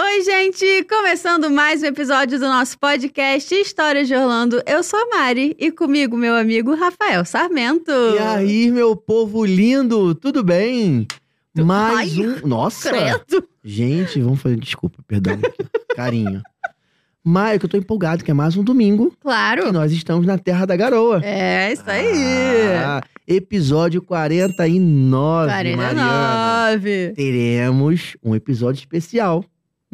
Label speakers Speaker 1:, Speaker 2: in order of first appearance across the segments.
Speaker 1: Oi, gente! Começando mais um episódio do nosso podcast Histórias de Orlando. Eu sou a Mari e comigo meu amigo Rafael Sarmento.
Speaker 2: E aí, meu povo lindo, tudo bem? Mais
Speaker 1: Ai,
Speaker 2: um. Nossa!
Speaker 1: Credo!
Speaker 2: Gente, vamos fazer. Desculpa, perdão. Carinho. Mas que eu tô empolgado, que é mais um domingo e
Speaker 1: Claro!
Speaker 2: nós estamos na Terra da Garoa.
Speaker 1: É, isso aí!
Speaker 2: Ah, episódio 49, 49. Mariana.
Speaker 1: 49!
Speaker 2: Teremos um episódio especial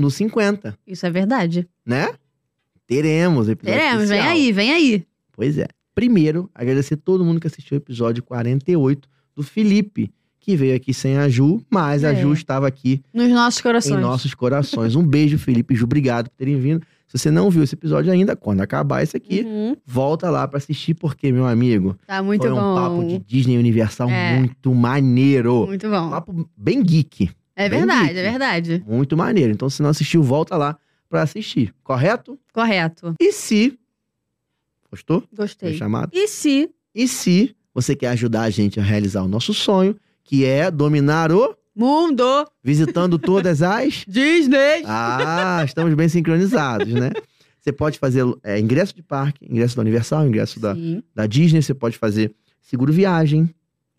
Speaker 2: no 50,
Speaker 1: Isso é verdade.
Speaker 2: né? Teremos episódio
Speaker 1: Teremos, vem
Speaker 2: especial.
Speaker 1: aí, vem aí.
Speaker 2: Pois é. Primeiro, agradecer todo mundo que assistiu o episódio 48 do Felipe, que veio aqui sem a Ju, mas a
Speaker 1: É.
Speaker 2: Ju estava aqui
Speaker 1: Nos nossos corações.
Speaker 2: em nossos corações. Um beijo, Felipe e Ju, obrigado por terem vindo. Se você não viu esse episódio ainda, quando acabar esse aqui,
Speaker 1: Uhum,
Speaker 2: volta lá pra assistir, porque, meu amigo,
Speaker 1: Tá muito
Speaker 2: foi um
Speaker 1: bom.
Speaker 2: papo de Disney Universal
Speaker 1: É.
Speaker 2: muito maneiro.
Speaker 1: Muito bom.
Speaker 2: Um papo bem geek,
Speaker 1: É
Speaker 2: bem
Speaker 1: verdade,
Speaker 2: geek.
Speaker 1: é verdade.
Speaker 2: muito maneiro. Então, se não assistiu, volta lá pra assistir, correto?
Speaker 1: Correto.
Speaker 2: E se. Gostou? Foi
Speaker 1: Gostei.
Speaker 2: chamado?
Speaker 1: E se
Speaker 2: E se você quer ajudar a gente a realizar o nosso sonho, que é dominar o
Speaker 1: Mundo
Speaker 2: visitando todas as.
Speaker 1: Disney?
Speaker 2: Ah, estamos bem sincronizados, né? Você pode fazer é, ingresso de parque, ingresso da Universal, ingresso da,
Speaker 1: Sim,
Speaker 2: da Disney, você pode fazer seguro viagem,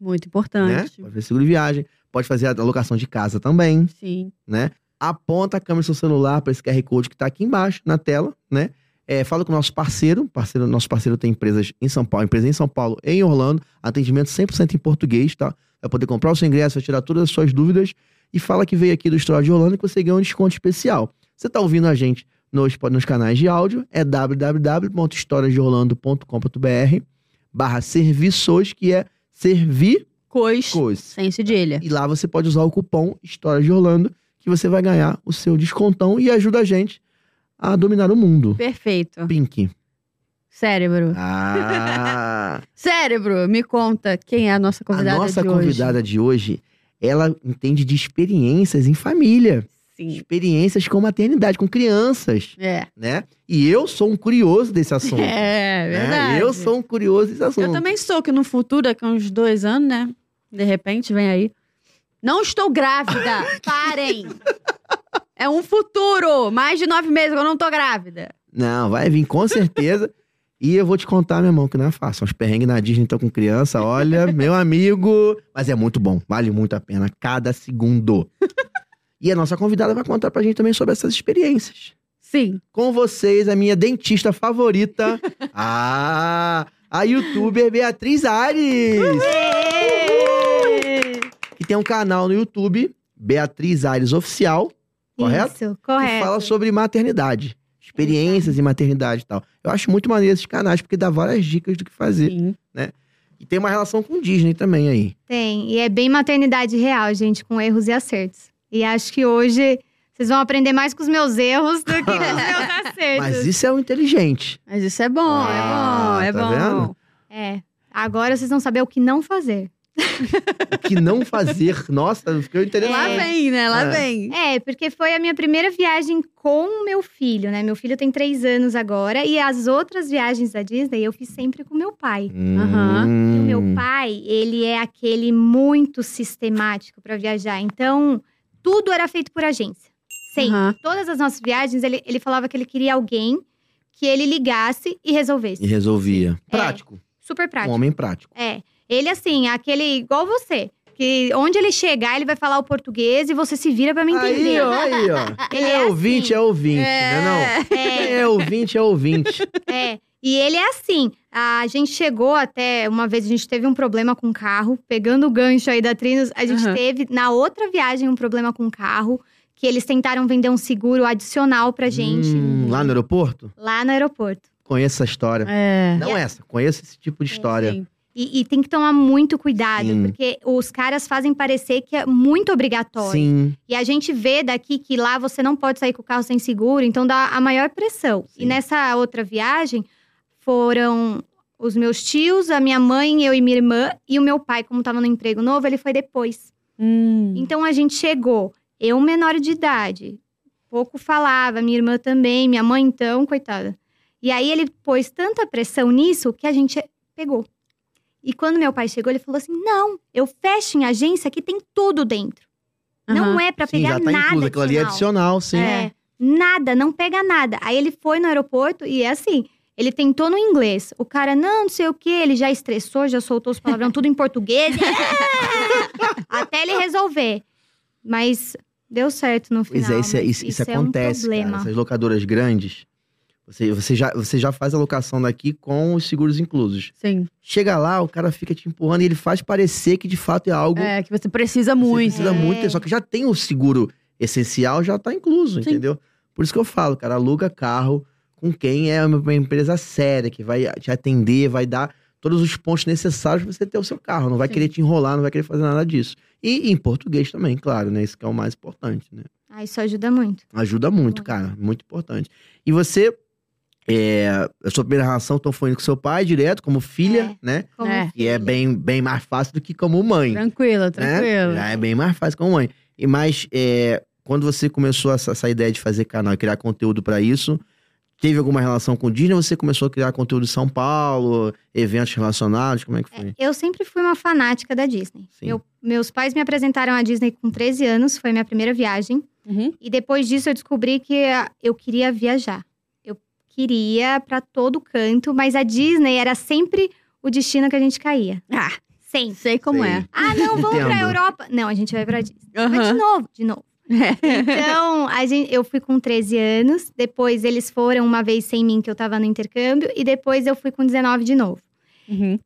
Speaker 1: muito
Speaker 2: né?
Speaker 1: importante.
Speaker 2: Pode fazer seguro viagem, pode fazer a alocação de casa também,
Speaker 1: Sim.
Speaker 2: né? Aponta a câmera do seu celular para esse QR Code que tá aqui embaixo na tela, né? É, fala com o nosso parceiro, parceiro, nosso parceiro tem empresas em São Paulo, empresa em São Paulo e em Orlando, atendimento 100% em português, tá? Vai poder comprar o seu ingresso, vai tirar todas as suas dúvidas e fala que veio aqui do História de Orlando que você ganha um desconto especial. Você tá ouvindo a gente nos, nos canais de áudio, é www.historiasdeorlando.com.br barra serviços, que é servicos.
Speaker 1: Cois. Sem cedilha.
Speaker 2: E lá você pode usar o cupom História de Orlando, que você vai ganhar o seu descontão e ajuda a gente a dominar o mundo.
Speaker 1: Perfeito.
Speaker 2: Pink.
Speaker 1: Cérebro.
Speaker 2: Ah!
Speaker 1: Cérebro, me conta quem é a nossa
Speaker 2: a
Speaker 1: convidada
Speaker 2: nossa
Speaker 1: de hoje.
Speaker 2: convidada de hoje, ela entende de experiências em família.
Speaker 1: Sim.
Speaker 2: Experiências com maternidade, com crianças,
Speaker 1: É.
Speaker 2: né? E eu sou um curioso desse assunto.
Speaker 1: É,
Speaker 2: né?
Speaker 1: verdade.
Speaker 2: Eu sou um curioso desse assunto.
Speaker 1: Eu também sou, que no futuro, daqui a uns dois anos, né? De repente, vem aí. Não estou grávida! Parem! É um futuro! Mais de nove meses, eu não tô grávida.
Speaker 2: Não, vai vir com certeza. e eu vou te contar, meu irmão, que não é fácil. Os perrengues na Disney estão com criança, olha, meu amigo. Mas é muito bom, vale muito a pena, cada segundo. e a nossa convidada vai contar pra gente também sobre essas experiências.
Speaker 1: Sim.
Speaker 2: Com vocês, a minha dentista favorita, a, a youtuber Beatriz Ares. que tem um canal no YouTube, Beatriz Ares Oficial, correto?
Speaker 3: Isso,
Speaker 2: que
Speaker 3: correto.
Speaker 2: fala sobre maternidade, experiências em maternidade e tal. Eu acho muito maneiro esses canais, porque dá várias dicas do que fazer.
Speaker 1: Sim.
Speaker 2: E tem uma relação com o Disney também aí.
Speaker 3: Tem. E é bem maternidade real, gente, com erros e acertos. E acho que hoje vocês vão aprender mais com os meus erros do que com os meus acertos.
Speaker 2: Mas isso é o inteligente.
Speaker 1: Mas isso é bom,
Speaker 2: Ah,
Speaker 1: é bom,
Speaker 2: tá
Speaker 1: é bom.
Speaker 2: vendo?
Speaker 3: É. Agora vocês vão saber o que não fazer.
Speaker 2: O que não fazer. Nossa, eu fiquei entendendo.
Speaker 1: Lá
Speaker 3: É.
Speaker 1: vem, né? Lá
Speaker 2: É.
Speaker 1: vem.
Speaker 3: É, porque foi a minha primeira viagem com o meu filho, né? Meu filho tem três anos agora. E as outras viagens da Disney eu fiz sempre com meu pai.
Speaker 1: Aham.
Speaker 3: É.
Speaker 2: Hum.
Speaker 3: E o meu pai, ele é aquele muito sistemático para viajar. Então, tudo era feito por agência. Sempre.
Speaker 1: Aham.
Speaker 3: todas as nossas viagens, ele, ele falava que ele queria alguém que ele ligasse e resolvesse.
Speaker 2: E resolvia. Prático.
Speaker 3: Super
Speaker 2: Um
Speaker 3: É, prático.
Speaker 2: homem prático.
Speaker 3: É. Ele, assim, é aquele igual você. Que onde ele chegar, ele vai falar o português e você se vira pra me
Speaker 2: Aí,
Speaker 3: entender.
Speaker 2: ó, aí, ó. Quem
Speaker 3: Ele
Speaker 2: é,
Speaker 3: é
Speaker 2: ouvinte
Speaker 3: assim.
Speaker 2: é ouvinte, né? Não. Quem
Speaker 3: É,
Speaker 2: é ouvinte é ouvinte.
Speaker 3: é. E ele é assim. A gente chegou até. Uma vez a gente teve um problema com o carro. Pegando o gancho aí da Trinos, a gente
Speaker 1: Aham.
Speaker 3: teve, na outra viagem, um problema com o carro. Que eles tentaram vender um seguro adicional pra gente
Speaker 2: Hum, lá no aeroporto?
Speaker 3: lá no aeroporto.
Speaker 2: Conheço essa história.
Speaker 1: É.
Speaker 2: Não essa, conheço esse tipo de história.
Speaker 1: Sim.
Speaker 3: E, e tem que tomar muito cuidado,
Speaker 2: Sim.
Speaker 3: porque os caras fazem parecer que é muito obrigatório.
Speaker 2: Sim.
Speaker 3: E a gente vê daqui que lá você não pode sair com o carro sem seguro, então dá a maior pressão.
Speaker 2: Sim.
Speaker 3: E nessa outra viagem, foram os meus tios, a minha mãe, eu e minha irmã. E o meu pai, como tava no emprego novo, ele foi depois.
Speaker 1: Hum.
Speaker 3: Então a gente chegou, eu menor de idade, pouco falava, minha irmã também, minha mãe então, coitada. E aí ele pôs tanta pressão nisso que a gente pegou. E quando meu pai chegou, ele falou assim: "Não, eu fecho em agência que tem tudo dentro. Não
Speaker 1: Aham.
Speaker 3: é pra
Speaker 2: Sim,
Speaker 3: pegar
Speaker 2: já tá
Speaker 3: nada
Speaker 2: incluso. Aquilo ali é adicional, sim.
Speaker 3: É, nada, não pega nada. Aí ele foi no aeroporto e é assim, ele tentou no inglês. O cara, não, não sei o quê, ele já estressou, já soltou os palavrão tudo em português. até ele resolver. Mas deu certo no final.
Speaker 2: Pois é, isso, é-
Speaker 3: mas
Speaker 2: isso- isso
Speaker 3: é um
Speaker 2: acontece, cara.
Speaker 3: problema.
Speaker 2: Essas locadoras grandes, você, você, já, você já faz a locação daqui com os seguros inclusos.
Speaker 1: Sim.
Speaker 2: Chega lá, o cara fica te empurrando e ele faz parecer que de fato é algo
Speaker 1: É, que você precisa
Speaker 2: Você
Speaker 1: muito.
Speaker 2: Precisa
Speaker 1: né?
Speaker 2: muito, ter, só que já tem o seguro essencial, já tá incluso,
Speaker 1: Sim.
Speaker 2: entendeu? Por isso que eu falo, cara, aluga carro com quem é uma uma empresa séria, que vai te atender, vai dar todos os pontos necessários pra você ter o seu carro. Não vai
Speaker 1: Sim.
Speaker 2: querer te enrolar, não vai querer fazer nada disso. E em português também, claro, né? Isso que é o mais importante, né?
Speaker 3: Ah, isso ajuda muito.
Speaker 2: Ajuda muito,
Speaker 3: Muito.
Speaker 2: cara. Muito importante. E você, é, a sua primeira relação então foi indo com seu pai direto, como filha, né?
Speaker 3: Como
Speaker 1: É.
Speaker 2: E é bem, bem mais fácil do que como mãe
Speaker 1: Tranquilo,
Speaker 2: né?
Speaker 1: tranquilo.
Speaker 2: Já é bem mais fácil com a mãe. E mas é, quando você começou essa, essa ideia de fazer canal e criar conteúdo pra isso, teve alguma relação com o Disney? Você começou a criar conteúdo em São Paulo, eventos relacionados, como é que foi?
Speaker 3: Eu sempre fui uma fanática da Disney.
Speaker 2: Sim.
Speaker 3: Eu- meus pais me apresentaram a Disney com 13 anos, foi minha primeira viagem.
Speaker 1: Uhum.
Speaker 3: E depois disso eu descobri que ah, eu queria viajar. Eu queria pra todo canto, mas a Disney era sempre o destino que a gente caía.
Speaker 1: Ah,
Speaker 3: Sempre.
Speaker 1: sei como é.
Speaker 3: Ah, não, vamos pra
Speaker 2: Entendo.
Speaker 3: Europa. Não, a gente vai pra Disney. Mas de
Speaker 1: Aham.
Speaker 3: novo, de novo. Então, a gente, eu fui com 13 anos, depois eles foram uma vez sem mim que eu tava no intercâmbio e depois eu fui com 19 de novo.
Speaker 1: Uhum.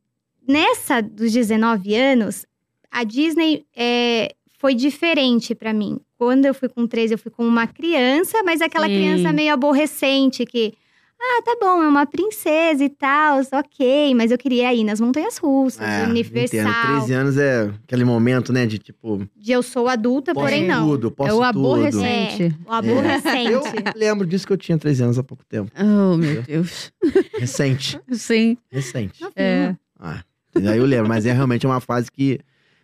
Speaker 3: Nessa dos 19 anos, a Disney é, foi diferente pra mim. Quando eu fui com 13, eu fui com uma criança, mas aquela
Speaker 1: Sim.
Speaker 3: criança meio aborrecente que, ah, tá bom, é uma princesa e tal, ok, mas eu queria ir nas montanhas russas,
Speaker 2: É, entendo.
Speaker 3: Universal,
Speaker 2: 13 anos é aquele momento, né, de tipo,
Speaker 3: de eu sou adulta,
Speaker 2: posso
Speaker 3: porém não.
Speaker 2: tudo, posso
Speaker 1: é o
Speaker 2: tudo. É.
Speaker 1: aborrecente.
Speaker 3: O aborrecente.
Speaker 2: Eu lembro disso que eu tinha 13 anos há pouco tempo.
Speaker 3: É.
Speaker 1: Oh, meu Deus.
Speaker 2: Recente,
Speaker 1: Sim.
Speaker 2: recente.
Speaker 3: Não fui
Speaker 1: É.
Speaker 2: Ah, aí eu lembro, mas é realmente uma fase que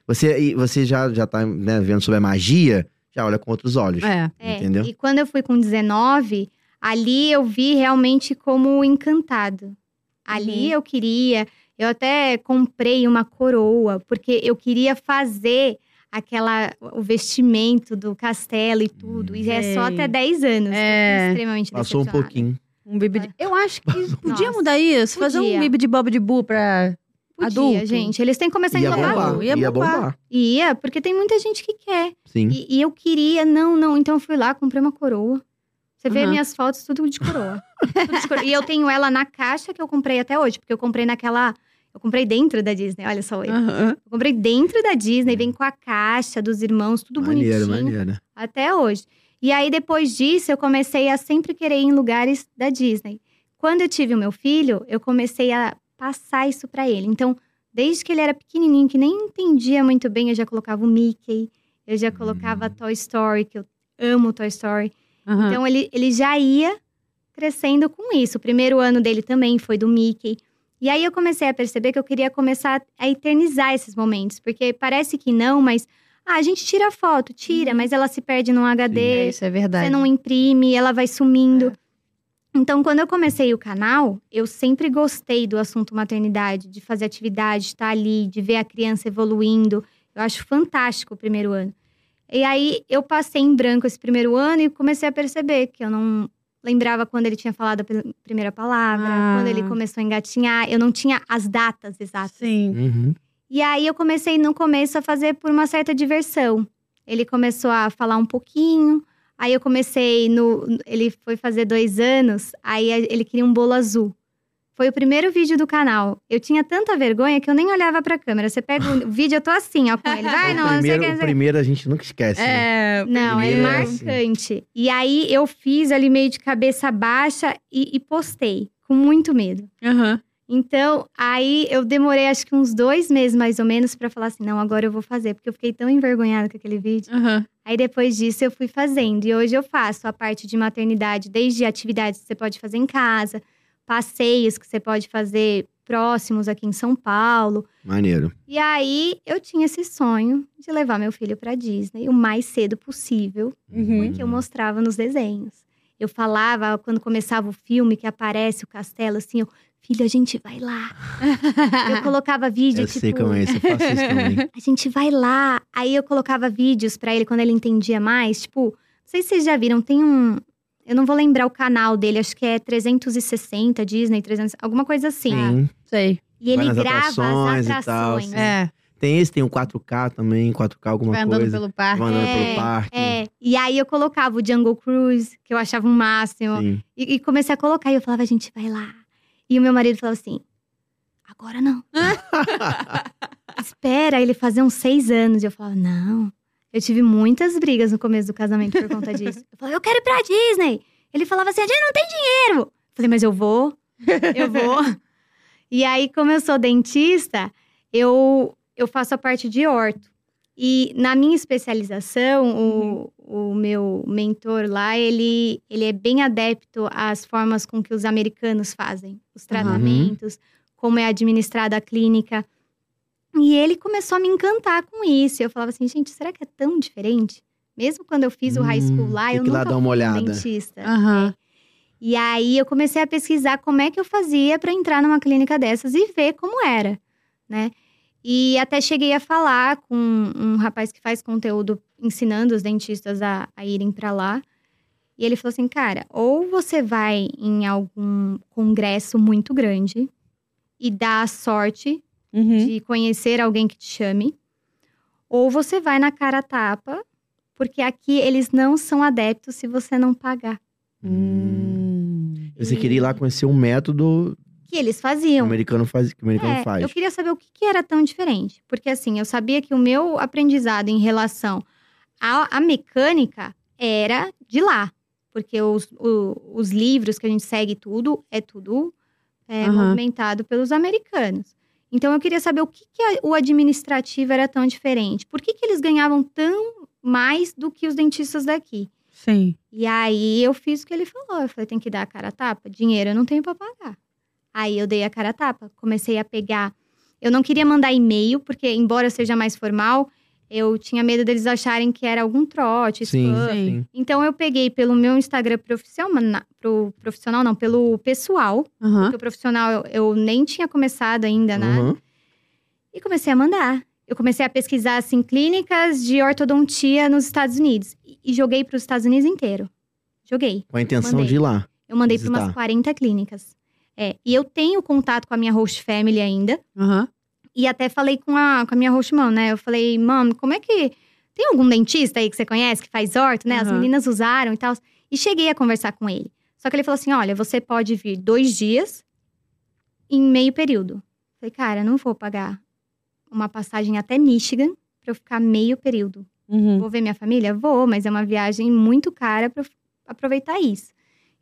Speaker 2: você, e você já, já tá né, vendo sobre a magia, já olha com outros olhos.
Speaker 1: É.
Speaker 3: É,
Speaker 2: Entendeu?
Speaker 3: E quando eu fui com 19, ali eu vi realmente como encantado. Ali
Speaker 1: Uhum.
Speaker 3: eu queria, eu até comprei uma coroa, porque eu queria fazer aquela o vestimento do castelo e tudo. E é só
Speaker 1: Sei.
Speaker 3: até 10 anos. Eu
Speaker 1: É.
Speaker 3: fui extremamente
Speaker 2: Passou um
Speaker 3: decepcionada.
Speaker 2: pouquinho.
Speaker 1: Um bibi de... Eu acho que podia
Speaker 3: Nossa,
Speaker 1: mudar isso. Fazer um
Speaker 3: podia.
Speaker 1: bibi de bob de bu pra
Speaker 3: Podia,
Speaker 1: adulto.
Speaker 3: gente. Eles têm que começar a
Speaker 2: Ia
Speaker 3: englobar.
Speaker 2: bombar,
Speaker 3: tudo.
Speaker 1: ia
Speaker 2: ia
Speaker 1: bombar.
Speaker 2: bombar.
Speaker 3: Ia, porque tem muita gente que quer.
Speaker 2: Sim.
Speaker 3: E, e eu queria, não, não. Então eu fui lá, comprei uma coroa. Você vê
Speaker 1: Aham.
Speaker 3: minhas fotos, tudo de coroa. Tudo de coroa. E eu tenho ela na caixa que eu comprei até hoje, porque eu comprei naquela. Eu comprei dentro da Disney, olha só. Eu
Speaker 1: Aham.
Speaker 3: Eu comprei dentro da Disney, vem com a caixa dos irmãos, tudo
Speaker 2: maneiro,
Speaker 3: bonitinho.
Speaker 2: maneiro. né?
Speaker 3: Até hoje. E aí, depois disso, eu comecei a sempre querer ir em lugares da Disney. Quando eu tive o meu filho, eu comecei a passar isso pra ele. Então, desde que ele era pequenininho, que nem entendia muito bem, eu já colocava o Mickey, eu já colocava
Speaker 2: Hum.
Speaker 3: Toy Story, que eu amo Toy Story.
Speaker 1: Aham.
Speaker 3: Então, ele, ele já ia crescendo com isso. O primeiro ano dele também foi do Mickey. E aí, eu comecei a perceber que eu queria começar a eternizar esses momentos. Porque parece que não, mas… Ah, a gente tira a foto, tira, mas ela se perde num
Speaker 1: Uhum. É,
Speaker 3: HD,
Speaker 1: isso é verdade.
Speaker 3: você não imprime, ela vai sumindo. Então, quando eu comecei o canal, eu sempre gostei do assunto maternidade, de fazer atividade, de estar ali, de ver a criança evoluindo. Eu acho fantástico o primeiro ano. E aí, eu passei em branco esse primeiro ano e comecei a perceber que eu não lembrava quando ele tinha falado a pri- primeira palavra,
Speaker 1: Ah.
Speaker 3: quando ele começou a engatinhar. Eu não tinha as datas exatas.
Speaker 1: Sim.
Speaker 2: Uhum.
Speaker 3: E aí eu comecei no começo a fazer por uma certa diversão. Ele começou a falar um pouquinho. Aí eu comecei no. Ele foi fazer dois anos, aí a- ele queria um bolo azul. Foi o primeiro vídeo do canal. Eu tinha tanta vergonha que eu nem olhava pra câmera. Você pega o vídeo, eu tô assim, ó, com ele. Vai, não,
Speaker 2: o
Speaker 3: não sei é
Speaker 2: primeiro, o
Speaker 3: o que. não sei o que.
Speaker 2: primeiro a gente nunca esquece. né?
Speaker 1: É.
Speaker 3: Não, é
Speaker 2: primeiro é assim.
Speaker 3: marcante. E aí eu fiz ali meio de cabeça baixa e- e postei, com muito medo.
Speaker 1: Aham.
Speaker 3: Então, aí eu demorei acho que uns dois meses mais ou menos pra falar assim: não, agora eu vou fazer, porque eu fiquei tão envergonhada com aquele vídeo.
Speaker 1: Aham.
Speaker 3: Aí depois disso eu fui fazendo. E hoje eu faço a parte de maternidade, desde atividades que você pode fazer em casa, passeios que você pode fazer próximos aqui em São Paulo.
Speaker 2: Maneiro.
Speaker 3: E aí eu tinha esse sonho de levar meu filho para Disney o mais cedo possível,
Speaker 1: Uhum.
Speaker 3: que eu mostrava nos desenhos. Eu falava quando começava o filme que aparece o castelo assim, eu, filho, a gente vai lá. Eu colocava vídeo
Speaker 2: Eu
Speaker 3: tipo
Speaker 2: sei como é isso, eu faço isso também.
Speaker 3: a gente vai lá. Aí eu colocava vídeos pra ele quando ele entendia mais. Tipo, não sei se vocês já viram, tem um. Eu não vou lembrar o canal dele, acho que é 360 Disney, 300, alguma coisa assim.
Speaker 2: Sim.
Speaker 1: Sei.
Speaker 3: E ele
Speaker 2: Vai nas
Speaker 3: grava
Speaker 2: atrações
Speaker 3: as
Speaker 2: e tal,
Speaker 3: atrações.
Speaker 2: sim.
Speaker 1: É.
Speaker 2: Tem esse, tem o 4K também, 4K alguma
Speaker 1: Vai andando
Speaker 2: coisa.
Speaker 1: pelo parque.
Speaker 2: Vai andando
Speaker 3: É,
Speaker 2: pelo parque.
Speaker 3: É, e aí eu colocava o Jungle Cruise, que eu achava o máximo.
Speaker 2: Sim.
Speaker 3: E, e comecei a colocar, e eu falava, a gente vai lá. E o meu marido falava assim, agora não. Espera ele fazer uns seis anos. E eu falava, não. Eu tive muitas brigas no começo do casamento por conta disso. Eu falava, eu quero ir pra Disney. Ele falava assim, a gente não tem dinheiro. Eu falei, mas eu vou, eu vou. e aí, como eu sou dentista, eu, eu faço a parte de orto. E na minha especialização, o, o meu mentor lá, ele, ele é bem adepto às formas com que os americanos fazem os tratamentos, como é administrada a clínica. E ele começou a me encantar com isso. Eu falava assim, gente, será que é tão diferente? Mesmo quando eu fiz o high school
Speaker 2: Hum,
Speaker 3: lá,
Speaker 2: tem
Speaker 3: eu
Speaker 2: que ir lá
Speaker 3: nunca
Speaker 2: dar uma
Speaker 3: fui um
Speaker 2: olhada.
Speaker 3: dentista.
Speaker 1: Aham.
Speaker 3: E aí eu comecei a pesquisar como é que eu fazia para entrar numa clínica dessas e ver como era, né? E até cheguei a falar com um rapaz que faz conteúdo ensinando os dentistas a, a irem para lá. E ele falou assim, cara, ou você vai em algum congresso muito grande e dá a sorte
Speaker 1: Uhum.
Speaker 3: de conhecer alguém que te chame, ou você vai na cara tapa, porque aqui eles não são adeptos se você não pagar.
Speaker 1: Hum.
Speaker 2: Você queria ir lá conhecer um método
Speaker 3: Que eles
Speaker 2: que o
Speaker 3: faziam.
Speaker 2: americano faz. Que o americano
Speaker 3: É,
Speaker 2: faz.
Speaker 3: Eu queria saber o que, que era tão diferente. Porque assim, eu sabia que o meu aprendizado em relação à, à mecânica era de lá. Porque os, o- os livros que a gente segue tudo, é tudo é,
Speaker 1: Aham.
Speaker 3: movimentado pelos americanos. Então eu queria saber o que, que a- o administrativo era tão diferente. Por que, que eles ganhavam tão mais do que os dentistas daqui?
Speaker 1: Sim.
Speaker 3: E aí eu fiz o que ele falou. Eu falei, tem que dar a cara a tapa. Dinheiro eu não tenho pra pagar. Aí eu dei a cara a tapa, comecei a pegar. Eu não queria mandar e-mail, porque embora eu seja mais formal, eu tinha medo deles acharem que era algum trote,
Speaker 2: Sim,
Speaker 3: spam.
Speaker 2: sim.
Speaker 3: Então eu peguei pelo meu Instagram profissional, na- pro profissional não, pelo pessoal,
Speaker 1: Aham.
Speaker 3: porque o profissional eu, eu nem tinha começado ainda nada.
Speaker 2: Uhum.
Speaker 3: E comecei a mandar. Eu comecei a pesquisar assim clínicas de ortodontia nos Estados Unidos e, e joguei para os Estados Unidos inteiro. Joguei.
Speaker 2: Com a intenção
Speaker 3: Mandei.
Speaker 2: de ir lá.
Speaker 3: Eu mandei para umas
Speaker 2: Visitar.
Speaker 3: 40 clínicas. É, e eu tenho contato com a minha host family ainda.
Speaker 1: Aham.
Speaker 3: E até falei com a, com a minha host mom, né? Eu falei, mom, como é que. Tem algum dentista aí que você conhece que faz orto, né? As
Speaker 1: Aham.
Speaker 3: meninas usaram e tal. E cheguei a conversar com ele. Só que ele falou assim: olha, você pode vir dois dias em meio período. Falei, cara, eu não vou pagar uma passagem até Michigan pra eu ficar meio período.
Speaker 1: Uhum.
Speaker 3: Vou ver minha família? Vou, mas é uma viagem muito cara para aproveitar isso.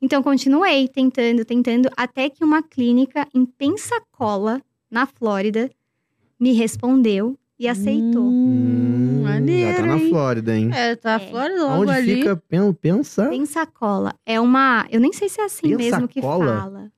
Speaker 3: Então, continuei tentando, tentando, até que uma clínica em Pensacola, na Flórida, me respondeu e aceitou.
Speaker 1: Hum, maneiro,
Speaker 2: já tá na
Speaker 1: hein?
Speaker 2: Flórida, hein?
Speaker 1: É, tá a
Speaker 3: É.
Speaker 1: Flórida logo
Speaker 2: Onde
Speaker 1: ali.
Speaker 2: fica? pen- Pensa.
Speaker 3: Pensacola é uma. Eu nem sei se é assim mesmo que
Speaker 2: Pensacola?
Speaker 3: fala.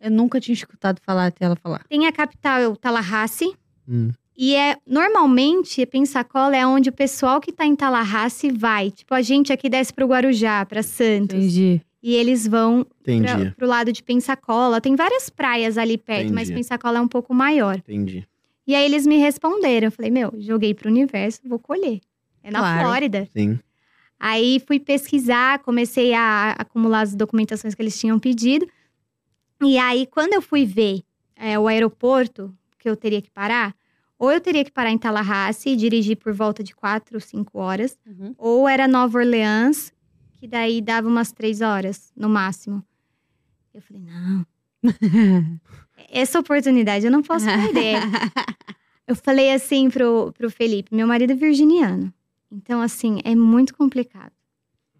Speaker 1: Eu nunca tinha escutado falar até ela falar.
Speaker 3: Tem a capital, é o Tallahassee.
Speaker 2: Hum.
Speaker 3: E é normalmente Pensacola é onde o pessoal que tá em Tallahassee vai. Tipo, a gente aqui desce pro Guarujá, pra Santos.
Speaker 1: Entendi.
Speaker 3: E eles vão pra,
Speaker 2: Entendi,
Speaker 3: pro lado de Pensacola. Tem várias praias ali perto,
Speaker 2: Entendi.
Speaker 3: mas Pensacola é um pouco maior.
Speaker 2: entendi.
Speaker 3: E aí eles me responderam. Eu falei, meu, joguei pro universo, vou colher. É na
Speaker 1: Claro.
Speaker 3: Flórida.
Speaker 2: Sim.
Speaker 3: Aí fui pesquisar, comecei a acumular as documentações que eles tinham pedido. E aí, quando eu fui ver é, o aeroporto que eu teria que parar, ou eu teria que parar em Tallahassee e dirigir por volta de 4 ou 5 horas,
Speaker 1: Uhum.
Speaker 3: ou era Nova Orleans, que daí dava umas 3 horas no máximo. Eu falei, não, essa oportunidade eu não posso perder. eu falei assim pro, pro Felipe, meu marido é virginiano. Então, assim, é muito complicado.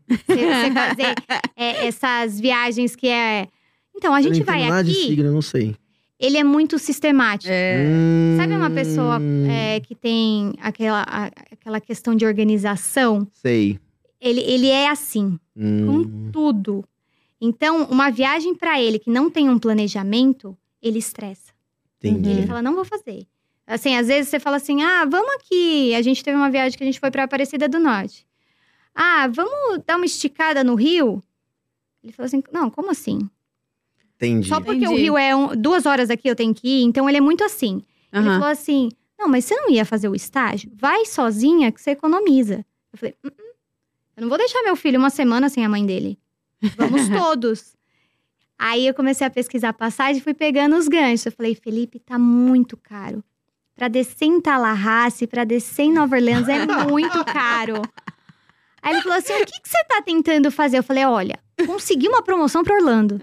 Speaker 3: Você, você fazer é, essas viagens que é. Então, a gente
Speaker 2: eu não entendo
Speaker 3: vai
Speaker 2: nada de
Speaker 3: aqui,
Speaker 2: signo, eu não sei.
Speaker 3: ele é muito sistemático.
Speaker 1: É.
Speaker 2: Hum,
Speaker 3: Sabe uma pessoa é, que tem aquela, a- aquela questão de organização?
Speaker 2: Sei.
Speaker 3: Ele, ele é assim,
Speaker 2: Hum,
Speaker 3: tudo. Então, uma viagem para ele que não tem um planejamento, ele estressa.
Speaker 2: Entendi.
Speaker 3: Ele fala, não vou fazer. Assim, às vezes você fala assim, ah, vamos aqui. A gente teve uma viagem que a gente foi pra Aparecida do Norte. Ah, vamos dar uma esticada no rio? Ele falou assim, não, como assim?
Speaker 2: Entendi.
Speaker 3: Só porque o
Speaker 1: Entendi.
Speaker 3: rio é um- duas horas aqui, eu tenho que ir. Então, ele é muito assim. Ele
Speaker 1: Aham.
Speaker 3: falou assim, não, mas você não ia fazer o estágio? Vai sozinha que você economiza. Eu falei, "Hum, hum. eu não vou deixar meu filho uma semana sem a mãe dele. Vamos todos. Aí eu comecei a pesquisar passagem e fui pegando os ganchos. Eu falei, Felipe, tá muito caro. Pra descer em Tallahassee, pra descer em Nova Orleans é muito caro. Aí ele falou assim, o que, que você tá tentando fazer? Eu falei, olha, consegui uma promoção pra Orlando.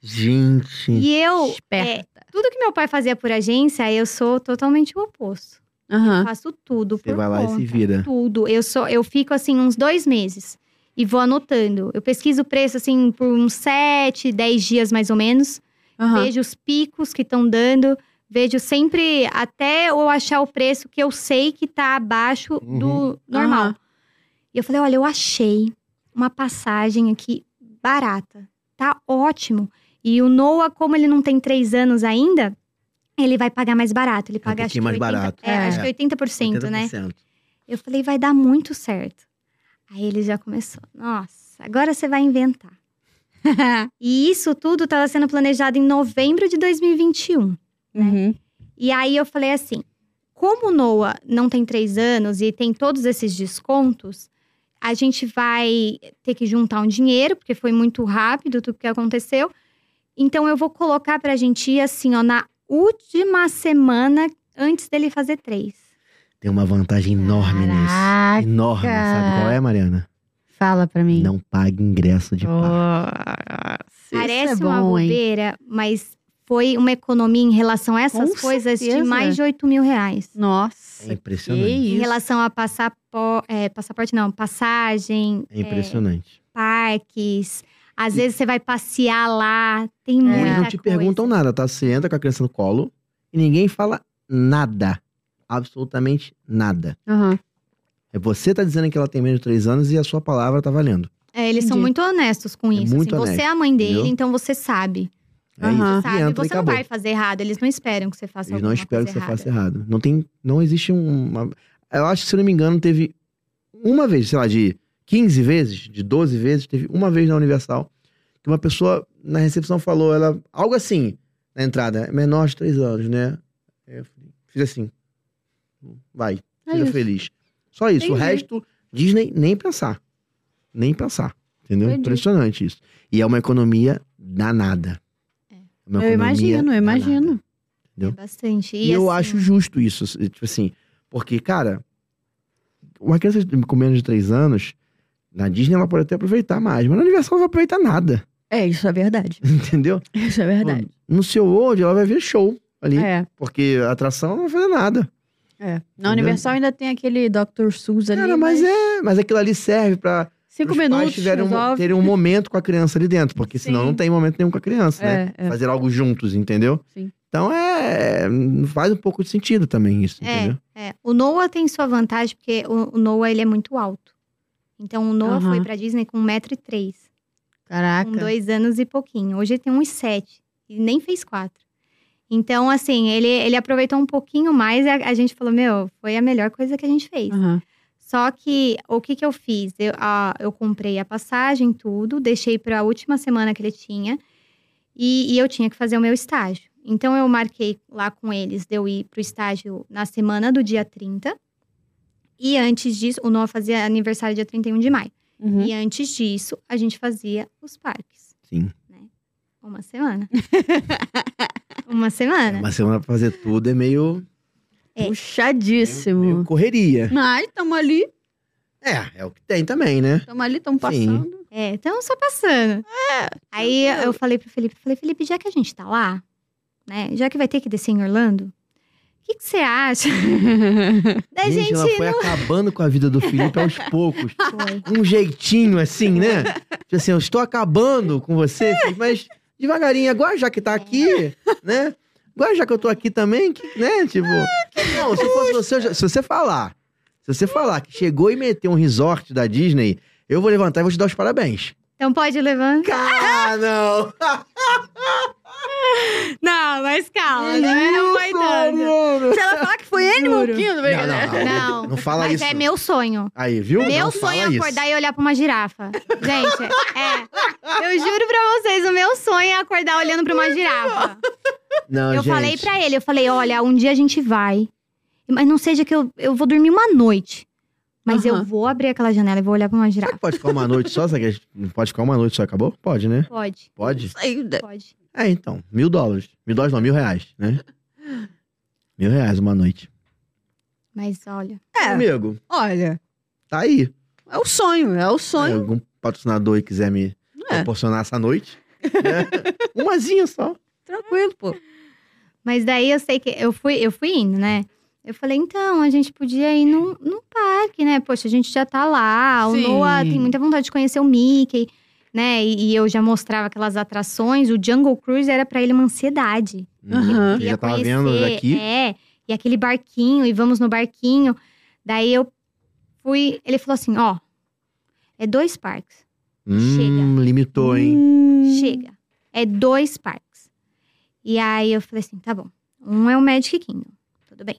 Speaker 2: Gente.
Speaker 3: E
Speaker 1: "Oh,
Speaker 3: eu,
Speaker 1: Esperta.
Speaker 3: é, tudo que meu pai fazia por agência, eu sou totalmente o oposto.
Speaker 1: Aham.
Speaker 3: Faço tudo
Speaker 2: Você
Speaker 3: por
Speaker 2: vai lá e
Speaker 3: conta.
Speaker 2: se vira.
Speaker 3: Tudo. Eu, sou, eu fico, assim, uns dois meses. E vou anotando. Eu pesquiso o preço, assim, por uns sete, dez dias, mais ou menos.
Speaker 1: Aham.
Speaker 3: Vejo os picos que estão dando. Vejo sempre até eu achar o preço que eu sei que tá abaixo
Speaker 2: Uhum.
Speaker 3: do normal.
Speaker 1: Aham.
Speaker 3: E eu falei, olha, eu achei uma passagem aqui barata. Tá ótimo. E o Noah, como ele não tem três anos ainda, ele vai pagar mais barato. Ele paga, acho que
Speaker 2: Um pouquinho mais
Speaker 3: 80,
Speaker 2: barato.
Speaker 3: É, acho
Speaker 2: É.
Speaker 3: que 80%, né?
Speaker 2: 80%.
Speaker 3: Eu falei, vai dar muito certo. Aí ele já começou. Nossa, agora você vai inventar. E isso tudo estava sendo planejado em novembro de 2021.
Speaker 1: Uhum.
Speaker 3: E aí eu falei assim: como o Noah não tem três anos e tem todos esses descontos, a gente vai ter que juntar um dinheiro, porque foi muito rápido tudo que aconteceu. Então eu vou colocar pra gente ir assim, ó, na última semana antes dele fazer três.
Speaker 2: Tem uma vantagem enorme
Speaker 1: Caraca.
Speaker 2: nisso. Enorme. Sabe qual é, Mariana?
Speaker 1: Fala pra mim.
Speaker 2: Não paga ingresso de parque.
Speaker 1: Nossa, isso
Speaker 3: Parece
Speaker 1: é bom,
Speaker 3: uma
Speaker 1: hein?
Speaker 3: bobeira, mas foi uma economia em relação a essas
Speaker 1: Com
Speaker 3: coisas
Speaker 1: certeza.
Speaker 3: de mais de 8 mil reais.
Speaker 2: É
Speaker 1: Nossa, que
Speaker 2: impressionante.
Speaker 1: isso.
Speaker 3: Em relação a passapo- é, passaporte, não, passagem,
Speaker 2: É impressionante.
Speaker 3: parques. Às vezes você vai passear lá, tem
Speaker 2: E
Speaker 3: muita
Speaker 2: eles não te
Speaker 3: É, coisa.
Speaker 2: perguntam nada, tá? Você entra com a criança no colo e ninguém fala nada. Absolutamente nada.
Speaker 1: Aham.
Speaker 2: É você tá dizendo que ela tem menos de 3 anos e a sua palavra tá valendo.
Speaker 3: É, eles são
Speaker 1: Entendi.
Speaker 3: muito honestos com
Speaker 2: É
Speaker 3: isso.
Speaker 2: muito
Speaker 3: assim, você
Speaker 2: honesto,
Speaker 3: é a mãe dele,
Speaker 2: entendeu?
Speaker 3: então você sabe.
Speaker 2: É
Speaker 1: Aham.
Speaker 2: isso. E
Speaker 3: sabe?
Speaker 2: entra e
Speaker 3: Você não
Speaker 2: acabou.
Speaker 3: vai fazer errado. Eles não esperam que você faça
Speaker 2: Eles não
Speaker 3: alguma
Speaker 2: esperam que
Speaker 3: coisa
Speaker 2: você faça
Speaker 3: errada.
Speaker 2: errado. Não tem, não existe um, uma. Eu acho que, se eu não me engano, teve uma vez, sei lá, de 15 vezes, de 12 vezes, teve uma vez na Universal que uma pessoa na recepção falou, ela, algo assim, na entrada, menor de 3 anos, né? Eu fiz assim. Vai,
Speaker 1: É
Speaker 2: seja
Speaker 1: isso.
Speaker 2: feliz. Só isso. O
Speaker 1: Entendi.
Speaker 2: resto, Disney, nem pensar. Nem pensar. Entendeu?
Speaker 1: Entendi.
Speaker 2: Impressionante isso. E é uma economia danada. É uma
Speaker 1: Eu
Speaker 2: economia
Speaker 1: imagino, eu
Speaker 2: danada.
Speaker 1: imagino.
Speaker 2: errado.
Speaker 3: É bastante.
Speaker 2: E eu
Speaker 3: assim,
Speaker 2: acho justo isso, assim, tipo assim, porque, cara, uma criança de- com menos de 3 anos, na Disney ela pode até aproveitar mais, mas na Universal ela não vai aproveitar nada,
Speaker 1: É, isso é verdade.
Speaker 2: entendeu?
Speaker 1: Isso é verdade.
Speaker 2: No seu World ela vai ver show ali,
Speaker 1: É,
Speaker 2: porque a atração ela não vai fazer nada.
Speaker 1: é. Na Universal ainda tem aquele Dr. Seuss ali.
Speaker 2: Cara, mas, é, mas aquilo ali serve pra
Speaker 1: Cinco
Speaker 2: os pais
Speaker 1: minutos,
Speaker 2: tiverem um,
Speaker 1: resolve.
Speaker 2: terem um momento com a criança ali dentro, porque senão
Speaker 1: Sim.
Speaker 2: não tem momento nenhum com a criança, né?
Speaker 1: É, é.
Speaker 2: Fazer algo juntos, entendeu?
Speaker 1: Sim.
Speaker 2: Então é. faz um pouco de sentido também isso,
Speaker 3: É.
Speaker 2: entendeu?
Speaker 3: É, o Noah tem sua vantagem, porque o, o Noah, ele é muito alto. Então, o Noah
Speaker 1: Aham.
Speaker 3: foi pra Disney com 1,3m.
Speaker 1: Caraca.
Speaker 3: Com dois anos e pouquinho. Hoje ele tem uns sete. E nem fez quatro. Então, assim, ele, ele aproveitou um pouquinho mais. E a, a gente falou, meu, foi a melhor coisa que a gente fez.
Speaker 1: Aham.
Speaker 3: Só que, o que que eu fiz? Eu, a- eu comprei a passagem, tudo. Deixei para a última semana que ele tinha. E, e eu tinha que fazer o meu estágio. Então, eu marquei lá com eles de eu ir pro estágio na semana do dia 30. E antes disso, o Noah fazia aniversário dia 31 de maio.
Speaker 1: Uhum.
Speaker 3: E antes disso, a gente fazia os parques.
Speaker 2: Sim.
Speaker 3: Uma semana. uma
Speaker 1: É, né?
Speaker 3: semana.
Speaker 2: Uma semana pra fazer tudo é meio.
Speaker 3: É.
Speaker 1: Puxadíssimo.
Speaker 2: Meio correria.
Speaker 1: Ai, tamo ali,
Speaker 2: É, é o que tem também, né?
Speaker 1: tamo ali, tamo
Speaker 2: Sim.
Speaker 1: passando.
Speaker 3: É, então só passando. Aí
Speaker 1: tranquilo.
Speaker 3: É, eu falei pro Felipe, falei, Felipe, já que a gente tá lá, né? Já que vai ter que descer em Orlando, o que que você acha
Speaker 1: É,
Speaker 3: da gente,
Speaker 2: ela foi acabando com a vida do Felipe aos poucos.
Speaker 3: Foi.
Speaker 2: Com um jeitinho, assim, né? Tipo assim, eu estou acabando com você, Felipe, mas devagarinho, agora já que tá aqui, né? Agora já que eu tô aqui também, que, né? Tipo. Não, se fosse você, eu já- se você falar. Se você falar que chegou e meteu um resort da Disney, eu vou levantar e vou te dar os parabéns.
Speaker 3: Então pode levantar.
Speaker 2: Ah, não!
Speaker 3: Não, mas calma, né? Não foi tanto.
Speaker 2: Mariana.
Speaker 1: Se ela falar que foi ele,
Speaker 3: Juro.
Speaker 1: Monquinho, não,
Speaker 2: Não,
Speaker 1: brincadeira.
Speaker 2: não,
Speaker 3: Não,
Speaker 2: não fala
Speaker 3: mas
Speaker 2: isso.
Speaker 3: é meu sonho.
Speaker 2: Aí, viu?
Speaker 3: Meu
Speaker 2: não
Speaker 3: sonho é
Speaker 2: fala
Speaker 3: acordar
Speaker 2: isso.
Speaker 3: e olhar pra uma girafa. Gente, é. Eu juro pra vocês, o meu sonho é acordar olhando pra uma girafa.
Speaker 2: Não,
Speaker 3: Eu
Speaker 2: gente.
Speaker 3: falei pra ele, eu falei, olha, um dia a gente vai. Mas não seja que eu, eu vou dormir uma noite. Mas
Speaker 1: Aham.
Speaker 3: eu vou abrir aquela janela e vou olhar pra uma
Speaker 2: Será que
Speaker 3: girafa.
Speaker 2: pode ficar uma noite só? Será que a gente não pode ficar uma noite só? Acabou? Pode, né?
Speaker 3: Pode,
Speaker 2: Pode?
Speaker 1: Aí, da-
Speaker 3: pode.
Speaker 2: É, então. Mil dólares. Mil dólares não, mil reais, né? Mil reais uma noite.
Speaker 3: Mas olha.
Speaker 1: É,
Speaker 2: Amigo,
Speaker 1: olha,
Speaker 2: tá aí.
Speaker 1: é o sonho, é o
Speaker 2: Se
Speaker 1: sonho.
Speaker 2: algum patrocinador aí quiser me
Speaker 1: É.
Speaker 2: proporcionar essa noite. né? Umazinha só.
Speaker 1: Tranquilo, pô.
Speaker 3: Mas daí eu sei que. Eu fui, eu fui indo, né? Eu falei, então, a gente podia ir num, num parque, né? Poxa, a gente já tá lá. O
Speaker 1: Sim.
Speaker 3: Noah tem muita vontade de conhecer o Mickey, né? E, e eu já mostrava aquelas atrações. O Jungle Cruise era pra ele uma ansiedade.
Speaker 1: Aham.
Speaker 2: Eu
Speaker 3: Queria
Speaker 2: Já tava
Speaker 3: conhecer,
Speaker 2: vendo aqui.
Speaker 3: É, e aquele barquinho, e vamos no barquinho. Daí eu fui. Ele falou assim: ó, é dois parques.
Speaker 2: Hum, limitou, hein?
Speaker 1: Hum.
Speaker 3: Chega. É dois parques. E aí eu falei assim: tá bom. Um é o Magic Kingdom. Tudo bem.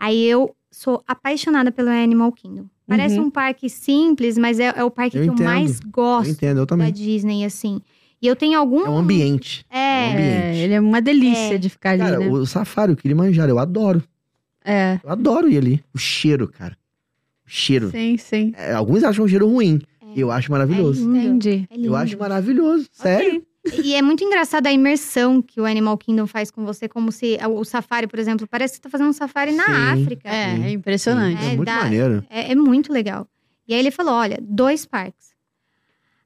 Speaker 3: Aí eu sou apaixonada pelo Animal Kingdom. Parece
Speaker 1: Uhum.
Speaker 3: um parque simples, mas é, é o parque
Speaker 2: Eu
Speaker 3: que
Speaker 2: entendo.
Speaker 3: eu mais
Speaker 2: Eu
Speaker 3: gosto
Speaker 2: entendo, eu
Speaker 3: da
Speaker 2: também.
Speaker 3: Disney, assim. E eu tenho algum.
Speaker 2: É um ambiente.
Speaker 3: É,
Speaker 2: ambiente.
Speaker 1: É, ele é uma delícia de ficar ali,
Speaker 2: Cara,
Speaker 1: né?
Speaker 2: o safári, o Kilimanjaro, eu adoro.
Speaker 1: É.
Speaker 2: Eu adoro ir ali. O cheiro, cara. O cheiro.
Speaker 1: Sim, sim.
Speaker 2: É, alguns acham um cheiro ruim.
Speaker 3: É.
Speaker 2: Eu acho maravilhoso.
Speaker 3: É lindo.
Speaker 1: Entendi.
Speaker 3: é
Speaker 2: eu
Speaker 3: lindo.
Speaker 2: acho maravilhoso. Sério.
Speaker 1: Ok.
Speaker 3: E é muito engraçado a imersão que o Animal Kingdom faz com você, como se o safari, por exemplo, parece que você tá fazendo um safari na
Speaker 2: Sim.
Speaker 3: África.
Speaker 1: É,
Speaker 2: Sim.
Speaker 1: é
Speaker 2: É,
Speaker 1: impressionante.
Speaker 3: É,
Speaker 2: muito
Speaker 3: dá-
Speaker 2: maneiro.
Speaker 3: É, é muito legal. E aí ele falou: olha, dois parques.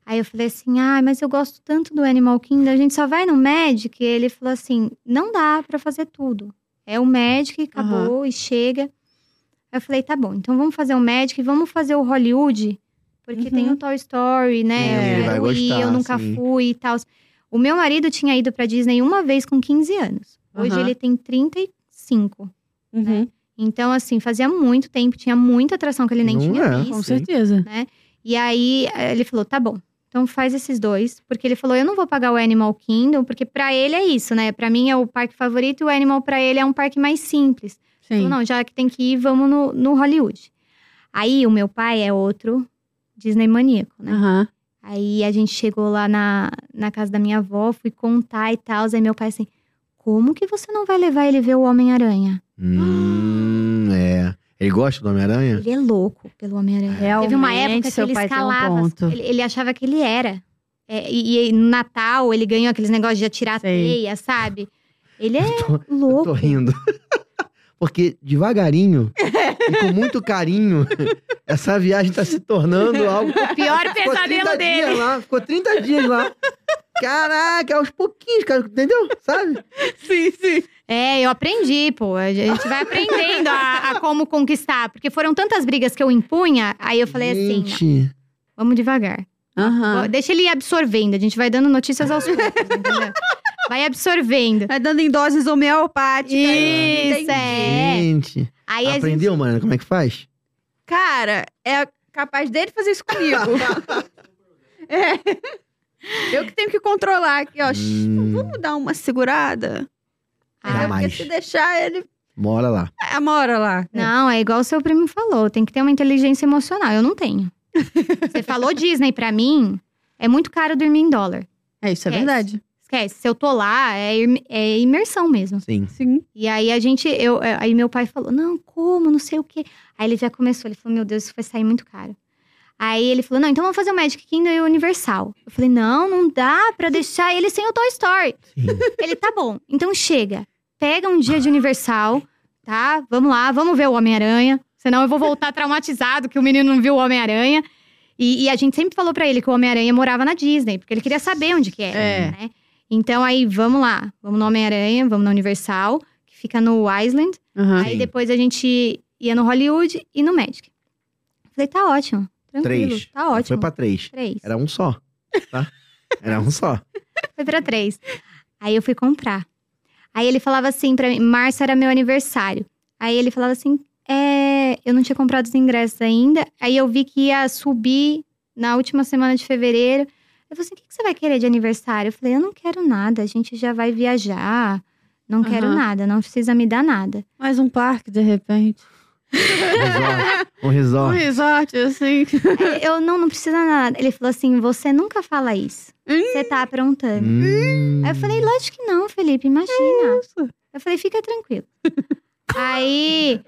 Speaker 3: Aí eu falei assim: ah, mas eu gosto tanto do Animal Kingdom, a gente só vai no Magic. E ele falou assim: não dá pra fazer tudo. É o Magic, acabou e chega. Aí eu falei: tá bom, então vamos fazer o Magic, vamos fazer o Hollywood, porque
Speaker 1: Uhum.
Speaker 3: tem o Toy Story,
Speaker 1: É,
Speaker 3: né?
Speaker 1: ele
Speaker 3: eu quero
Speaker 2: vai
Speaker 3: ir, eu
Speaker 2: gostar,
Speaker 3: nunca
Speaker 2: sim.
Speaker 3: fui e tal. O meu marido tinha ido pra Disney uma vez com 15 anos. Hoje
Speaker 1: Aham.
Speaker 3: ele tem 35.
Speaker 1: Uhum.
Speaker 3: Então, assim, fazia muito tempo, tinha muita atração que ele nem
Speaker 2: Não
Speaker 3: tinha
Speaker 2: é.
Speaker 3: visto.
Speaker 1: Com
Speaker 2: Sim.
Speaker 1: certeza.
Speaker 3: E aí eh, ele falou: tá bom, então faz esses dois. Porque ele falou: eu não vou pagar o Animal Kingdom, porque pra ele é isso, né? Pra mim é o parque favorito e o Animal pra ele é um parque mais simples.
Speaker 1: Sim.
Speaker 3: Falou, não, já que tem que ir, vamos no, no Hollywood. Aí o meu pai é outro Disney maníaco, né?
Speaker 1: Aham.
Speaker 3: Aí a gente chegou lá na, na casa da minha avó, fui contar e tal. Aí meu pai assim: como que você não vai levar ele ver o Homem-Aranha?
Speaker 2: Hum, é. Ele gosta do Homem-Aranha?
Speaker 3: Ele é louco pelo Homem-Aranha.
Speaker 1: Realmente,
Speaker 3: Teve uma época que
Speaker 1: seu
Speaker 3: ele
Speaker 1: pai tem um
Speaker 3: escalava.
Speaker 1: ponto.
Speaker 3: Ele, ele achava que ele era. É, e, e no Natal ele ganhou aqueles negócios de atirar a
Speaker 1: Sei.
Speaker 3: teia, sabe? Ele é
Speaker 2: tô- Eu
Speaker 3: louco.
Speaker 2: tô rindo. Porque devagarinho e com muito carinho, essa viagem tá se tornando algo.
Speaker 3: O pior
Speaker 2: Ficou 30
Speaker 3: pesadelo dele.
Speaker 2: dias lá, ficou 30 dias lá. Caraca, aos pouquinhos, cara, entendeu? Sabe?
Speaker 1: Sim, sim.
Speaker 3: É, eu aprendi, pô. A gente vai aprendendo a, a como conquistar. Porque foram tantas brigas que eu impunha, aí eu falei assim:
Speaker 2: Gente,
Speaker 3: "Não, vamos devagar.
Speaker 1: Aham.
Speaker 3: Deixa ele ir absorvendo. A gente vai dando notícias aos poucos, entendeu? Vai absorvendo.
Speaker 1: Vai dando em doses homeopáticas.
Speaker 3: Isso, é.
Speaker 2: gente.
Speaker 3: Aí a gente
Speaker 2: Aprendeu, mano, como é que faz?
Speaker 1: Cara, é capaz dele fazer isso comigo. é. Eu que tenho que controlar aqui, ó. Shh,
Speaker 2: Hum.
Speaker 1: Vamos dar uma segurada?
Speaker 3: Ah,
Speaker 1: Entendeu? Porque
Speaker 2: jamais.
Speaker 1: se deixar, ele
Speaker 2: Mora lá.
Speaker 1: é, mora lá.
Speaker 3: Não, é igual o seu primo falou, tem que ter uma inteligência emocional. Eu não tenho. Você falou Disney pra mim, é muito caro dormir em dólar.
Speaker 1: É, isso é
Speaker 3: Esquece.
Speaker 1: verdade.
Speaker 3: Esquece, se eu tô lá, é, im- é imersão mesmo.
Speaker 2: Sim.
Speaker 1: Sim.
Speaker 3: E aí a gente, eu, é, aí meu pai falou, não, como, não sei o quê. Aí ele já começou, ele falou, meu Deus, isso vai sair muito caro. Aí ele falou, não, então vamos fazer o Magic Kingdom e o Universal. Eu falei, não, não dá pra deixar ele sem o Toy Story.
Speaker 2: Sim.
Speaker 3: Ele, tá bom, então chega. Pega um dia de Universal, tá? Vamos lá, vamos ver o Homem-Aranha. Senão eu vou voltar traumatizado que o menino não viu o Homem-Aranha. E, e a gente sempre falou pra ele que o Homem-Aranha morava na Disney, porque ele queria saber onde que era.
Speaker 1: É.
Speaker 3: Né? Então aí, vamos lá. Vamos no Homem-Aranha, vamos na Universal, que fica no Island.
Speaker 1: Aham.
Speaker 3: Aí
Speaker 2: Sim.
Speaker 3: depois a gente ia no Hollywood e no Magic. Falei, tá ótimo. Tranquilo,
Speaker 2: Três.
Speaker 3: tá ótimo.
Speaker 2: Foi pra três.
Speaker 3: Três.
Speaker 2: Era um só. Tá? Era um só.
Speaker 3: Foi pra três. Aí eu fui comprar. Aí ele falava assim pra mim, março era meu aniversário. Aí ele falava assim, é, eu não tinha comprado os ingressos ainda. Aí eu vi que ia subir na última semana de fevereiro. Eu falei assim: o que, que você vai querer de aniversário? Eu falei: eu não quero nada, a gente já vai viajar. Não quero
Speaker 1: Aham.
Speaker 3: nada, não precisa me dar nada.
Speaker 1: Mais um parque, de repente.
Speaker 2: Um resort. Um
Speaker 1: Um
Speaker 2: resort.
Speaker 1: resort, assim.
Speaker 3: Aí Eu não, não precisa nada. Ele falou assim: você nunca fala isso.
Speaker 1: Hum.
Speaker 3: Você tá aprontando.
Speaker 2: Hum.
Speaker 3: Aí eu falei, lógico que não, Felipe, imagina. Eu falei, fica tranquilo. Aí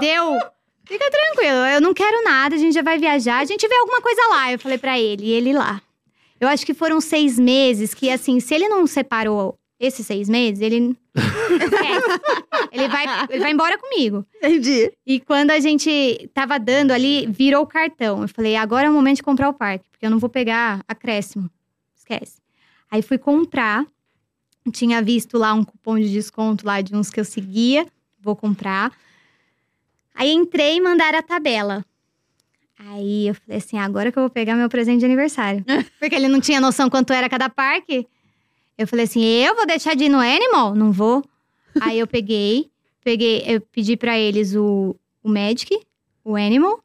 Speaker 3: deu. Fica tranquilo, eu não quero nada, a gente já vai viajar, a gente vê alguma coisa lá. Eu falei pra ele, e ele lá. Eu acho que foram seis meses que, assim, se ele não separou esses seis meses, ele. Esquece. ele, vai, ele vai embora comigo.
Speaker 1: Entendi.
Speaker 3: E quando a gente tava dando ali, virou o cartão. Eu falei, agora é o momento de comprar o parque, porque eu não vou pegar acréscimo. Esquece. Aí fui comprar. Tinha visto lá um cupom de desconto lá de uns que eu seguia. Vou comprar. Aí entrei e mandaram a tabela. Aí eu falei assim, agora que eu vou pegar meu presente de aniversário. Porque ele não tinha noção quanto era cada parque. Eu falei assim, eu vou deixar de ir no Animal? Não vou. Aí eu peguei peguei, eu pedi pra eles o, o Magic, o Animal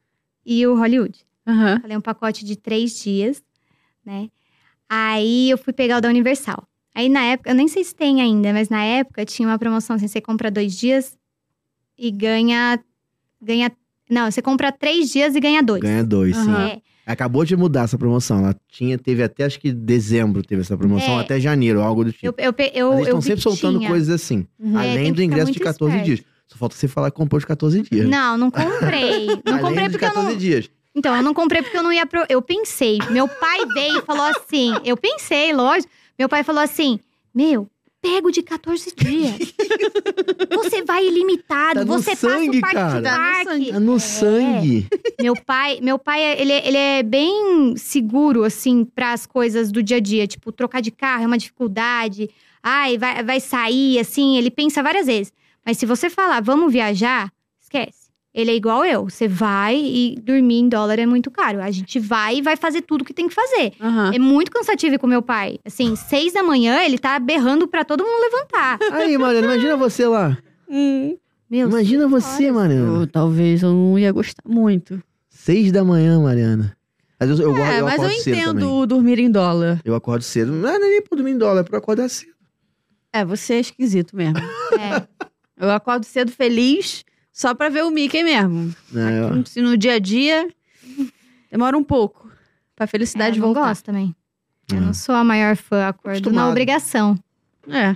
Speaker 3: e o Hollywood.
Speaker 1: Aham.
Speaker 3: Falei um pacote de três dias, né? Aí eu fui pegar o da Universal. Aí na época, eu nem sei se tem ainda, mas na época tinha uma promoção assim: você compra dois dias e ganha. ganha não, você compra três dias e ganha dois.
Speaker 2: Ganha dois, sim.
Speaker 1: Aham.
Speaker 3: É,
Speaker 2: Acabou de mudar essa promoção. Ela tinha, teve até, acho que dezembro teve essa promoção,
Speaker 3: É.
Speaker 2: até janeiro, algo do
Speaker 3: eu,
Speaker 2: tipo.
Speaker 3: eu, pe- eu,
Speaker 2: Mas eles estão
Speaker 3: eu vi
Speaker 2: sempre
Speaker 3: que
Speaker 2: soltando
Speaker 3: tinha.
Speaker 2: coisas assim.
Speaker 1: Uhum.
Speaker 3: É,
Speaker 2: além
Speaker 3: tem
Speaker 2: do
Speaker 3: que ficar
Speaker 2: ingresso de
Speaker 3: muito
Speaker 2: 14
Speaker 3: esperto.
Speaker 2: dias. Só falta você falar que comprou de 14 dias.
Speaker 3: Não, não comprei. Não
Speaker 2: além
Speaker 3: comprei
Speaker 2: de
Speaker 3: porque eu não,
Speaker 2: 14 dias.
Speaker 3: Então, eu não comprei porque eu não ia pro... Eu pensei. Meu pai veio e falou assim. Eu pensei, lógico. Meu pai falou assim: Meu, pego de 14 dias. Você vai ilimitado,
Speaker 2: Tá no
Speaker 3: você
Speaker 2: sangue,
Speaker 3: passa o parque
Speaker 2: cara.
Speaker 3: de
Speaker 1: Tá no
Speaker 3: parque.
Speaker 2: Tá no sangue.
Speaker 3: Meu pai, meu pai ele, ele é bem seguro, assim, para as coisas do dia a dia. Tipo, trocar de carro é uma dificuldade. Ai, vai, vai sair, assim. Ele pensa várias vezes. Mas se você falar, vamos viajar, esquece. Ele é igual eu. Você vai e dormir em dólar é muito caro. A gente vai e vai fazer tudo que tem que fazer.
Speaker 1: Aham.
Speaker 3: É muito cansativo ir com meu pai. Assim, seis da manhã, ele tá berrando pra todo mundo levantar.
Speaker 2: Aí, Mariana, imagina você lá.
Speaker 1: Hum.
Speaker 3: Meu,
Speaker 2: imagina você, Mariana.
Speaker 1: Eu, talvez eu não ia gostar muito.
Speaker 2: Seis da manhã, Mariana. Às vezes eu,
Speaker 3: Ah,
Speaker 2: eu,
Speaker 1: é,
Speaker 2: eu
Speaker 1: mas
Speaker 2: acordo
Speaker 1: eu
Speaker 2: cedo
Speaker 1: entendo
Speaker 2: também.
Speaker 1: o dormir em dólar.
Speaker 2: Eu acordo cedo. Não é nem por dormir em dólar, é pra acordar cedo.
Speaker 1: É, você é esquisito mesmo.
Speaker 3: é.
Speaker 1: Eu acordo cedo feliz só pra ver o Mickey mesmo.
Speaker 2: Né? Eu-
Speaker 1: Se no dia a dia, demora um pouco pra felicidade
Speaker 3: É, eu não
Speaker 1: voltar.
Speaker 3: gosto também. Eu
Speaker 2: Ah.
Speaker 3: não sou a maior fã, acordo
Speaker 2: Acostumado.
Speaker 3: na obrigação.
Speaker 1: É.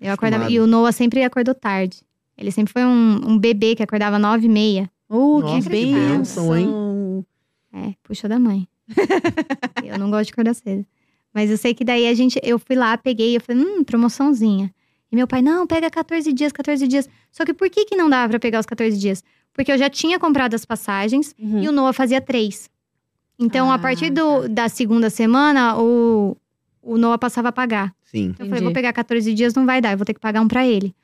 Speaker 3: Eu acordava,
Speaker 2: Acostumado.
Speaker 3: e o Noah sempre acordou tarde. Ele sempre foi um, um bebê que acordava nove e meia.
Speaker 1: Oh,
Speaker 2: Nossa,
Speaker 1: que
Speaker 2: que
Speaker 1: bênção,
Speaker 2: bênção, hein?
Speaker 1: hein?
Speaker 3: É, puxa da mãe. eu não gosto de acordar cedo. Mas eu sei que daí a gente, eu fui lá, peguei, eu falei, hum, promoçãozinha. E meu pai, não, pega 14 dias, 14 dias. Só que por que que não dava pra pegar os 14 dias? Porque eu já tinha comprado as passagens
Speaker 1: Uhum.
Speaker 3: e o Noah fazia três. Então,
Speaker 1: Ah,
Speaker 3: a partir do- da segunda semana, o, o Noah passava a pagar.
Speaker 2: Sim,
Speaker 3: Então, eu falei,
Speaker 1: Entendi.
Speaker 3: vou pegar 14 dias, não vai dar, eu vou ter que pagar um pra ele.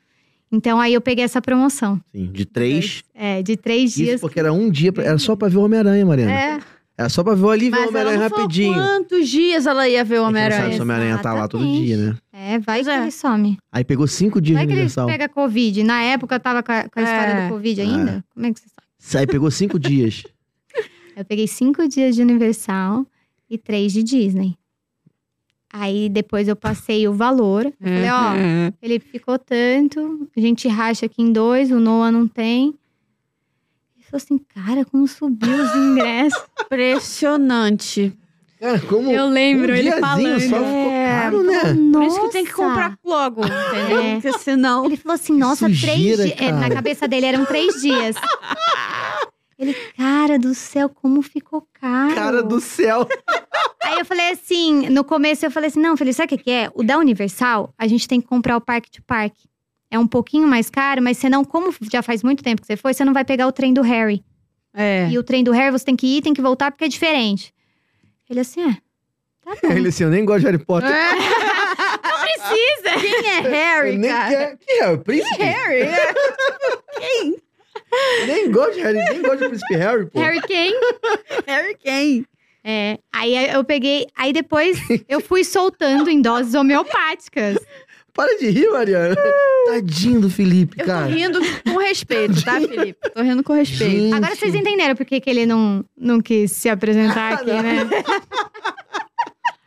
Speaker 3: Então, aí eu peguei essa promoção.
Speaker 2: sim. De três.
Speaker 3: É, de três
Speaker 2: Isso
Speaker 3: dias.
Speaker 2: porque era um dia, pra- era só pra ver o Homem-Aranha, Mariana.
Speaker 1: É,
Speaker 2: Era só pra ver o ali e ver o
Speaker 1: mas ela
Speaker 2: Homem-Aranha
Speaker 1: não falou
Speaker 2: rapidinho.
Speaker 1: quantos dias ela ia ver o
Speaker 2: A gente não
Speaker 1: Homem-Aranha.
Speaker 2: sabe se o Homem-Aranha tá lá todo
Speaker 3: Exatamente.
Speaker 2: dia, né?
Speaker 3: É, vai
Speaker 1: Pois
Speaker 3: que
Speaker 1: é.
Speaker 3: ele some.
Speaker 2: Aí pegou cinco dias
Speaker 3: vai
Speaker 2: de
Speaker 3: que ele
Speaker 2: Universal.
Speaker 3: pega Covid. Na época eu tava com a, com a história
Speaker 1: É.
Speaker 3: do Covid ainda. Como é que você sabe?
Speaker 2: Aí pegou cinco dias.
Speaker 3: Eu peguei cinco dias de Universal e três de Disney. Aí depois eu passei o valor. Eu
Speaker 1: É.
Speaker 3: falei, ó, ele ficou tanto, a gente racha aqui em dois, o Noah não tem. Ele falou assim, cara, como subiu os ingressos.
Speaker 1: Impressionante.
Speaker 2: Cara, como.
Speaker 3: eu lembro,
Speaker 2: um
Speaker 3: ele
Speaker 2: diazinho
Speaker 3: falando.
Speaker 2: só ficou
Speaker 1: É,
Speaker 2: caro, né?
Speaker 3: Nossa.
Speaker 1: Por isso que tem que comprar logo, entendeu?
Speaker 3: É.
Speaker 1: Porque senão...
Speaker 3: Ele falou assim, nossa,
Speaker 2: sujeira,
Speaker 3: três dias. Na
Speaker 2: cara.
Speaker 3: cabeça dele eram três dias. Ele, cara do céu, como ficou caro.
Speaker 2: Cara do céu.
Speaker 3: Aí eu falei assim, no começo eu falei assim, não, Felipe, sabe o que, que é? O da Universal, a gente tem que comprar o parque de parque. É um pouquinho mais caro, mas senão, como já faz muito tempo que você foi, você não vai pegar o trem do Harry.
Speaker 1: É.
Speaker 3: E o trem do Harry você tem que ir, tem que voltar, porque é diferente. Ele assim, é, tá bom.
Speaker 2: Ele assim, eu nem gosto de Harry Potter.
Speaker 1: Precisa! Quem é
Speaker 2: eu
Speaker 1: Harry,
Speaker 2: nem
Speaker 1: cara?
Speaker 2: quero. Que é? O príncipe?
Speaker 1: Harry, é.
Speaker 2: Eu nem gosto de Harry, nem gosto de príncipe Harry, pô.
Speaker 3: Harry quem?
Speaker 1: Harry quem?
Speaker 3: É, aí eu peguei, aí depois eu fui soltando em doses homeopáticas.
Speaker 2: Para de rir, Mariana. Tadinho do Felipe,
Speaker 1: Eu
Speaker 2: cara.
Speaker 1: tô rindo com respeito, tá, Felipe? Tô rindo com respeito.
Speaker 2: Gente.
Speaker 3: Agora vocês
Speaker 2: Ah,
Speaker 3: entenderam por que, que ele não, não quis se apresentar aqui, né?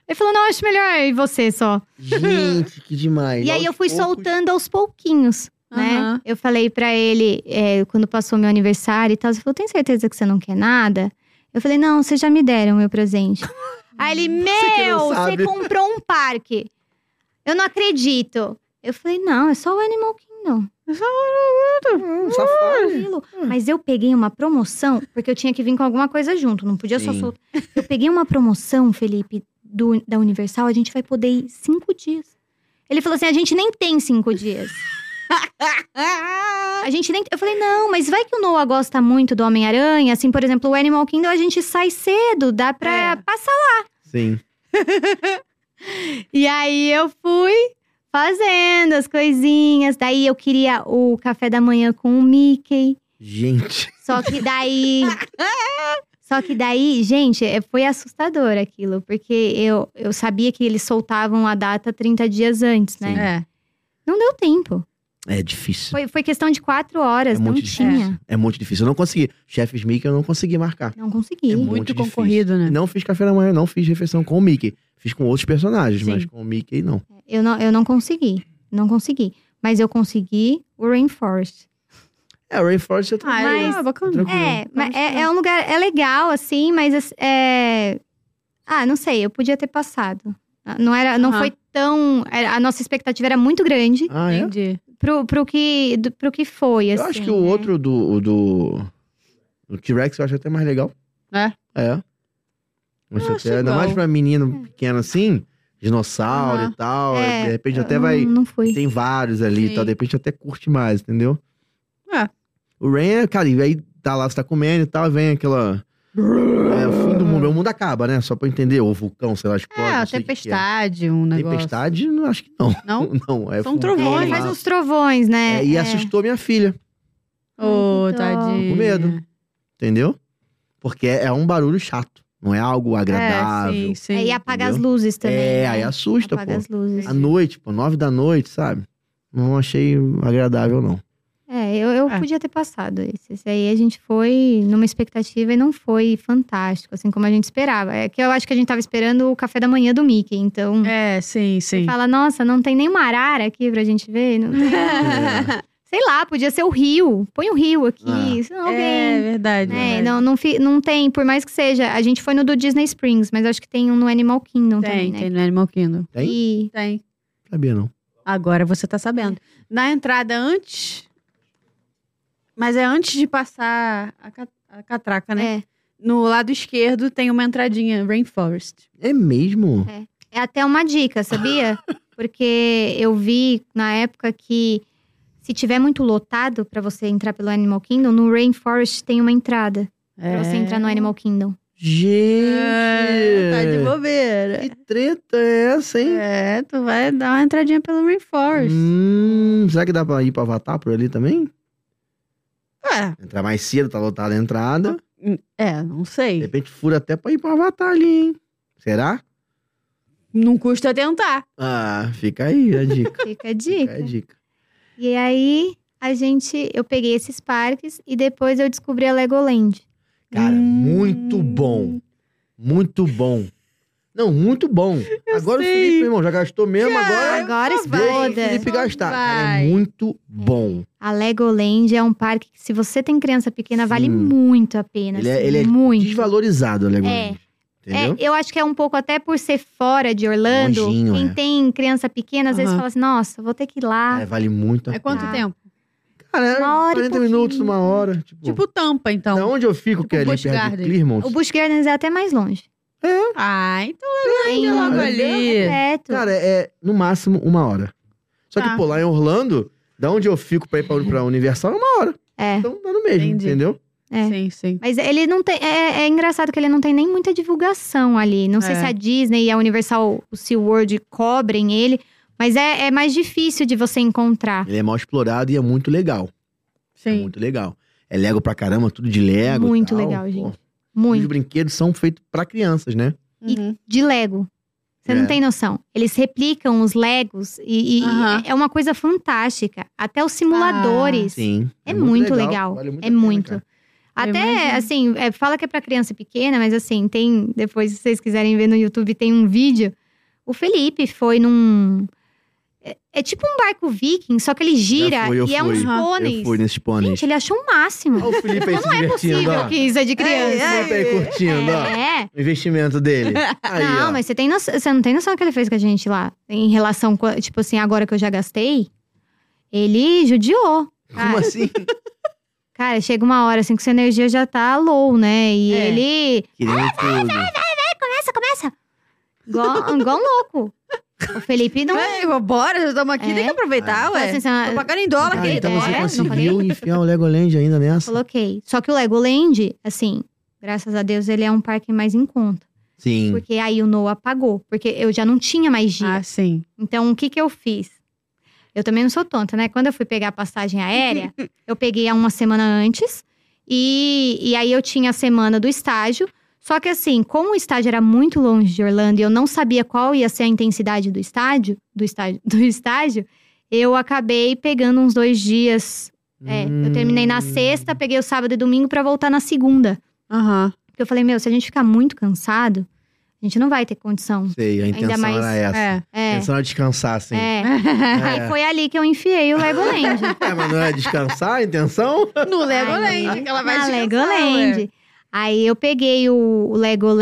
Speaker 3: Ele falou, não, acho melhor ir você só.
Speaker 2: Gente, que demais.
Speaker 3: E aí
Speaker 2: Aos
Speaker 3: eu fui
Speaker 2: poucos.
Speaker 3: soltando aos pouquinhos,
Speaker 1: Aham.
Speaker 3: né? Eu falei pra ele, é, quando passou meu aniversário e tal, ele falou, tem certeza que você não quer nada? Eu falei, não, vocês já me deram meu presente. aí ele,
Speaker 2: que
Speaker 3: meu,
Speaker 2: não
Speaker 3: você,
Speaker 2: sabe."
Speaker 3: comprou um parque. Eu não acredito. Eu falei, não, é só o Animal Kingdom.
Speaker 2: Hum, safado.
Speaker 3: Tranquilo. Mas eu peguei uma promoção, porque eu tinha que vir com alguma coisa junto, não podia só
Speaker 2: Sim.
Speaker 3: soltar. Eu peguei uma promoção, Felipe, do- da Universal, a gente vai poder ir cinco dias. Ele falou assim: a gente nem tem cinco dias.
Speaker 1: Ah,
Speaker 3: A gente nem. Eu falei, não, mas vai que o Noah gosta muito do Homem-Aranha. Assim, por exemplo, o Animal Kingdom a gente sai cedo, dá pra
Speaker 1: É.
Speaker 3: passar.
Speaker 2: Sim.
Speaker 3: E aí eu fui fazendo as coisinhas. Daí eu queria o café da manhã com o Mickey.
Speaker 2: Gente.
Speaker 3: Só que daí. Só que daí, gente, é- foi assustador aquilo, porque eu, eu sabia que eles soltavam a data 30 dias antes, né?
Speaker 2: Sim.
Speaker 1: É.
Speaker 3: Não deu tempo.
Speaker 2: É difícil.
Speaker 3: Foi, foi questão de quatro horas,
Speaker 2: é
Speaker 3: não
Speaker 2: muito difícil.
Speaker 3: tinha.
Speaker 2: É muito difícil. Eu não consegui. Chefes Mickey, eu não consegui marcar.
Speaker 3: Não consegui.
Speaker 2: É muito
Speaker 1: Muito
Speaker 2: difícil.
Speaker 1: concorrido, né?
Speaker 2: Não fiz café da manhã, não fiz refeição com o Mickey. Fiz com outros personagens,
Speaker 1: Sim.
Speaker 2: mas com o Mickey não.
Speaker 3: Eu, não, eu não consegui. Não consegui. Mas eu consegui o Rainforest.
Speaker 2: É, o Rainforest eu tô...
Speaker 1: Ah,
Speaker 3: Mas-
Speaker 1: é bacana.
Speaker 2: Tranquilo.
Speaker 3: É, mas
Speaker 1: legal.
Speaker 3: é, é um lugar. É legal, assim, mas é. Ah, não sei, eu podia ter passado. Ah, Não, era, não
Speaker 1: Aham.
Speaker 3: foi tão. era- a nossa expectativa era muito grande.
Speaker 2: Ah, é?
Speaker 1: Entendi.
Speaker 3: pro, pro, que, do- pro que foi, assim.
Speaker 2: Eu acho que o
Speaker 3: né?
Speaker 2: outro do... o do... O T-Rex eu acho até mais legal.
Speaker 1: É?
Speaker 2: É. Mas
Speaker 1: Eu acho
Speaker 2: até, ainda
Speaker 1: igual. Hum.
Speaker 2: mais pra menino pequeno assim, dinossauro
Speaker 1: Aham.
Speaker 2: e tal.
Speaker 3: É,
Speaker 2: de repente
Speaker 3: eu
Speaker 2: até
Speaker 3: não-
Speaker 2: vai...
Speaker 3: Não fui.
Speaker 2: Tem vários ali e
Speaker 1: Sim.
Speaker 2: tal. De repente até curte mais, entendeu?
Speaker 1: É.
Speaker 2: O Ren é, cara, e aí tá lá, você tá comendo e tal, vem aquela. É o fim do mundo. O mundo acaba, né? Só pra eu entender. Ou vulcão, sei lá, explode.
Speaker 1: É,
Speaker 2: não
Speaker 1: a
Speaker 2: sei o que que é.
Speaker 1: tempestade, um negócio.
Speaker 2: Tempestade, não acho que não.
Speaker 1: Não?
Speaker 2: Não, é
Speaker 1: São
Speaker 2: vulcão,
Speaker 3: É,
Speaker 1: trovões. um
Speaker 3: ele
Speaker 2: sei lá.
Speaker 3: faz uns trovões, né?
Speaker 2: É, e
Speaker 3: É.
Speaker 2: assustou minha filha,
Speaker 1: Ô,
Speaker 3: Ai, que dó.
Speaker 1: tadinho. É,
Speaker 2: Com medo. entendeu? Porque é um barulho chato. Não é algo agradável.
Speaker 1: É, sim, sim.
Speaker 3: É, e apaga as
Speaker 2: entendeu?
Speaker 3: luzes também.
Speaker 2: É,
Speaker 3: né?
Speaker 2: aí assusta,
Speaker 3: apaga
Speaker 2: pô.
Speaker 3: as luzes.
Speaker 2: À noite, pô, nove da noite, sabe? Não achei agradável, não.
Speaker 3: É, eu, eu
Speaker 1: É.
Speaker 3: podia ter passado esse. Esse aí a gente foi numa expectativa e não foi fantástico, assim como a gente esperava. É que eu acho que a gente tava esperando o café da manhã do Mickey, então.
Speaker 1: É, sim, sim.
Speaker 3: Fala, nossa, não tem nenhuma arara aqui pra gente ver. Não tem...
Speaker 2: É,
Speaker 3: Sei lá, podia ser o rio. Põe o rio
Speaker 2: Ah.
Speaker 3: aqui. se não, Alguém.
Speaker 1: É verdade.
Speaker 3: É,
Speaker 1: verdade.
Speaker 3: não, não, fi- não tem, por mais que seja. A gente foi no do Disney Springs, mas acho que tem um no Animal Kingdom
Speaker 1: Tem,
Speaker 3: também, né?
Speaker 1: tem no Animal Kingdom.
Speaker 2: Tem?
Speaker 3: E
Speaker 1: Tem.
Speaker 2: Sabia, não.
Speaker 1: Agora você tá sabendo. Na entrada antes. Mas é antes de passar a, ca- a catraca, né?
Speaker 3: é,
Speaker 1: No lado esquerdo tem uma entradinha, Rainforest.
Speaker 2: É mesmo?
Speaker 3: é até uma dica, sabia? Porque eu vi na época que se tiver muito lotado pra você entrar pelo Animal Kingdom, no Rainforest tem uma entrada
Speaker 1: É.
Speaker 3: pra você entrar no Animal Kingdom.
Speaker 2: Gente!
Speaker 1: É, tá de bobeira.
Speaker 2: Que treta é essa, hein?
Speaker 1: É, tu vai dar uma entradinha pelo Rainforest.
Speaker 2: Hum, será que dá pra ir pra Avatar por ali também?
Speaker 1: Ué,
Speaker 2: Entrar mais cedo, tá lotada a entrada.
Speaker 1: é, não
Speaker 2: De
Speaker 1: sei.
Speaker 2: repente fura até pra ir pra Avatar ali, hein? Será?
Speaker 1: Não custa tentar.
Speaker 2: Ah, fica aí a dica.
Speaker 3: Fica
Speaker 2: fica
Speaker 3: a dica.
Speaker 2: aí a dica.
Speaker 3: E aí, a gente, eu peguei esses parques e depois eu descobri a Legoland.
Speaker 2: Cara,
Speaker 1: Hum.
Speaker 2: muito bom. Muito bom. Não, muito bom. agora
Speaker 1: sei.
Speaker 2: o Felipe, meu irmão, já gastou mesmo,
Speaker 1: Ah,
Speaker 2: agora
Speaker 3: Agora
Speaker 2: deixa o
Speaker 3: exploda.
Speaker 2: Felipe
Speaker 1: Só
Speaker 2: gastar. Cara, é
Speaker 1: vai.
Speaker 2: muito bom.
Speaker 3: A Legoland é um parque que, se você tem criança pequena,
Speaker 2: Sim.
Speaker 3: vale muito a pena.
Speaker 2: Ele é,
Speaker 3: assim,
Speaker 2: ele é
Speaker 3: muito.
Speaker 2: desvalorizado, o
Speaker 3: É.
Speaker 2: Legoland.
Speaker 3: É,
Speaker 2: Entendeu?
Speaker 3: eu acho que é um pouco até por ser fora de Orlando.
Speaker 2: Longinho,
Speaker 3: quem
Speaker 2: é.
Speaker 3: tem criança pequena, às vezes
Speaker 1: Aham.
Speaker 3: fala assim: nossa, vou ter que ir lá.
Speaker 2: É, vale muito a
Speaker 1: É quanto
Speaker 2: pena.
Speaker 3: Ah.
Speaker 1: tempo?
Speaker 2: Cara, é
Speaker 3: Uma hora e
Speaker 2: 40
Speaker 3: pouquinho.
Speaker 2: minutos, uma hora. Tipo,
Speaker 1: Tipo tampa, então.
Speaker 2: da onde eu fico,
Speaker 1: tipo
Speaker 2: que é ali
Speaker 1: Busch
Speaker 2: perto de
Speaker 1: Garden.
Speaker 2: Clearmont?
Speaker 3: O Busch Gardens é até mais longe.
Speaker 1: Ah, então
Speaker 3: Tem um
Speaker 1: é logo
Speaker 2: Cara,
Speaker 1: ali.
Speaker 3: perto.
Speaker 2: Cara, é no máximo uma hora. Só
Speaker 1: Tá.
Speaker 2: que, pô, lá em Orlando, da onde eu fico pra ir pra, pra Universal é uma hora.
Speaker 3: É.
Speaker 2: Então dá no mesmo,
Speaker 1: Entendi.
Speaker 2: entendeu?
Speaker 3: É.
Speaker 1: Sim, sim.
Speaker 3: Mas ele não tem. É, é engraçado que ele não tem nem muita divulgação ali. Não sei
Speaker 1: É.
Speaker 3: se a Disney e a Universal, o SeaWorld cobrem ele, mas é, é mais difícil de você encontrar.
Speaker 2: Ele é mal explorado e é muito legal. É
Speaker 1: Sim.
Speaker 2: muito legal. É Lego pra caramba, tudo de Lego. e
Speaker 3: Muito
Speaker 2: tal.
Speaker 3: legal,
Speaker 2: Pô,
Speaker 3: gente.
Speaker 2: Os
Speaker 3: Muito.
Speaker 2: brinquedos são feitos pra crianças, né?
Speaker 1: Uhum.
Speaker 3: de Lego. Você
Speaker 2: É.
Speaker 3: não tem noção. Eles replicam os Legos e, e-
Speaker 1: Aham.
Speaker 3: é uma coisa fantástica. Até os simuladores.
Speaker 2: Sim.
Speaker 3: É muito legal.
Speaker 2: Vale muito
Speaker 3: é
Speaker 2: a pena,
Speaker 3: muito.
Speaker 2: cara.
Speaker 3: Até,
Speaker 1: imagino.
Speaker 3: assim, é, fala que é pra criança pequena, mas assim, tem. Depois, se vocês quiserem ver no YouTube, tem um vídeo. O Felipe foi num. É, é tipo um barco viking, só que ele gira
Speaker 2: fui, eu
Speaker 3: e é
Speaker 2: fui.
Speaker 3: uns
Speaker 1: Eu
Speaker 2: Eu
Speaker 3: pôneis.
Speaker 2: fui nesse pônei.
Speaker 3: Gente, ele achou o máximo.
Speaker 2: Olha o Felipe aí se
Speaker 3: Não é
Speaker 2: divertindo,
Speaker 3: possível
Speaker 2: ó.
Speaker 3: que isso é de
Speaker 2: Olha
Speaker 3: criança.
Speaker 2: o Felipe aí curtindo, ó.
Speaker 3: É.
Speaker 2: O investimento dele. Aí,
Speaker 3: não,
Speaker 2: ó.
Speaker 3: mas você, tem noção- você não tem noção do que ele fez com a gente lá. Em relação, com, tipo assim, agora que eu já gastei, ele judiou.
Speaker 2: Como
Speaker 3: Cara,
Speaker 2: assim?
Speaker 3: cara, chega uma hora assim que sua energia já tá low, né? E
Speaker 1: É.
Speaker 3: ele.
Speaker 2: Querendo tudo.
Speaker 3: Começa, começa! Igual, igual um louco. O Felipe não.
Speaker 1: É, bora, já estamos aqui,
Speaker 3: É.
Speaker 1: tem que aproveitar,
Speaker 3: Fala
Speaker 1: ué.
Speaker 3: assim, você-
Speaker 1: Tô pagando em dólar,
Speaker 2: Cara,
Speaker 1: querida.
Speaker 2: então você
Speaker 3: É, não
Speaker 2: conseguiu
Speaker 3: falei?
Speaker 2: enfiar o Legoland ainda nessa?
Speaker 3: Coloquei. Só que o Legoland, assim, graças a Deus, ele é um parque mais em conta.
Speaker 2: Sim.
Speaker 3: Porque aí o Noah pagou. Porque eu já não tinha mais dia.
Speaker 1: Ah, sim.
Speaker 3: Então, o que que eu fiz? Eu também não sou tonta, né? Quando eu fui pegar a passagem aérea, eu peguei a uma semana antes. E, e aí eu tinha a semana do estágio. Só que assim, como o estágio era muito longe de Orlando e eu não sabia qual ia ser a intensidade do estádio, do estágio, do estágio, eu acabei pegando uns dois dias. É,
Speaker 2: Hum.
Speaker 3: eu terminei na sexta, peguei o sábado e domingo pra voltar na segunda.
Speaker 1: Aham.
Speaker 3: Porque eu falei, meu, se a gente ficar muito cansado, a gente não vai ter condição.
Speaker 2: Sei, a intenção
Speaker 3: mais-
Speaker 2: era essa.
Speaker 1: É.
Speaker 2: A
Speaker 3: É.
Speaker 2: intenção era descansar, assim.
Speaker 3: É.
Speaker 2: É.
Speaker 3: Aí foi ali que eu enfiei o Legoland.
Speaker 2: É, mas não é descansar a intenção?
Speaker 1: No
Speaker 3: Ai,
Speaker 1: Legoland,
Speaker 3: não.
Speaker 1: que ela vai né?
Speaker 3: Na
Speaker 1: descansar,
Speaker 3: Legoland.
Speaker 1: ué.
Speaker 3: Aí eu peguei o, o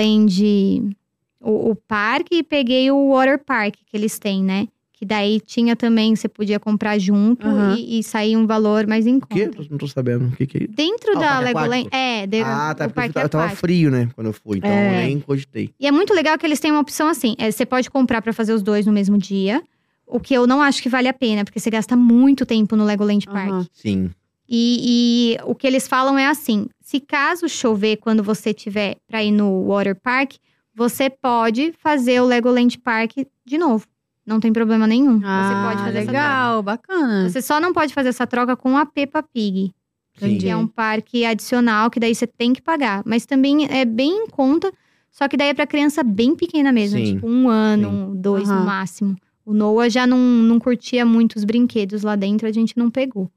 Speaker 3: Legoland, o, o parque, e peguei o Water Park que eles têm, né? Que daí tinha também, você podia comprar junto
Speaker 1: Aham.
Speaker 3: e, e sair um valor mais em
Speaker 2: O quê?
Speaker 3: conta.
Speaker 2: Não tô sabendo. O que que é isso?
Speaker 3: Dentro
Speaker 2: Ah, o
Speaker 3: da
Speaker 2: parque
Speaker 3: Legoland.
Speaker 2: aquático?
Speaker 3: É, de,
Speaker 2: Ah, tá.
Speaker 3: o
Speaker 2: Porque eu
Speaker 3: parque
Speaker 2: tava, tava
Speaker 3: aquático.
Speaker 2: frio, né? Quando eu fui. Então
Speaker 1: É.
Speaker 2: eu nem cogitei.
Speaker 3: E é muito legal que eles têm uma opção assim: é, você pode comprar pra fazer os dois no mesmo dia. O que eu não acho que vale a pena, porque você gasta muito tempo no Legoland Park.
Speaker 1: Aham.
Speaker 2: Sim.
Speaker 3: E, e o que eles falam é assim: se caso chover quando você tiver para ir no Water Park, você pode fazer o Legoland Park de novo. Não tem problema nenhum.
Speaker 1: Ah,
Speaker 3: você pode fazer essa troca.
Speaker 1: legal, bacana.
Speaker 3: Você só não pode fazer essa troca com a Peppa Pig,
Speaker 2: Sim.
Speaker 3: que é um parque adicional que daí você tem que pagar, mas também é bem em conta, só que daí é para criança bem pequena mesmo,
Speaker 2: Sim.
Speaker 3: tipo um ano, dois
Speaker 1: Aham.
Speaker 3: no máximo. O Noah já não, não curtia muito os brinquedos lá dentro, a gente não pegou.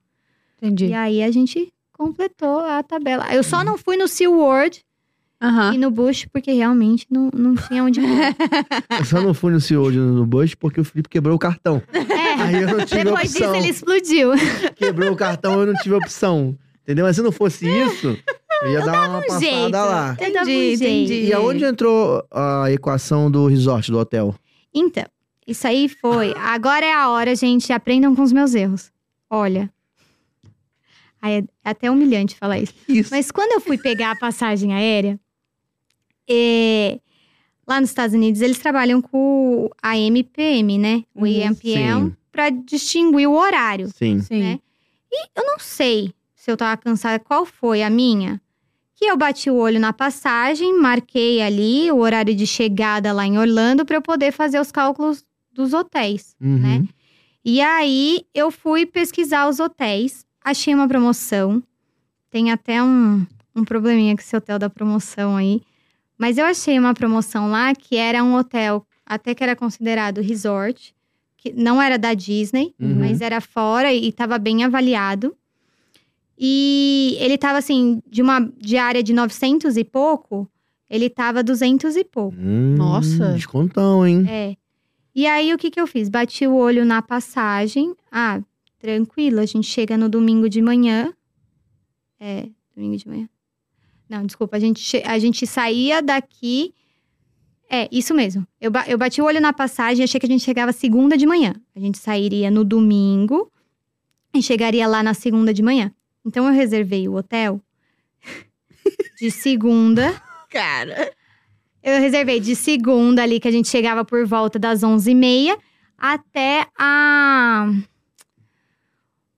Speaker 3: E
Speaker 1: Entendi.
Speaker 3: aí a gente completou a tabela. Eu só não fui no SeaWorld
Speaker 1: Aham.
Speaker 3: e no Bush, porque realmente não, não tinha onde.
Speaker 2: Eu só não fui no CEO hoje no Bush porque o Felipe quebrou o cartão.
Speaker 3: é.
Speaker 2: Aí eu não tive
Speaker 3: Depois
Speaker 2: opção.
Speaker 3: disso ele explodiu.
Speaker 2: Quebrou o cartão, eu não tive opção. Entendeu? Mas se não fosse
Speaker 3: É.
Speaker 2: isso, eu ia dar uma passada
Speaker 3: jeito.
Speaker 2: lá.
Speaker 3: Eu dava um jeito.
Speaker 2: E aonde entrou a equação do resort, do hotel?
Speaker 3: Então, isso aí foi. Agora é a hora, gente. Aprendam com os meus erros. Olha. Aí é até humilhante falar isso.
Speaker 2: Isso.
Speaker 3: Mas quando eu fui pegar a passagem aérea, é, lá nos Estados Unidos eles trabalham com a MPM, né? O
Speaker 1: Uhum.
Speaker 3: IMPM,
Speaker 2: Hum, Sim.
Speaker 3: para distinguir o horário.
Speaker 2: Sim.
Speaker 1: Sim.
Speaker 3: né? Eu não sei se eu tava cansada, qual foi a minha. Que eu bati o olho na passagem, marquei ali o horário de chegada lá em Orlando para eu poder fazer os cálculos dos hotéis.
Speaker 2: Uhum.
Speaker 3: Né? E aí eu fui pesquisar os hotéis, achei uma promoção. Tem até um, um probleminha com esse hotel da promoção aí. Mas eu achei uma promoção lá que era um hotel, até que era considerado resort, que não era da Disney,
Speaker 2: Uhum.
Speaker 3: mas era fora e estava bem avaliado. E ele tava assim, de uma diária de 900 e pouco, ele tava 200 e pouco.
Speaker 2: Hum,
Speaker 1: Nossa.
Speaker 2: Descontão, hein?
Speaker 3: É. E aí, o que que eu fiz? Bati o olho na passagem. Ah, tranquilo, a gente chega no domingo de manhã. É, domingo de manhã. Não, desculpa, a gente, che- a gente saía daqui. É, isso mesmo. Eu, ba- eu bati o olho na passagem e achei que a gente chegava segunda de manhã. A gente sairia no domingo e chegaria lá na segunda de manhã. Então, eu reservei o hotel de segunda
Speaker 1: Cara.
Speaker 3: eu reservei de segunda ali, que a gente chegava por volta das 11h30 até a...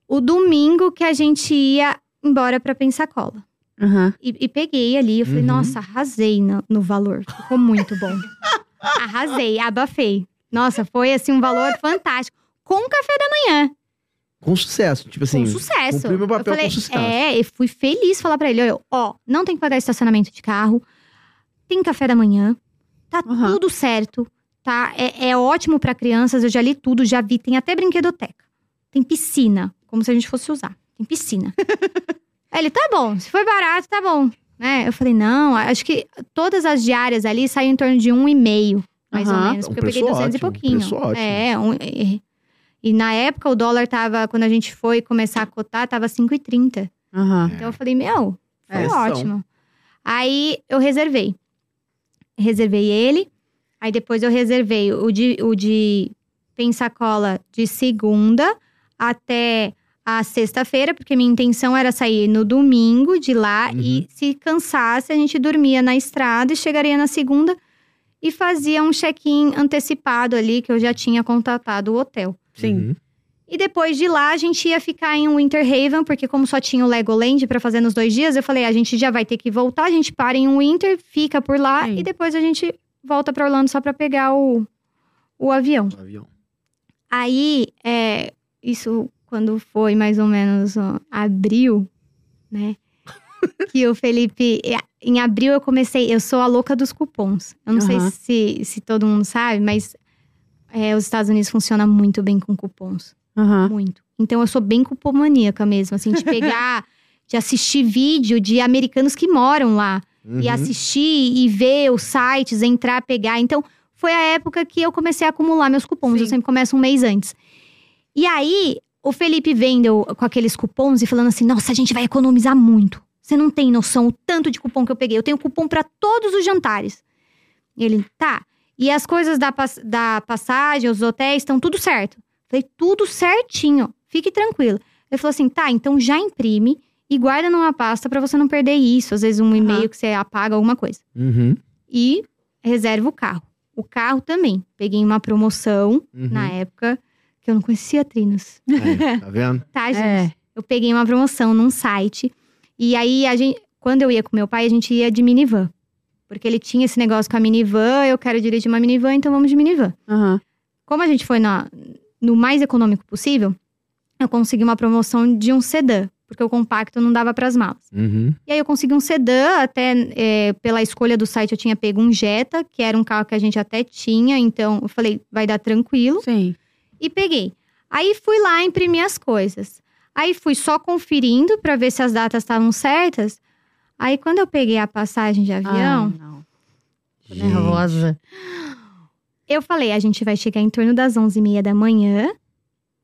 Speaker 3: o domingo que a gente ia embora pra Pensacola.
Speaker 1: Aham.
Speaker 3: E, e peguei ali, eu falei,
Speaker 2: Uhum.
Speaker 3: nossa, arrasei no, no valor. Ficou muito bom. arrasei, abafei. Nossa, foi assim um valor fantástico. Com um café da manhã,
Speaker 2: Com sucesso. Tipo assim.
Speaker 3: É. com sucesso.
Speaker 2: cumpri meu papel
Speaker 3: eu falei,
Speaker 2: com sucesso.
Speaker 3: É, eu fui feliz falar pra ele, olha, ó, não tem que pagar estacionamento de carro, tem café da manhã, tá
Speaker 1: Aham.
Speaker 3: tudo certo, tá? É, é ótimo pra crianças, eu já li tudo, já vi, tem até brinquedoteca. Tem piscina, como se a gente fosse usar. Tem piscina. Aí ele, tá bom, se foi barato, tá bom. Né? Eu falei, não, acho que todas as diárias ali saem em torno de um e meio, mais ou
Speaker 1: Aham.
Speaker 3: menos.
Speaker 2: É um
Speaker 3: Porque eu peguei
Speaker 2: preço
Speaker 3: 200 e
Speaker 2: ótimo, um
Speaker 3: pouquinho.
Speaker 2: preço ótimo.
Speaker 3: É, um- e, e na época o dólar tava, quando a gente foi começar a cotar, tava 5,30.
Speaker 1: Aham.
Speaker 3: Então eu falei, meu, foi
Speaker 2: É, são.
Speaker 3: ótimo. Aí eu reservei. Reservei ele. Aí depois eu reservei o de, o de Pensacola de segunda até a sexta-feira, porque minha intenção era sair no domingo de lá e se cansasse, a gente dormia na estrada e chegaria na segunda e fazia um check-in antecipado ali, que eu já tinha contatado o hotel.
Speaker 1: Sim.
Speaker 2: Uhum.
Speaker 3: E depois de lá, a gente ia ficar em Winter Haven, porque como só tinha o Legoland pra fazer nos dois dias, eu falei, "Ah, a gente já vai ter que voltar, a gente para em Winter, fica por lá
Speaker 1: Sim.
Speaker 3: e depois a gente volta pra Orlando só pra pegar o, o avião.
Speaker 2: O avião.
Speaker 3: Aí, é, isso quando foi mais ou menos ó, abril, né? que o Felipe. é, Em abril eu comecei. Eu sou a louca dos cupons. Eu não sei
Speaker 1: Aham.
Speaker 3: se, se todo mundo sabe, mas é, os Estados Unidos funcionam muito bem com cupons.
Speaker 1: Aham.
Speaker 3: Muito. Então eu sou bem cupomaníaca mesmo, assim, de pegar, de assistir vídeo de americanos que moram lá. E
Speaker 2: Uhum.
Speaker 3: assistir e ver os sites, entrar, pegar. Então, foi a época que eu comecei a acumular meus cupons.
Speaker 1: Sim.
Speaker 3: Eu sempre começo um mês antes. E aí, o Felipe vendeu com aqueles cupons e falando assim: nossa, a gente vai economizar muito. Você não tem noção o tanto de cupom que eu peguei. Eu tenho cupom pra todos os jantares. E ele, tá. E as coisas da, pas- da passagem, os hotéis, estão tudo certo. Falei, tudo certinho. Fique tranquilo. Ele falou assim: tá, então já imprime e guarda numa pasta pra você não perder isso. Às vezes um e-mail que você apaga alguma coisa.
Speaker 2: Uhum.
Speaker 3: E reserva o carro. O carro também. Peguei uma promoção
Speaker 2: Uhum.
Speaker 3: na época que eu não conhecia Trinos.
Speaker 2: Aí, tá vendo?
Speaker 3: Tá, gente?
Speaker 1: É.
Speaker 3: Eu peguei uma promoção num site. E aí, a gente, quando eu ia com meu pai, a gente ia de minivan. Porque ele tinha esse negócio com a minivan, eu quero dirigir uma minivan, então vamos de minivan.
Speaker 1: Aham.
Speaker 3: Como a gente foi na- no mais econômico possível, eu consegui uma promoção de um sedã, porque o compacto não dava para as malas.
Speaker 2: Uhum.
Speaker 3: E aí eu consegui um sedã, até é, pela escolha do site eu tinha pego um Jetta, que era um carro que a gente até tinha, então eu falei, vai dar tranquilo
Speaker 1: Sim.
Speaker 3: e peguei. Aí fui lá imprimir as coisas. Aí fui só conferindo pra ver se as datas estavam certas. Aí quando eu peguei a passagem de avião,
Speaker 1: Ah, não. Tô
Speaker 2: Gente.
Speaker 1: nervosa.
Speaker 3: eu falei, a gente vai chegar em torno das 11h30 da manhã.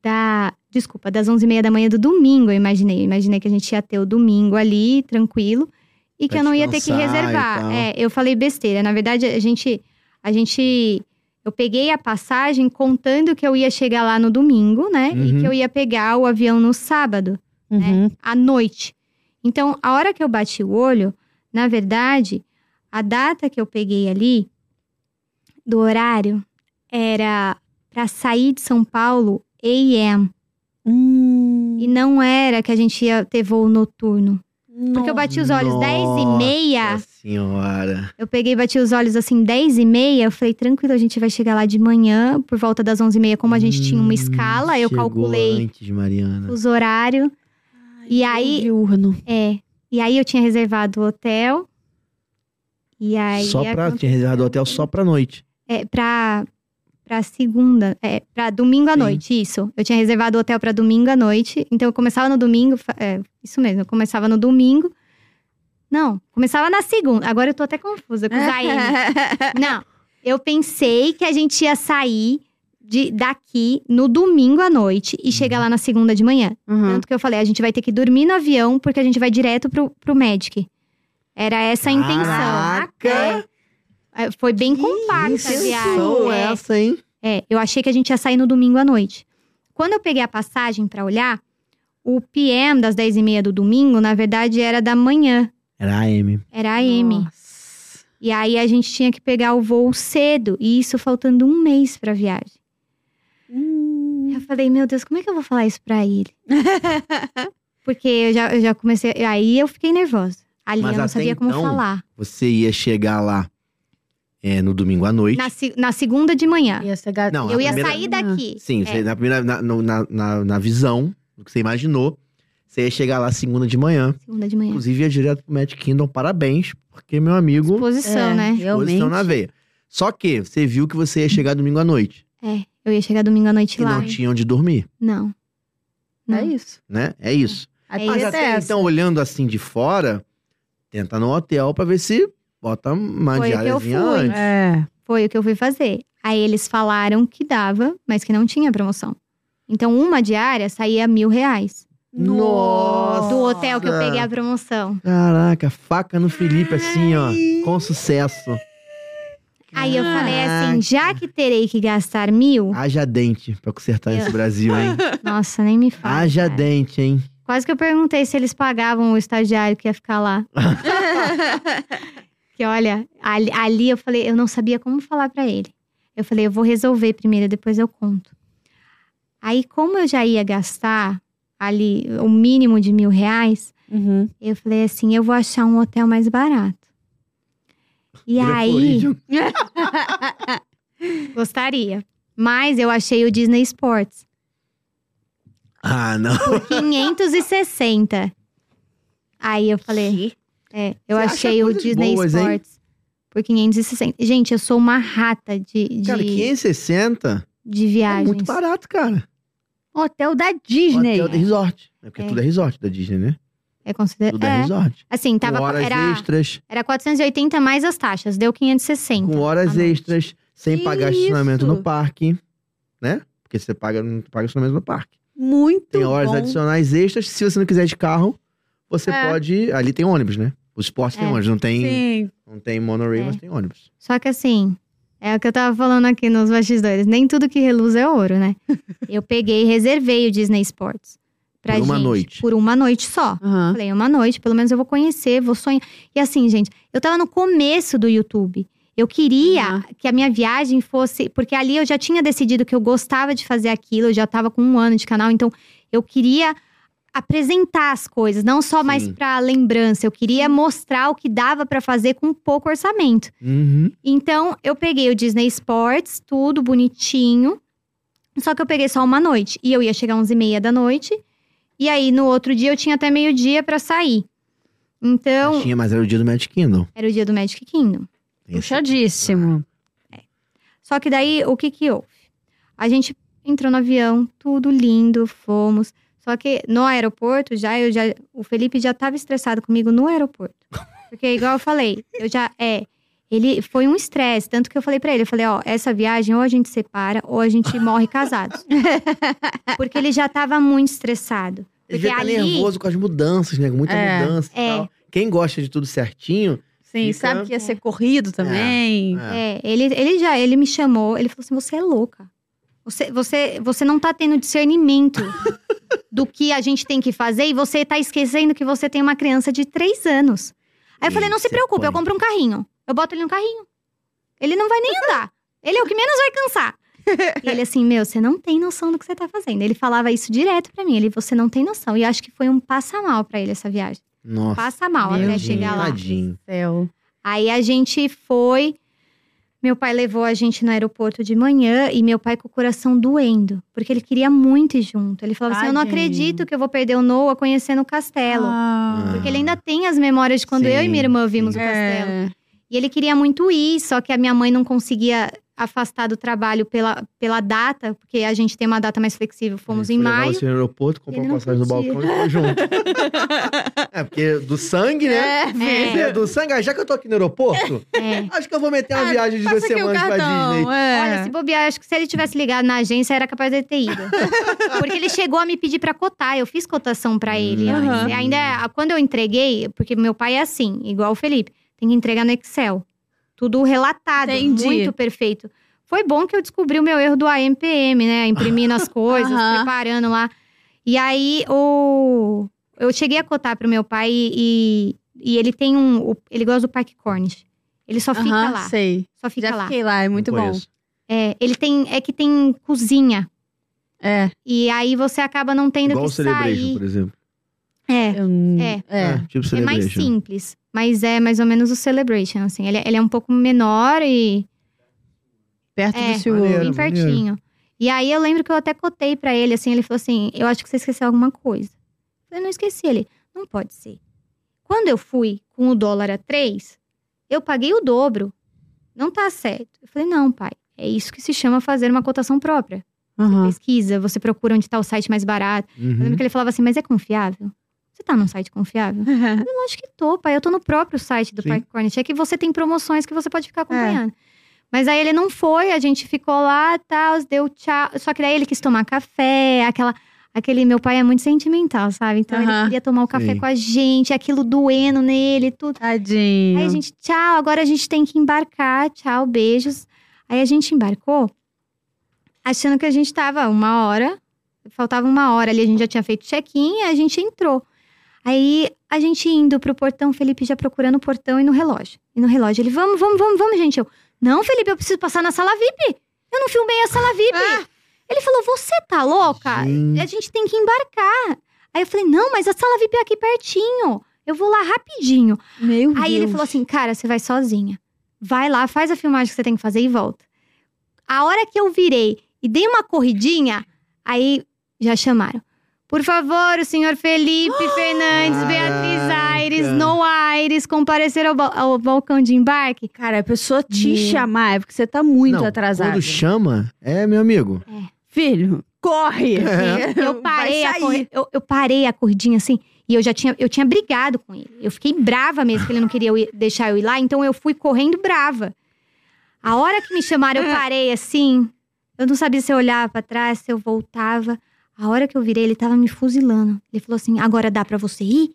Speaker 3: Da. Desculpa, das 11h30 da manhã do domingo, eu imaginei. Eu imaginei que a gente ia ter o domingo ali, tranquilo. E
Speaker 2: Pra
Speaker 3: que eu não ia ter que
Speaker 2: descansar e tal.
Speaker 3: reservar. É, eu falei besteira. Na verdade, a gente. A gente. Eu peguei a passagem contando que eu ia chegar lá no domingo, né?
Speaker 2: Uhum.
Speaker 3: E que eu ia pegar o avião no sábado
Speaker 1: Uhum.
Speaker 3: à noite. Então, a hora que eu bati o olho, na verdade, a data que eu peguei ali do horário era para sair de São Paulo AM
Speaker 1: Hum.
Speaker 3: e não era que a gente ia ter voo noturno. Porque eu bati os olhos 10 e meia,
Speaker 2: Nossa senhora.
Speaker 3: eu peguei e bati os olhos assim 10 e meia, eu falei, tranquilo, a gente vai chegar lá de manhã, por volta das 11 e meia, como a gente tinha uma
Speaker 2: Hum,
Speaker 3: escala, eu
Speaker 2: chegou
Speaker 3: calculei
Speaker 2: antes, Mariana.
Speaker 3: os horários. E aí,
Speaker 1: Diurno.
Speaker 3: É. E aí eu tinha reservado o hotel. E aí.
Speaker 2: só pra,
Speaker 3: aconte-
Speaker 2: tinha reservado o hotel só pra noite.
Speaker 3: É, pra, pra segunda. É, pra domingo à
Speaker 2: Sim.
Speaker 3: noite, isso. Eu tinha reservado o hotel pra domingo à noite. Então eu começava no domingo. fa- É, isso mesmo, eu começava no domingo. Não, começava na segunda. Agora eu tô até confusa com os AM. Não, eu pensei que a gente ia sair de, daqui no domingo à noite e chegar lá na segunda de manhã.
Speaker 1: Uhum.
Speaker 3: Tanto que eu falei, "Ah, a gente vai ter que dormir no avião, porque a gente vai direto pro, pro Magic. Era essa a intenção.
Speaker 2: Caraca!
Speaker 3: É. É, Foi bem
Speaker 1: Que
Speaker 3: compacta
Speaker 2: Que
Speaker 1: isso,
Speaker 3: a viagem.
Speaker 2: são
Speaker 3: É.
Speaker 2: essa, hein?
Speaker 3: É, eu achei que a gente ia sair no domingo à noite. Quando eu peguei a passagem pra olhar, o PM das 10h30 do domingo, na verdade, era da manhã.
Speaker 2: Era AM.
Speaker 3: Era AM.
Speaker 1: Nossa.
Speaker 3: E aí a gente tinha que pegar o voo cedo. E isso faltando um mês pra viagem.
Speaker 1: Hum.
Speaker 3: Eu falei, meu Deus, como é que eu vou falar isso pra ele? Porque eu já, eu já comecei. Aí eu fiquei nervosa. Ali
Speaker 2: Mas
Speaker 3: eu não
Speaker 2: até
Speaker 3: sabia como
Speaker 2: então,
Speaker 3: falar.
Speaker 2: Você ia chegar lá é, no domingo à noite.
Speaker 3: Na, se- na segunda de manhã.
Speaker 1: Ia ser gato.
Speaker 2: Não, a
Speaker 3: eu ia
Speaker 2: primeira-
Speaker 3: sair daqui.
Speaker 2: Sim,
Speaker 3: É.
Speaker 2: você- na, primeira, na, no- na, na, na visão, do que você imaginou, você ia chegar lá segunda de manhã.
Speaker 3: Segunda de manhã.
Speaker 2: Inclusive, ia direto pro Magic Kingdom. Parabéns, porque, meu amigo,
Speaker 1: É.
Speaker 3: Exposição, né?
Speaker 1: Realmente.
Speaker 2: posição na veia. Só que você viu que você ia chegar domingo à noite.
Speaker 3: É. Eu ia chegar domingo à noite
Speaker 2: E
Speaker 3: lá.
Speaker 2: não tinha onde dormir,
Speaker 3: Não. Não.
Speaker 1: É isso.
Speaker 2: né? É isso.
Speaker 1: Até
Speaker 3: isso.
Speaker 2: Mas
Speaker 3: Essa é
Speaker 2: até
Speaker 3: essa.
Speaker 2: então, olhando assim de fora, tenta no hotel pra ver se bota uma
Speaker 3: Foi o que eu
Speaker 2: diáriazinha
Speaker 3: fui.
Speaker 2: antes.
Speaker 1: É.
Speaker 3: Foi o que eu fui fazer. Aí eles falaram que dava, mas que não tinha promoção. Então, uma diária saía mil reais.
Speaker 2: Nossa!
Speaker 3: Do hotel que eu
Speaker 2: Nossa.
Speaker 3: peguei a promoção.
Speaker 2: Caraca, faca no Felipe, assim, ó. Com sucesso.
Speaker 3: Aí eu
Speaker 1: Caraca.
Speaker 3: falei assim: já que terei que gastar mil,
Speaker 2: Haja dente pra consertar
Speaker 3: É.
Speaker 2: esse Brasil, hein?
Speaker 3: nossa, nem me fala.
Speaker 2: Haja
Speaker 3: cara.
Speaker 2: dente, hein?
Speaker 3: Quase que eu perguntei se eles pagavam o estagiário que ia ficar lá. Que olha, ali, ali eu falei, eu não sabia como falar pra ele. Eu falei, eu vou resolver primeiro, depois eu conto. Aí, como eu já ia gastar ali o mínimo de mil reais,
Speaker 1: Uhum.
Speaker 3: eu falei assim, eu vou achar um hotel mais barato.
Speaker 2: Ele
Speaker 3: E
Speaker 2: é
Speaker 3: aí,
Speaker 2: florídeo.
Speaker 3: gostaria. Mas eu achei o Disney Sports
Speaker 2: Ah, não.
Speaker 3: por 560. Aí eu falei, É, eu
Speaker 2: Você acha
Speaker 3: achei o
Speaker 2: coisas
Speaker 3: Disney
Speaker 2: boas, hein?
Speaker 3: Sports por 560. Gente, eu sou uma rata de, de,
Speaker 2: Cara, 560
Speaker 3: de
Speaker 2: é
Speaker 3: viagens.
Speaker 2: muito barato, cara.
Speaker 1: Hotel da Disney.
Speaker 2: Hotel de resort. É porque
Speaker 3: É.
Speaker 2: tudo é resort da Disney, né?
Speaker 3: É considerado.
Speaker 2: Tudo é, resort.
Speaker 3: Assim,
Speaker 2: com
Speaker 3: tava,
Speaker 2: horas
Speaker 3: era,
Speaker 2: extras,
Speaker 3: era 480 mais as taxas, deu 560.
Speaker 2: com horas
Speaker 3: à noite.
Speaker 2: extras, sem
Speaker 1: Que
Speaker 2: pagar estacionamento
Speaker 1: isso?
Speaker 2: no parque, né? Porque você paga, não paga estacionamento no parque.
Speaker 1: Muito
Speaker 2: Tem horas
Speaker 1: bom.
Speaker 2: adicionais extras, se você não quiser de carro, você
Speaker 1: É.
Speaker 2: pode... Ali tem ônibus, né? O esporte tem
Speaker 3: É.
Speaker 2: ônibus, não tem,
Speaker 1: Sim.
Speaker 2: não tem monorail,
Speaker 3: É.
Speaker 2: mas tem ônibus.
Speaker 3: Só que assim, é o que eu tava falando aqui nos bastidores, nem tudo que reluz é ouro, né? eu peguei e reservei o Disney Sports. Pra
Speaker 2: Por uma
Speaker 3: gente,
Speaker 2: noite.
Speaker 3: Por uma noite só.
Speaker 1: Aham.
Speaker 3: Falei, uma noite, pelo menos eu vou conhecer, vou sonhar. E assim, gente, eu tava no começo do YouTube. Eu queria
Speaker 1: Uhum.
Speaker 3: que a minha viagem fosse. Porque ali eu já tinha decidido que eu gostava de fazer aquilo, eu já tava com um ano de canal, então eu queria apresentar as coisas, não só mais
Speaker 2: Sim.
Speaker 3: pra lembrança. Eu queria mostrar o que dava pra fazer com pouco orçamento.
Speaker 2: Uhum.
Speaker 3: Então, eu peguei o Disney Sports, tudo bonitinho. Só que eu peguei só uma noite. E eu ia chegar às 11h30 da noite. E aí, no outro dia, eu tinha até meio-dia pra sair. Então,
Speaker 2: Tinha, mas era o dia do Magic Kingdom.
Speaker 3: era o dia do Magic Kingdom.
Speaker 2: Tem esse-
Speaker 1: Puxadíssimo.
Speaker 3: Só que daí, o que que houve? A gente entrou no avião, tudo lindo, fomos. Só que no aeroporto, já eu já o Felipe já tava estressado comigo no aeroporto. Porque igual eu falei, eu já é, ele foi um estresse, tanto que eu falei pra ele, eu falei, ó, essa viagem ou a gente separa ou a gente morre casados. Porque ele já tava muito estressado.
Speaker 2: Ele
Speaker 3: Porque
Speaker 2: devia tá
Speaker 3: ali-
Speaker 2: nervoso com as mudanças, né? Com muita
Speaker 1: É.
Speaker 2: mudança e
Speaker 3: É.
Speaker 2: tal. Quem gosta de tudo certinho...
Speaker 1: Sim,
Speaker 2: Fica-
Speaker 1: sabe que ia ser corrido também.
Speaker 2: é.
Speaker 3: É, ele, ele já, ele me chamou, ele falou assim, você é louca. Você, você, você não tá tendo discernimento do que a gente tem que fazer e você tá esquecendo que você tem uma criança de três anos. Aí eu falei, não se
Speaker 2: Isso é
Speaker 3: preocupe, eu
Speaker 2: punk.
Speaker 3: compro um carrinho. Eu boto ele no carrinho. Ele não vai nem andar. Ele é o que menos vai cansar. E ele assim, meu, você não tem noção do que você tá fazendo. Ele falava isso direto pra mim, ele, você não tem noção. E eu acho que foi um passa mal pra ele essa viagem.
Speaker 2: Nossa.
Speaker 3: Passa mal
Speaker 1: Meu
Speaker 3: até
Speaker 1: Deus.
Speaker 3: chegar lá.
Speaker 2: Tadinho.
Speaker 1: Céu.
Speaker 3: Aí a gente foi. Meu pai levou a gente no aeroporto de manhã e meu pai com o coração doendo, porque ele queria muito ir junto. Ele falava assim: Eu não
Speaker 1: Tadinho.
Speaker 3: acredito que eu vou perder o Noah conhecendo o castelo.
Speaker 1: Ah.
Speaker 3: Porque ele ainda tem as memórias de quando eu e minha
Speaker 2: Sim,
Speaker 3: irmã vimos
Speaker 2: sim.
Speaker 3: o castelo.
Speaker 1: É.
Speaker 3: E ele queria muito ir, só que a minha mãe não conseguia afastar do trabalho pela, pela data, porque a gente tem uma data mais flexível. Fomos
Speaker 2: Ele
Speaker 3: em
Speaker 2: foi levar
Speaker 3: maio.
Speaker 2: Você no aeroporto, comprou
Speaker 3: ele não
Speaker 2: passagem no
Speaker 3: podia.
Speaker 2: balcão e foi junto. é, porque do sangue, né?
Speaker 1: É,
Speaker 2: É, Do sangue. Ah, já que eu tô aqui no aeroporto,
Speaker 3: É.
Speaker 2: acho que eu vou meter uma
Speaker 1: Ah,
Speaker 2: viagem de duas
Speaker 1: Passa aqui o
Speaker 2: semanas pra Disney.
Speaker 1: cartão. É.
Speaker 3: Olha, se bobear, acho que se ele tivesse ligado na agência, era capaz de ter ido. porque ele chegou a me pedir pra cotar, eu fiz cotação pra ele.
Speaker 2: Hum.
Speaker 3: antes. Ainda, é quando eu entreguei, porque meu pai é assim, igual o Felipe, tem que entregar no Excel. Tudo relatado,
Speaker 1: Entendi.
Speaker 3: muito perfeito. Foi bom que eu descobri o meu erro do AMPM, né? Imprimindo as coisas,
Speaker 1: Aham.
Speaker 3: preparando lá. E aí, o... eu cheguei a cotar pro meu pai e, e ele tem um. Ele gosta do Parque Cornish. Ele só fica
Speaker 1: Aham,
Speaker 3: lá.
Speaker 1: Sei.
Speaker 3: Só fica
Speaker 1: Já
Speaker 3: lá.
Speaker 1: fiquei lá, é muito
Speaker 2: Não
Speaker 1: bom.
Speaker 2: conheço.
Speaker 3: É, ele tem. É que tem cozinha.
Speaker 1: É.
Speaker 3: E aí você acaba não tendo
Speaker 2: Igual o
Speaker 3: que
Speaker 2: Celebration,
Speaker 3: sair.
Speaker 2: por exemplo.
Speaker 3: É.
Speaker 1: Eu-
Speaker 3: É.
Speaker 1: É.
Speaker 2: tipo
Speaker 3: É mais
Speaker 2: Celebration.
Speaker 3: simples. Mas é mais ou menos o Celebration, assim. Ele, ele é um pouco menor e
Speaker 1: Perto
Speaker 3: É.
Speaker 1: do Seul.
Speaker 2: Maneiro.
Speaker 3: bem pertinho. E aí eu lembro que eu até cotei pra ele, assim, ele falou assim: Eu acho que você esqueceu alguma coisa. Eu falei, não esqueci. Ele, não pode ser. Quando eu fui com o dólar a 3, eu paguei o dobro. Não tá certo. Eu falei, não, pai. É isso que se chama fazer uma cotação própria.
Speaker 1: Aham.
Speaker 3: Pesquisa, você procura onde tá o site mais barato. Eu
Speaker 2: Uhum.
Speaker 3: lembro que ele falava assim, mas é confiável? Você tá num site confiável? Eu acho que tô, pai. Eu tô no próprio site do
Speaker 2: Sim. É.
Speaker 3: Parque Cornet. É que você tem promoções que você pode ficar acompanhando. Mas aí ele não foi, a gente ficou lá, tal, deu tchau. Só que daí ele quis tomar café, aquela. Aquele meu pai é muito sentimental, sabe? Então ele
Speaker 1: Aham.
Speaker 3: queria tomar o café
Speaker 2: Sim.
Speaker 3: com a gente, aquilo doendo nele, tudo.
Speaker 1: Tadinho.
Speaker 3: Aí a gente, tchau, agora a gente tem que embarcar, tchau, beijos. Aí a gente embarcou, achando que a gente tava uma hora, faltava uma hora ali, a gente já tinha feito check-in, a gente entrou. Aí a gente indo pro portão, Felipe já procurando o portão e no relógio. E no relógio ele, vamos, vamos, vamos, vamos, gente. Eu, não, Felipe, eu preciso passar na sala VIP. Eu não filmei a sala VIP. Ele falou, você tá louca?
Speaker 2: Gente.
Speaker 3: A gente tem que embarcar. Aí eu falei, não, mas a sala VIP é aqui pertinho. Eu vou lá rapidinho.
Speaker 1: Meu
Speaker 3: Aí ele
Speaker 1: Deus.
Speaker 3: falou assim: cara, você vai sozinha. Vai lá, faz a filmagem que você tem que fazer e volta. A hora que eu virei e dei uma corridinha, aí já chamaram. Por favor, o senhor Felipe Fernandes, Beatriz
Speaker 2: Caraca.
Speaker 3: Aires, No Aires, comparecer ao, ba- ao balcão de embarque.
Speaker 1: Cara, a pessoa te
Speaker 3: Meu.
Speaker 1: chamar é porque você tá muito
Speaker 2: Não,
Speaker 1: atrasado.
Speaker 2: Quando chama, é, meu amigo.
Speaker 1: Filho, corre!
Speaker 2: É.
Speaker 3: Eu parei,
Speaker 1: Vai
Speaker 3: a
Speaker 1: sair.
Speaker 3: corri- eu, eu parei a corridinha assim. E eu já tinha, eu tinha brigado com ele. Eu fiquei brava mesmo, que ele não queria eu ir- deixar eu ir lá. Então eu fui correndo brava. A hora que me chamaram, eu parei assim. Eu não sabia se eu olhava pra trás, se eu voltava. A hora que eu virei, ele tava me fuzilando. Ele falou assim: agora dá pra você ir?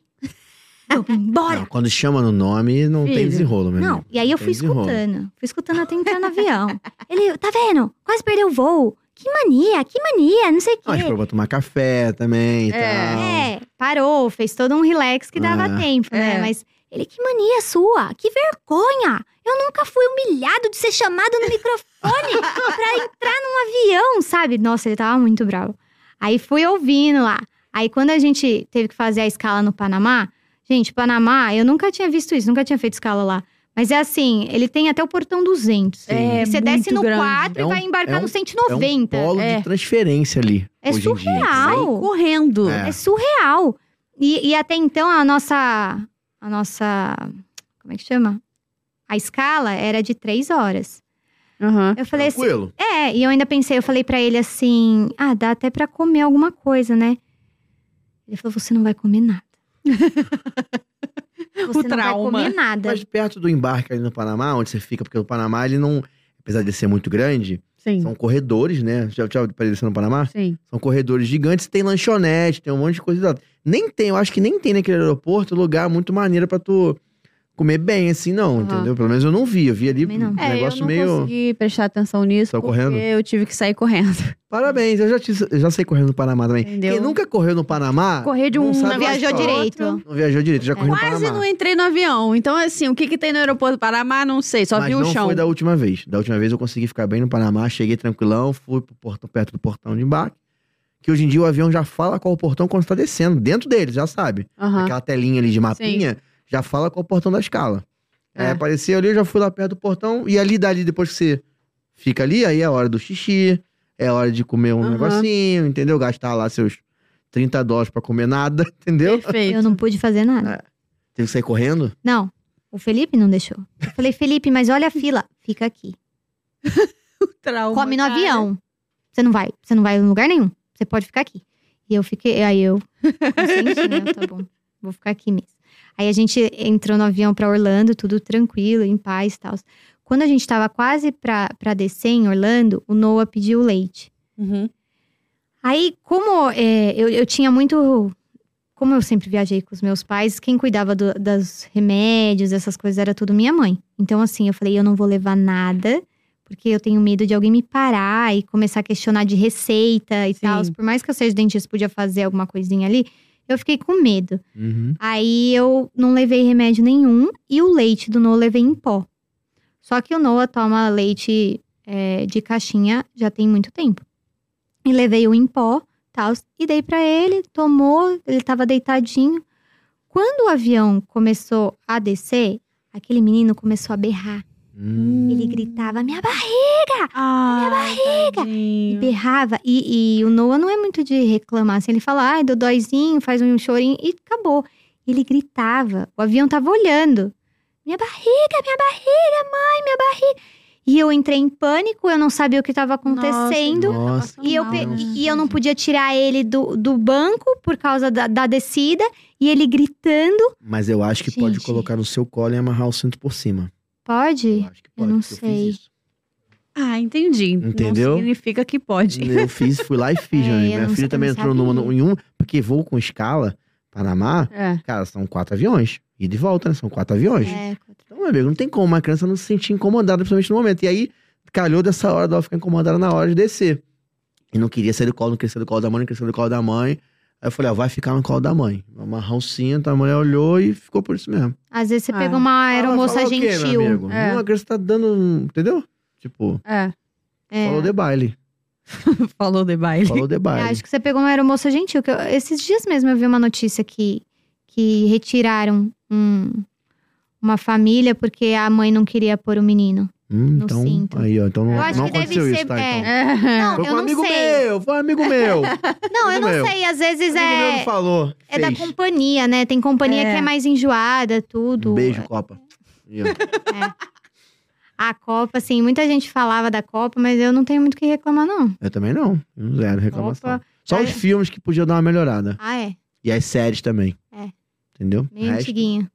Speaker 3: Vamos
Speaker 2: Não,
Speaker 3: embora.
Speaker 2: quando chama no nome, não tem
Speaker 1: Filho.
Speaker 2: desenrolo, meu
Speaker 3: Não,
Speaker 2: amigo.
Speaker 3: e aí eu
Speaker 2: Tem
Speaker 3: fui
Speaker 2: desenrolo.
Speaker 3: escutando. Fui escutando até entrar no avião. Ele, tá vendo? Quase perdeu o voo. Que mania, que mania, não sei o quê.
Speaker 2: Acho que eu vou tomar café também e
Speaker 1: É.
Speaker 2: tal.
Speaker 3: É, parou, fez todo um relax que dava
Speaker 2: Ah.
Speaker 3: tempo, né?
Speaker 1: É.
Speaker 3: Mas ele, que mania sua, que vergonha! Eu nunca fui humilhado de ser chamado no microfone pra entrar num avião, sabe? Nossa, ele tava muito bravo. Aí fui ouvindo lá. Aí quando a gente teve que fazer a escala no Panamá, gente, Panamá, eu nunca tinha visto isso, nunca tinha feito escala lá. Mas é assim, ele tem até o portão 200.
Speaker 2: Sim.
Speaker 1: É
Speaker 3: Você desce
Speaker 1: muito
Speaker 3: no
Speaker 1: grande.
Speaker 3: 4
Speaker 2: É
Speaker 3: e
Speaker 2: um-
Speaker 3: vai embarcar
Speaker 2: é um-
Speaker 3: no
Speaker 2: É um
Speaker 3: 190.
Speaker 2: polo
Speaker 1: É.
Speaker 2: de transferência ali.
Speaker 3: É
Speaker 2: hoje em dia,
Speaker 3: surreal.
Speaker 2: entendeu?
Speaker 1: Correndo.
Speaker 2: É.
Speaker 3: É surreal. E, e até então a nossa. A nossa. Como é que chama? A escala era de três horas.
Speaker 1: Aham.
Speaker 3: Eu falei assim.
Speaker 2: Tranquilo.
Speaker 3: É, e eu ainda pensei, eu falei pra ele assim: ah, dá até pra comer alguma coisa, né? Ele falou: você não vai comer nada. Você não
Speaker 1: trauma.
Speaker 3: vai comer nada.
Speaker 2: Mas perto do embarque ali no Panamá, onde você fica, porque o Panamá, ele não. Apesar de ser muito grande,
Speaker 1: Sim.
Speaker 2: são corredores, né? Já, já apareceu no Panamá?
Speaker 1: Sim.
Speaker 2: São corredores gigantes, tem lanchonete, tem um monte de coisa. e tal. Nem tem, eu acho que nem tem naquele aeroporto lugar muito maneiro pra tu comer bem, assim, não,
Speaker 1: Aham.
Speaker 2: entendeu? Pelo menos eu não vi, eu vi ali
Speaker 3: Também não.
Speaker 2: um
Speaker 1: É, eu
Speaker 2: negócio
Speaker 1: não
Speaker 2: meio.
Speaker 1: consegui prestar atenção nisso
Speaker 2: Saiu
Speaker 1: porque
Speaker 2: correndo?
Speaker 1: eu tive que sair correndo.
Speaker 2: Parabéns, eu já, te, eu já sei correr no Panamá também.
Speaker 1: Entendeu?
Speaker 2: Quem nunca correu no Panamá.
Speaker 1: Correr de
Speaker 2: não
Speaker 1: um
Speaker 2: sabe
Speaker 1: negócio
Speaker 2: a
Speaker 3: Viajou
Speaker 2: história.
Speaker 1: pro
Speaker 3: direito.
Speaker 1: outro.
Speaker 2: Não viajou direito, já correu no
Speaker 1: É. Quase
Speaker 2: Panamá.
Speaker 1: não entrei no avião. Então, assim, o que, que tem no aeroporto do Paraná, não sei. Só
Speaker 2: Mas
Speaker 1: vi o
Speaker 2: não
Speaker 1: chão.
Speaker 2: foi da última vez. Da última vez eu consegui ficar bem no Panamá, cheguei tranquilão, fui pro portão, perto do portão de embarque. Que hoje em dia o avião já fala qual o portão quando você tá descendo. Dentro dele, já sabe.
Speaker 3: Ah.
Speaker 1: Aham.
Speaker 2: Aquela telinha ali de mapinha, já fala qual o portão da escala.
Speaker 1: É.
Speaker 2: Aí apareceu ali, eu já fui lá perto do portão. E ali, dali, depois que você fica ali, aí é hora do xixi, é hora de comer um
Speaker 1: Aham.
Speaker 2: negocinho, entendeu? Gastar lá seus 30 dólares pra comer nada, entendeu?
Speaker 1: Perfeito.
Speaker 3: Eu não pude fazer nada.
Speaker 1: É.
Speaker 2: Teve que sair correndo.
Speaker 3: Não, o Felipe não deixou. Eu falei, Felipe, mas olha a fila, fica aqui.
Speaker 1: Trauma,
Speaker 3: come no
Speaker 1: cara.
Speaker 3: avião. Você não vai, você não vai em lugar nenhum. Você pode ficar aqui. E eu fiquei, aí eu consenti, né? Tá bom, vou ficar aqui mesmo. Aí a gente entrou no avião pra Orlando, tudo tranquilo, em paz e tal. Quando a gente tava quase pra, pra descer em Orlando, o Noah pediu leite.
Speaker 1: Uhum.
Speaker 3: Aí, como é, eu, eu tinha muito. Como eu sempre viajei com os meus pais, quem cuidava do- dos remédios, essas coisas, era tudo minha mãe. Então, assim, eu falei: eu não vou levar nada, porque eu tenho medo de alguém me parar e começar a questionar de receita e
Speaker 1: Sim.
Speaker 3: tal. Por mais que eu seja dentista, podia fazer alguma coisinha ali, eu fiquei com medo.
Speaker 2: Uhum.
Speaker 3: Aí eu não levei remédio nenhum e o leite do Noah eu levei em pó. Só que o Noah toma leite é, de caixinha já tem muito tempo. E levei o em pó, tal, e dei pra ele, tomou, ele tava deitadinho. Quando o avião começou a descer, aquele menino começou a berrar.
Speaker 2: Hum.
Speaker 3: Ele gritava, minha barriga!
Speaker 1: Ah, barriga.
Speaker 3: E berrava. E, e o Noah não é muito de reclamar. Assim, ele fala, ai, dodóizinho, faz um chorinho e acabou. Ele gritava. O avião tava olhando. Minha barriga, minha barriga, mãe, minha barriga. E eu entrei em pânico, eu não sabia o que estava acontecendo.
Speaker 2: Nossa, Nossa.
Speaker 3: E eu, pe-
Speaker 2: Nossa.
Speaker 3: e eu não podia tirar ele do, do banco por causa da, da descida. E ele gritando.
Speaker 2: Mas eu acho que pode
Speaker 3: Gente.
Speaker 2: colocar no seu colo e amarrar o cinto por cima. Eu
Speaker 3: Pode?
Speaker 2: acho que pode,
Speaker 3: não
Speaker 2: porque
Speaker 3: sei.
Speaker 2: fiz isso.
Speaker 1: Ah, entendi. Não
Speaker 2: Entendeu?
Speaker 1: significa que pode.
Speaker 2: Eu fiz, fui lá e fiz,
Speaker 3: É,
Speaker 2: Jane.
Speaker 3: eu
Speaker 2: Minha
Speaker 3: não
Speaker 2: filha
Speaker 3: sei,
Speaker 2: também
Speaker 3: eu não
Speaker 2: entrou numa,
Speaker 3: sabia.
Speaker 2: em um, porque voo com escala, Panamá,
Speaker 1: É.
Speaker 2: cara, são quatro aviões. E de volta, né? São quatro aviões.
Speaker 3: É,
Speaker 2: Então, meu amigo, não tem como uma criança não se sentir incomodada, principalmente no momento. E aí, calhou dessa hora dela ficar incomodada na hora de descer. E não queria sair do colo, não queria sair do colo da mãe, não queria sair do colo da mãe. Aí eu falei, ó, vai ficar no colo da mãe. Amarrar o cinto, a mulher olhou e ficou por isso mesmo.
Speaker 3: às vezes você
Speaker 1: Ah.
Speaker 3: pega uma
Speaker 2: Ela
Speaker 3: aeromoça
Speaker 2: falou o quê, meu
Speaker 3: gentil.
Speaker 2: amigo?
Speaker 1: É.
Speaker 2: Uma criança tá dando, um- entendeu? Tipo,
Speaker 1: É.
Speaker 3: É.
Speaker 2: falou de baile.
Speaker 1: Falou de baile.
Speaker 2: Falou de
Speaker 3: Eu
Speaker 2: baile.
Speaker 3: acho que você pegou uma aeromoça gentil. que eu- esses dias mesmo eu vi uma notícia que, que retiraram um- uma família porque a mãe não queria pôr o menino.
Speaker 2: Hum,
Speaker 3: no
Speaker 2: então,
Speaker 3: cinto.
Speaker 2: aí, ó, então não,
Speaker 3: Eu acho
Speaker 2: não
Speaker 3: que deve
Speaker 2: aconteceu isso,
Speaker 3: ser-
Speaker 2: tá?
Speaker 3: é.
Speaker 2: Então.
Speaker 3: Não,
Speaker 2: Foi
Speaker 3: eu
Speaker 2: um
Speaker 3: não
Speaker 2: amigo
Speaker 3: sei.
Speaker 2: meu, foi um amigo meu.
Speaker 3: Não, eu
Speaker 2: Amigo
Speaker 3: não
Speaker 2: meu.
Speaker 3: sei. Às vezes
Speaker 2: Um amigo meu me
Speaker 3: é,
Speaker 2: falou.
Speaker 3: é da
Speaker 2: fez.
Speaker 3: companhia, né? Tem companhia
Speaker 1: É.
Speaker 3: que é mais enjoada, tudo.
Speaker 2: Um beijo, Copa. E, ó,
Speaker 3: A Copa, assim, muita gente falava da Copa, mas eu não tenho muito o que reclamar, não.
Speaker 2: Eu também não. Zero reclamação.
Speaker 3: Copa.
Speaker 2: Só os
Speaker 3: Ah,
Speaker 2: filmes que podiam dar uma melhorada.
Speaker 3: Ah, é.
Speaker 2: E as séries também.
Speaker 3: É.
Speaker 2: Entendeu?
Speaker 3: Meio
Speaker 2: Resto-
Speaker 3: antiguinho.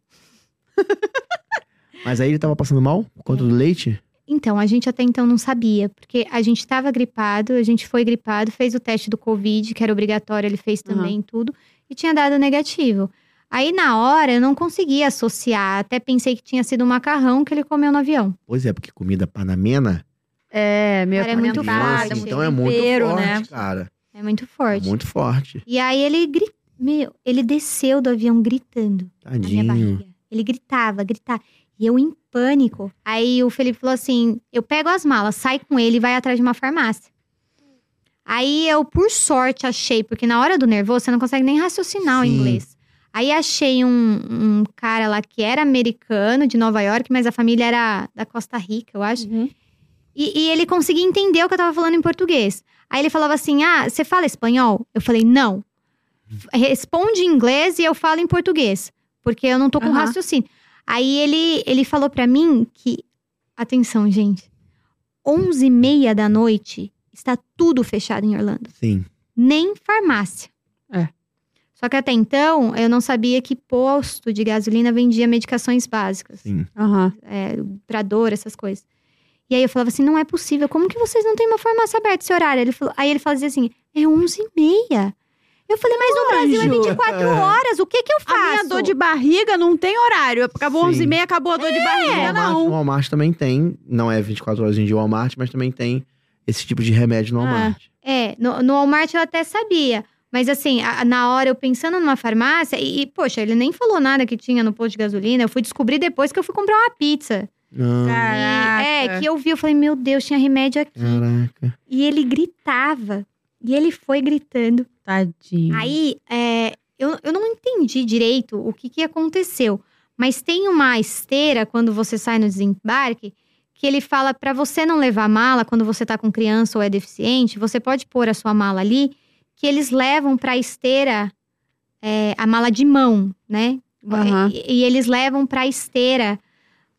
Speaker 2: Mas aí ele tava passando mal por conta do leite?
Speaker 3: Então, a gente até então não sabia, porque a gente estava gripado, a gente foi gripado, fez o teste do Covid, que era obrigatório, ele fez também tudo, e tinha dado negativo. Aí, na hora, eu não conseguia associar, até pensei que tinha sido um macarrão que ele comeu no avião.
Speaker 2: Pois é, porque comida panamena.
Speaker 1: É, meu
Speaker 3: Cara, é muito
Speaker 1: apimentada,
Speaker 3: forte.
Speaker 1: muito
Speaker 2: então é muito
Speaker 1: tempero,
Speaker 2: forte,
Speaker 1: né?
Speaker 2: cara.
Speaker 3: É muito
Speaker 2: É
Speaker 3: forte.
Speaker 2: Muito forte.
Speaker 3: E aí, ele gri- Meu, ele desceu do avião gritando. na minha
Speaker 2: Tadinho.
Speaker 3: barriga. Ele gritava, gritava. E eu em pânico. Aí o Felipe falou assim: eu pego as malas, sai com ele e vai atrás de uma farmácia. Aí eu, por sorte, achei, porque na hora do nervoso você não consegue nem raciocinar o
Speaker 2: Sim.
Speaker 3: inglês. Aí achei um, um cara lá que era americano, de Nova York, mas a família era da Costa Rica, eu acho.
Speaker 1: Uhum.
Speaker 3: E, e ele conseguia entender o que eu tava falando em português. Aí ele falava assim: Ah, você fala espanhol? Eu falei, não. F- Responde em inglês e eu falo em português. Porque eu não tô com
Speaker 1: Aham.
Speaker 3: raciocínio. Aí ele, ele falou pra mim que. Atenção, gente. 11h30 da noite está tudo fechado em Orlando
Speaker 2: Sim.
Speaker 3: nem farmácia.
Speaker 1: É.
Speaker 3: Só que até então, eu não sabia que posto de gasolina vendia medicações básicas.
Speaker 2: Sim.
Speaker 1: Aham.
Speaker 3: é, Pra dor, essas coisas. E aí eu falava assim, não é possível. Como que vocês não têm uma farmácia aberta esse horário? Ele falou- aí ele fazia assim, é 11 e meia. Eu falei, mas no Brasil é
Speaker 1: Anjo.
Speaker 3: 24 horas, o que que eu
Speaker 1: A
Speaker 3: faço?
Speaker 1: minha dor de barriga não tem horário. Acabou
Speaker 2: Sim.
Speaker 1: 11h30, acabou a dor de barriga.
Speaker 2: Walmart, o
Speaker 1: É.
Speaker 3: um.
Speaker 1: Não.
Speaker 2: Walmart também tem. Não é 24 horas de Walmart, mas também tem esse tipo de remédio no
Speaker 1: Ah.
Speaker 2: Walmart.
Speaker 3: É, no, no Walmart eu até sabia. Mas assim, a- na hora eu pensando numa farmácia, e, e, poxa, ele nem falou nada que tinha no posto de gasolina. Eu fui descobrir depois que eu fui comprar uma pizza.
Speaker 2: Ah,
Speaker 3: E, é, que eu vi, eu falei, meu Deus, tinha remédio aqui.
Speaker 2: caraca.
Speaker 3: E ele gritava. E ele foi gritando.
Speaker 1: Tadinho.
Speaker 3: Aí,
Speaker 2: Uhum.
Speaker 3: é, eu, eu não entendi direito o que, que aconteceu. Mas tem uma esteira quando você sai no desembarque que ele fala pra você não levar mala quando você tá com criança ou é deficiente. Você pode pôr a sua mala ali, que eles levam pra esteira é, a mala de mão, né?
Speaker 1: Aham.
Speaker 3: E, e eles levam pra esteira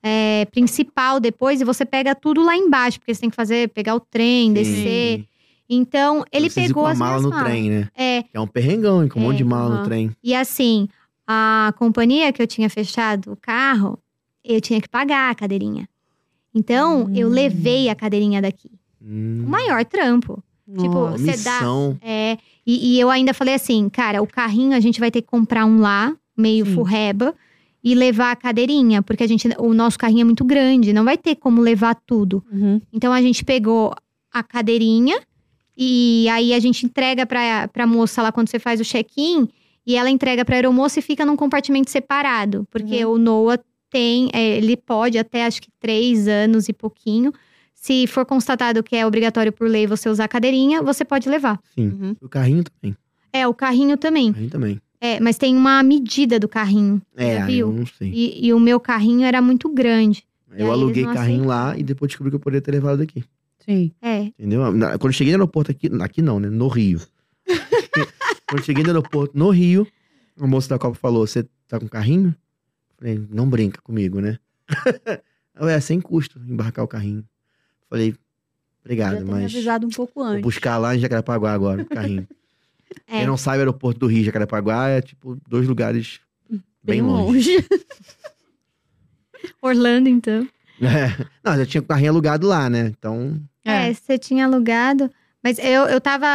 Speaker 3: é, principal depois e você pega tudo lá embaixo, porque você tem que fazer pegar o trem, descer.
Speaker 2: Sim.
Speaker 3: Então, ele
Speaker 2: Precisa ir
Speaker 3: pegou
Speaker 2: com a
Speaker 3: as
Speaker 2: mala
Speaker 3: minhas
Speaker 2: no
Speaker 3: malas.
Speaker 2: trem, né?
Speaker 3: É,
Speaker 2: É um perrengão, hein? Com um
Speaker 3: É,
Speaker 2: monte de mala
Speaker 1: aham.
Speaker 2: no trem.
Speaker 3: e assim, a companhia que eu tinha fechado o carro, eu tinha que pagar a cadeirinha. Então, eu
Speaker 1: Hum.
Speaker 3: levei a cadeirinha daqui.
Speaker 2: Hum.
Speaker 3: O maior trampo.
Speaker 1: Nossa.
Speaker 3: você dá-
Speaker 2: Missão.
Speaker 3: É, e, e eu ainda falei assim, cara, o carrinho a gente vai ter que comprar um lá, meio
Speaker 1: Sim.
Speaker 3: furreba, e levar a cadeirinha, porque a gente, o nosso carrinho é muito grande, não vai ter como levar tudo.
Speaker 1: Uhum.
Speaker 3: Então a gente pegou a cadeirinha e aí a gente entrega pra, pra moça lá quando você faz o check-in e ela entrega pra aeromoça e fica num compartimento separado. Porque o Noah tem, é, ele pode até acho que três anos e pouquinho. Se for constatado que é obrigatório por lei você usar a cadeirinha, você pode levar.
Speaker 2: Sim.
Speaker 1: Uhum.
Speaker 2: O carrinho também.
Speaker 3: É, o carrinho
Speaker 2: O
Speaker 3: também.
Speaker 2: carrinho também.
Speaker 3: É, mas tem uma medida do carrinho.
Speaker 2: É,
Speaker 3: Já
Speaker 2: aí
Speaker 3: viu?
Speaker 2: eu não sei.
Speaker 3: E, e o meu carrinho era muito grande. E aí
Speaker 2: eu
Speaker 3: eles
Speaker 2: aluguei
Speaker 3: não
Speaker 2: carrinho lá e depois descobri que eu poderia ter levado daqui.
Speaker 1: Sim.
Speaker 3: É.
Speaker 2: Entendeu? Na- Quando eu cheguei no aeroporto aqui. Aqui não, né? No Rio. Quando eu cheguei no aeroporto no Rio, o moço da Copa falou: Você tá com carrinho? Eu Falei, não brinca comigo, né? Eu, é sem custo embarcar o carrinho. Falei, obrigado,
Speaker 1: Podia ter me
Speaker 2: mas
Speaker 1: avisado um pouco
Speaker 2: vou
Speaker 1: antes.
Speaker 2: buscar lá em Jacarepaguá agora, o carrinho.
Speaker 3: É.
Speaker 2: Quem não sabe, o aeroporto do Rio e Jacarepaguá é, tipo, dois lugares
Speaker 3: Hum,
Speaker 2: bem, longe.
Speaker 3: Orlando, então.
Speaker 2: É. Não, já tinha o carrinho alugado lá, né? Então,
Speaker 3: É, você tinha alugado. Mas eu, eu tava.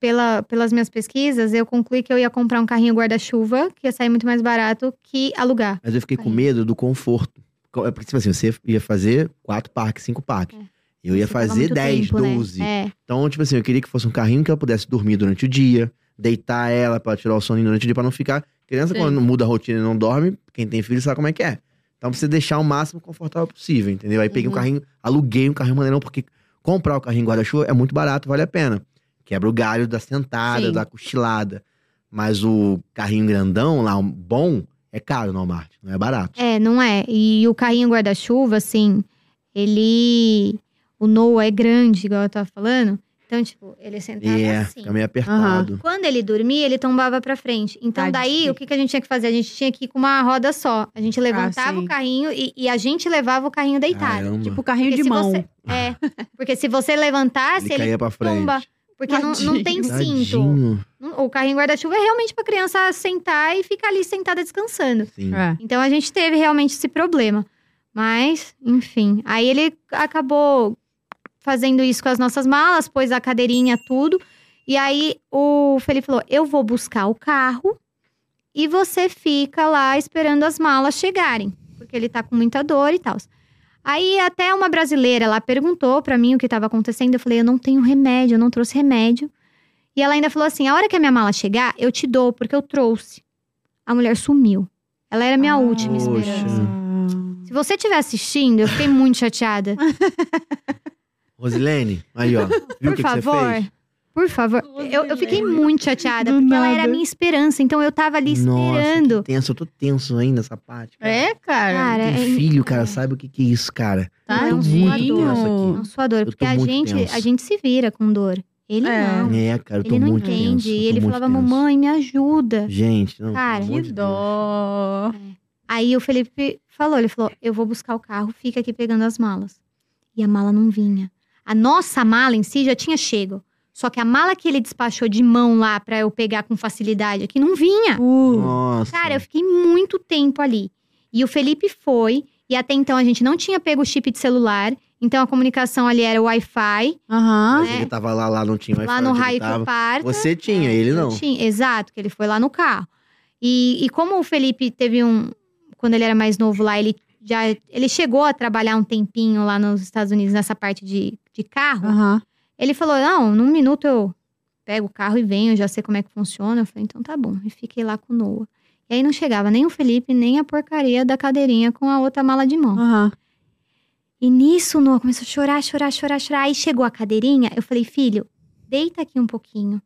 Speaker 3: Pela, pelas minhas pesquisas, eu concluí que eu ia comprar um carrinho guarda-chuva, que ia sair muito mais barato que alugar.
Speaker 2: mas eu fiquei com
Speaker 3: Carrinho.
Speaker 2: medo do conforto. Co- é Porque, tipo assim, você ia fazer quatro parques, cinco parques. Eu ia
Speaker 3: É. Você tava
Speaker 2: fazer
Speaker 3: muito
Speaker 2: 10,
Speaker 3: tempo, né?
Speaker 2: 12.
Speaker 3: É.
Speaker 2: Então, tipo assim, eu queria que fosse um carrinho que ela pudesse dormir durante o dia, deitar ela pra tirar o sono durante o dia, pra não ficar. Criança,
Speaker 1: Sim.
Speaker 2: quando não muda a rotina e não dorme, quem tem filho sabe como é que é. Então, pra você deixar o máximo confortável possível, entendeu? Aí peguei um
Speaker 1: Uhum.
Speaker 2: carrinho, aluguei um carrinho maneirão, porque comprar o carrinho guarda-chuva é muito barato, vale a pena. Quebra o galho da sentada,
Speaker 1: Sim.
Speaker 2: da cochilada. Mas o carrinho grandão lá, um bom, é caro no Walmart, não é barato.
Speaker 3: É, não é. E o carrinho guarda-chuva, assim, ele. O Noah é grande, igual eu tava falando. Então, tipo, ele
Speaker 2: É,
Speaker 3: sentava assim.
Speaker 2: fica meio apertado.
Speaker 3: Quando ele dormia, ele tombava pra frente. Então,
Speaker 1: Tadinho.
Speaker 3: daí, o que, que a gente tinha que fazer? A gente tinha que ir com uma roda só. A
Speaker 2: Ah,
Speaker 3: gente levantava
Speaker 1: sim.
Speaker 3: o carrinho e, e a gente levava o carrinho deitado.
Speaker 2: Caramba.
Speaker 1: Tipo carrinho
Speaker 3: Porque
Speaker 1: de
Speaker 3: se
Speaker 1: mão.
Speaker 3: você- É, porque se você levantasse,
Speaker 2: ele
Speaker 3: ele.
Speaker 2: caía pra frente.
Speaker 3: tomba. Porque não, assim, não tem cinto.
Speaker 2: Tadinho.
Speaker 3: Não- O carrinho guarda-chuva é realmente pra criança sentar e ficar ali sentada descansando.
Speaker 2: Sim.
Speaker 1: É.
Speaker 3: Então a gente teve realmente esse problema. Mas, enfim. Aí ele acabou fazendo isso com as nossas malas, pôs a cadeirinha, tudo. E aí o Felipe falou: Eu vou buscar o carro e você fica lá esperando as malas chegarem. Porque ele tá com muita dor e tal. Aí até uma brasileira lá perguntou pra mim o que tava acontecendo. Eu falei: Eu não tenho remédio, eu não trouxe remédio. E ela ainda falou assim: A hora que a minha mala chegar, eu te dou, porque eu trouxe. A mulher sumiu. Ela era minha
Speaker 1: Ah,
Speaker 3: última
Speaker 2: Poxa.
Speaker 3: esperança. Se você estiver assistindo, eu fiquei muito chateada.
Speaker 2: Rosilene, aí ó. Viu o que,
Speaker 3: Por
Speaker 2: que
Speaker 3: favor. tá
Speaker 2: você fez?
Speaker 3: Por favor. Eu, eu fiquei muito chateada,
Speaker 1: Do
Speaker 3: porque ela
Speaker 1: nada.
Speaker 3: era a minha esperança. Então eu tava ali
Speaker 2: Nossa,
Speaker 3: esperando.
Speaker 2: que tenso, eu tô tenso ainda essa parte. Cara.
Speaker 1: É, cara. tá
Speaker 3: Cara,
Speaker 2: Tem
Speaker 3: é-
Speaker 2: filho, cara, sabe o que que é isso, cara?
Speaker 3: é um
Speaker 1: Tadinho.
Speaker 2: suador.
Speaker 3: Não sua dor,
Speaker 2: Eu tô
Speaker 3: porque a
Speaker 2: muito
Speaker 3: gente,
Speaker 2: tenso.
Speaker 3: a gente se vira com dor. Ele
Speaker 1: É.
Speaker 3: não.
Speaker 2: É, cara, eu tô
Speaker 3: Ele não
Speaker 2: muito tenso.
Speaker 3: entende.
Speaker 2: eu
Speaker 3: e
Speaker 2: tô
Speaker 3: ele
Speaker 2: muito
Speaker 3: falava,
Speaker 2: tenso.
Speaker 3: mamãe, me ajuda.
Speaker 2: Gente, não.
Speaker 3: Cara,
Speaker 2: pelo amor
Speaker 1: Que
Speaker 2: de
Speaker 1: dó.
Speaker 3: Aí o Felipe falou, ele falou, eu vou buscar o carro, fica aqui pegando as malas. E a mala não vinha. A nossa mala em si já tinha chego. Só que a mala que ele despachou de mão lá pra eu pegar com facilidade aqui não vinha.
Speaker 2: Deus.
Speaker 1: Uh,
Speaker 2: Nossa.
Speaker 3: Cara, eu fiquei muito tempo ali. E o Felipe foi, e até então a gente não tinha pego o chip de celular, então a comunicação ali era o Wi-Fi,
Speaker 1: Aham.
Speaker 2: Mas ele tava lá, lá não tinha mais
Speaker 3: né, lá no raio que eu parto.
Speaker 2: Você tinha, ele
Speaker 3: Eu
Speaker 2: não.
Speaker 3: Ah, tinha, exato, que ele foi lá no carro. E, e como o Felipe teve um. Quando ele era mais novo lá, ele já. Ele chegou a trabalhar um tempinho lá nos Estados Unidos nessa parte de, de carro.
Speaker 1: Aham.
Speaker 3: Ele falou: não, num minuto eu pego o carro e venho, eu já sei como é que funciona. Eu falei, então tá bom. E fiquei lá com o Noah. E aí não chegava nem o Felipe, nem a porcaria da cadeirinha com a outra mala de mão.
Speaker 1: Aham.
Speaker 3: E nisso o Noah começou a chorar, chorar, chorar, chorar. Aí chegou a cadeirinha, eu falei, filho, deita aqui um pouquinho.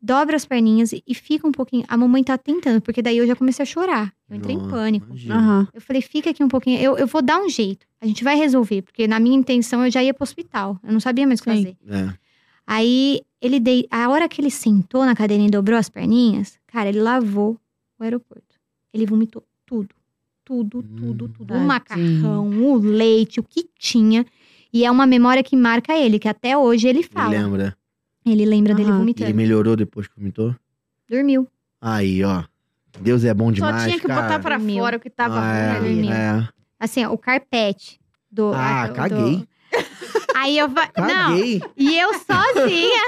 Speaker 3: Dobra as perninhas e e fica um pouquinho. A mamãe tá tentando, porque daí eu já comecei a chorar. Eu entrei em
Speaker 2: Nossa,
Speaker 3: pânico.
Speaker 2: imagina.
Speaker 1: Aham.
Speaker 3: Eu falei, fica aqui um pouquinho, eu, eu vou dar um jeito. A gente vai resolver, porque na minha intenção eu já ia pro hospital. Eu não sabia mais o que
Speaker 1: Sim.
Speaker 3: fazer.
Speaker 2: É.
Speaker 3: Aí ele dei. A hora que ele sentou na cadeirinha e dobrou as perninhas, cara, ele lavou o aeroporto. Ele vomitou tudo. Tudo, tudo,
Speaker 2: Hum.
Speaker 3: tudo.
Speaker 1: Tadinho.
Speaker 3: O macarrão, o leite, o que tinha. E é uma memória que marca ele, que até hoje ele
Speaker 2: Me
Speaker 3: fala. Ele lembra,
Speaker 2: lembra.
Speaker 3: dele
Speaker 1: Aham.
Speaker 3: vomitando.
Speaker 2: Ele melhorou depois que vomitou?
Speaker 3: Dormiu.
Speaker 2: Aí, ó. Deus é bom demais,
Speaker 4: Só tinha que
Speaker 2: cara.
Speaker 4: botar pra
Speaker 3: Meu.
Speaker 4: fora o que tava
Speaker 2: ah,
Speaker 4: ruim ali.
Speaker 3: dormiu.
Speaker 2: é, é.
Speaker 3: Assim, ó, o carpete. Do,
Speaker 2: Ah,
Speaker 3: do-
Speaker 2: caguei.
Speaker 3: do- Aí eu falei. Não,
Speaker 2: Caguei.
Speaker 3: e eu sozinha.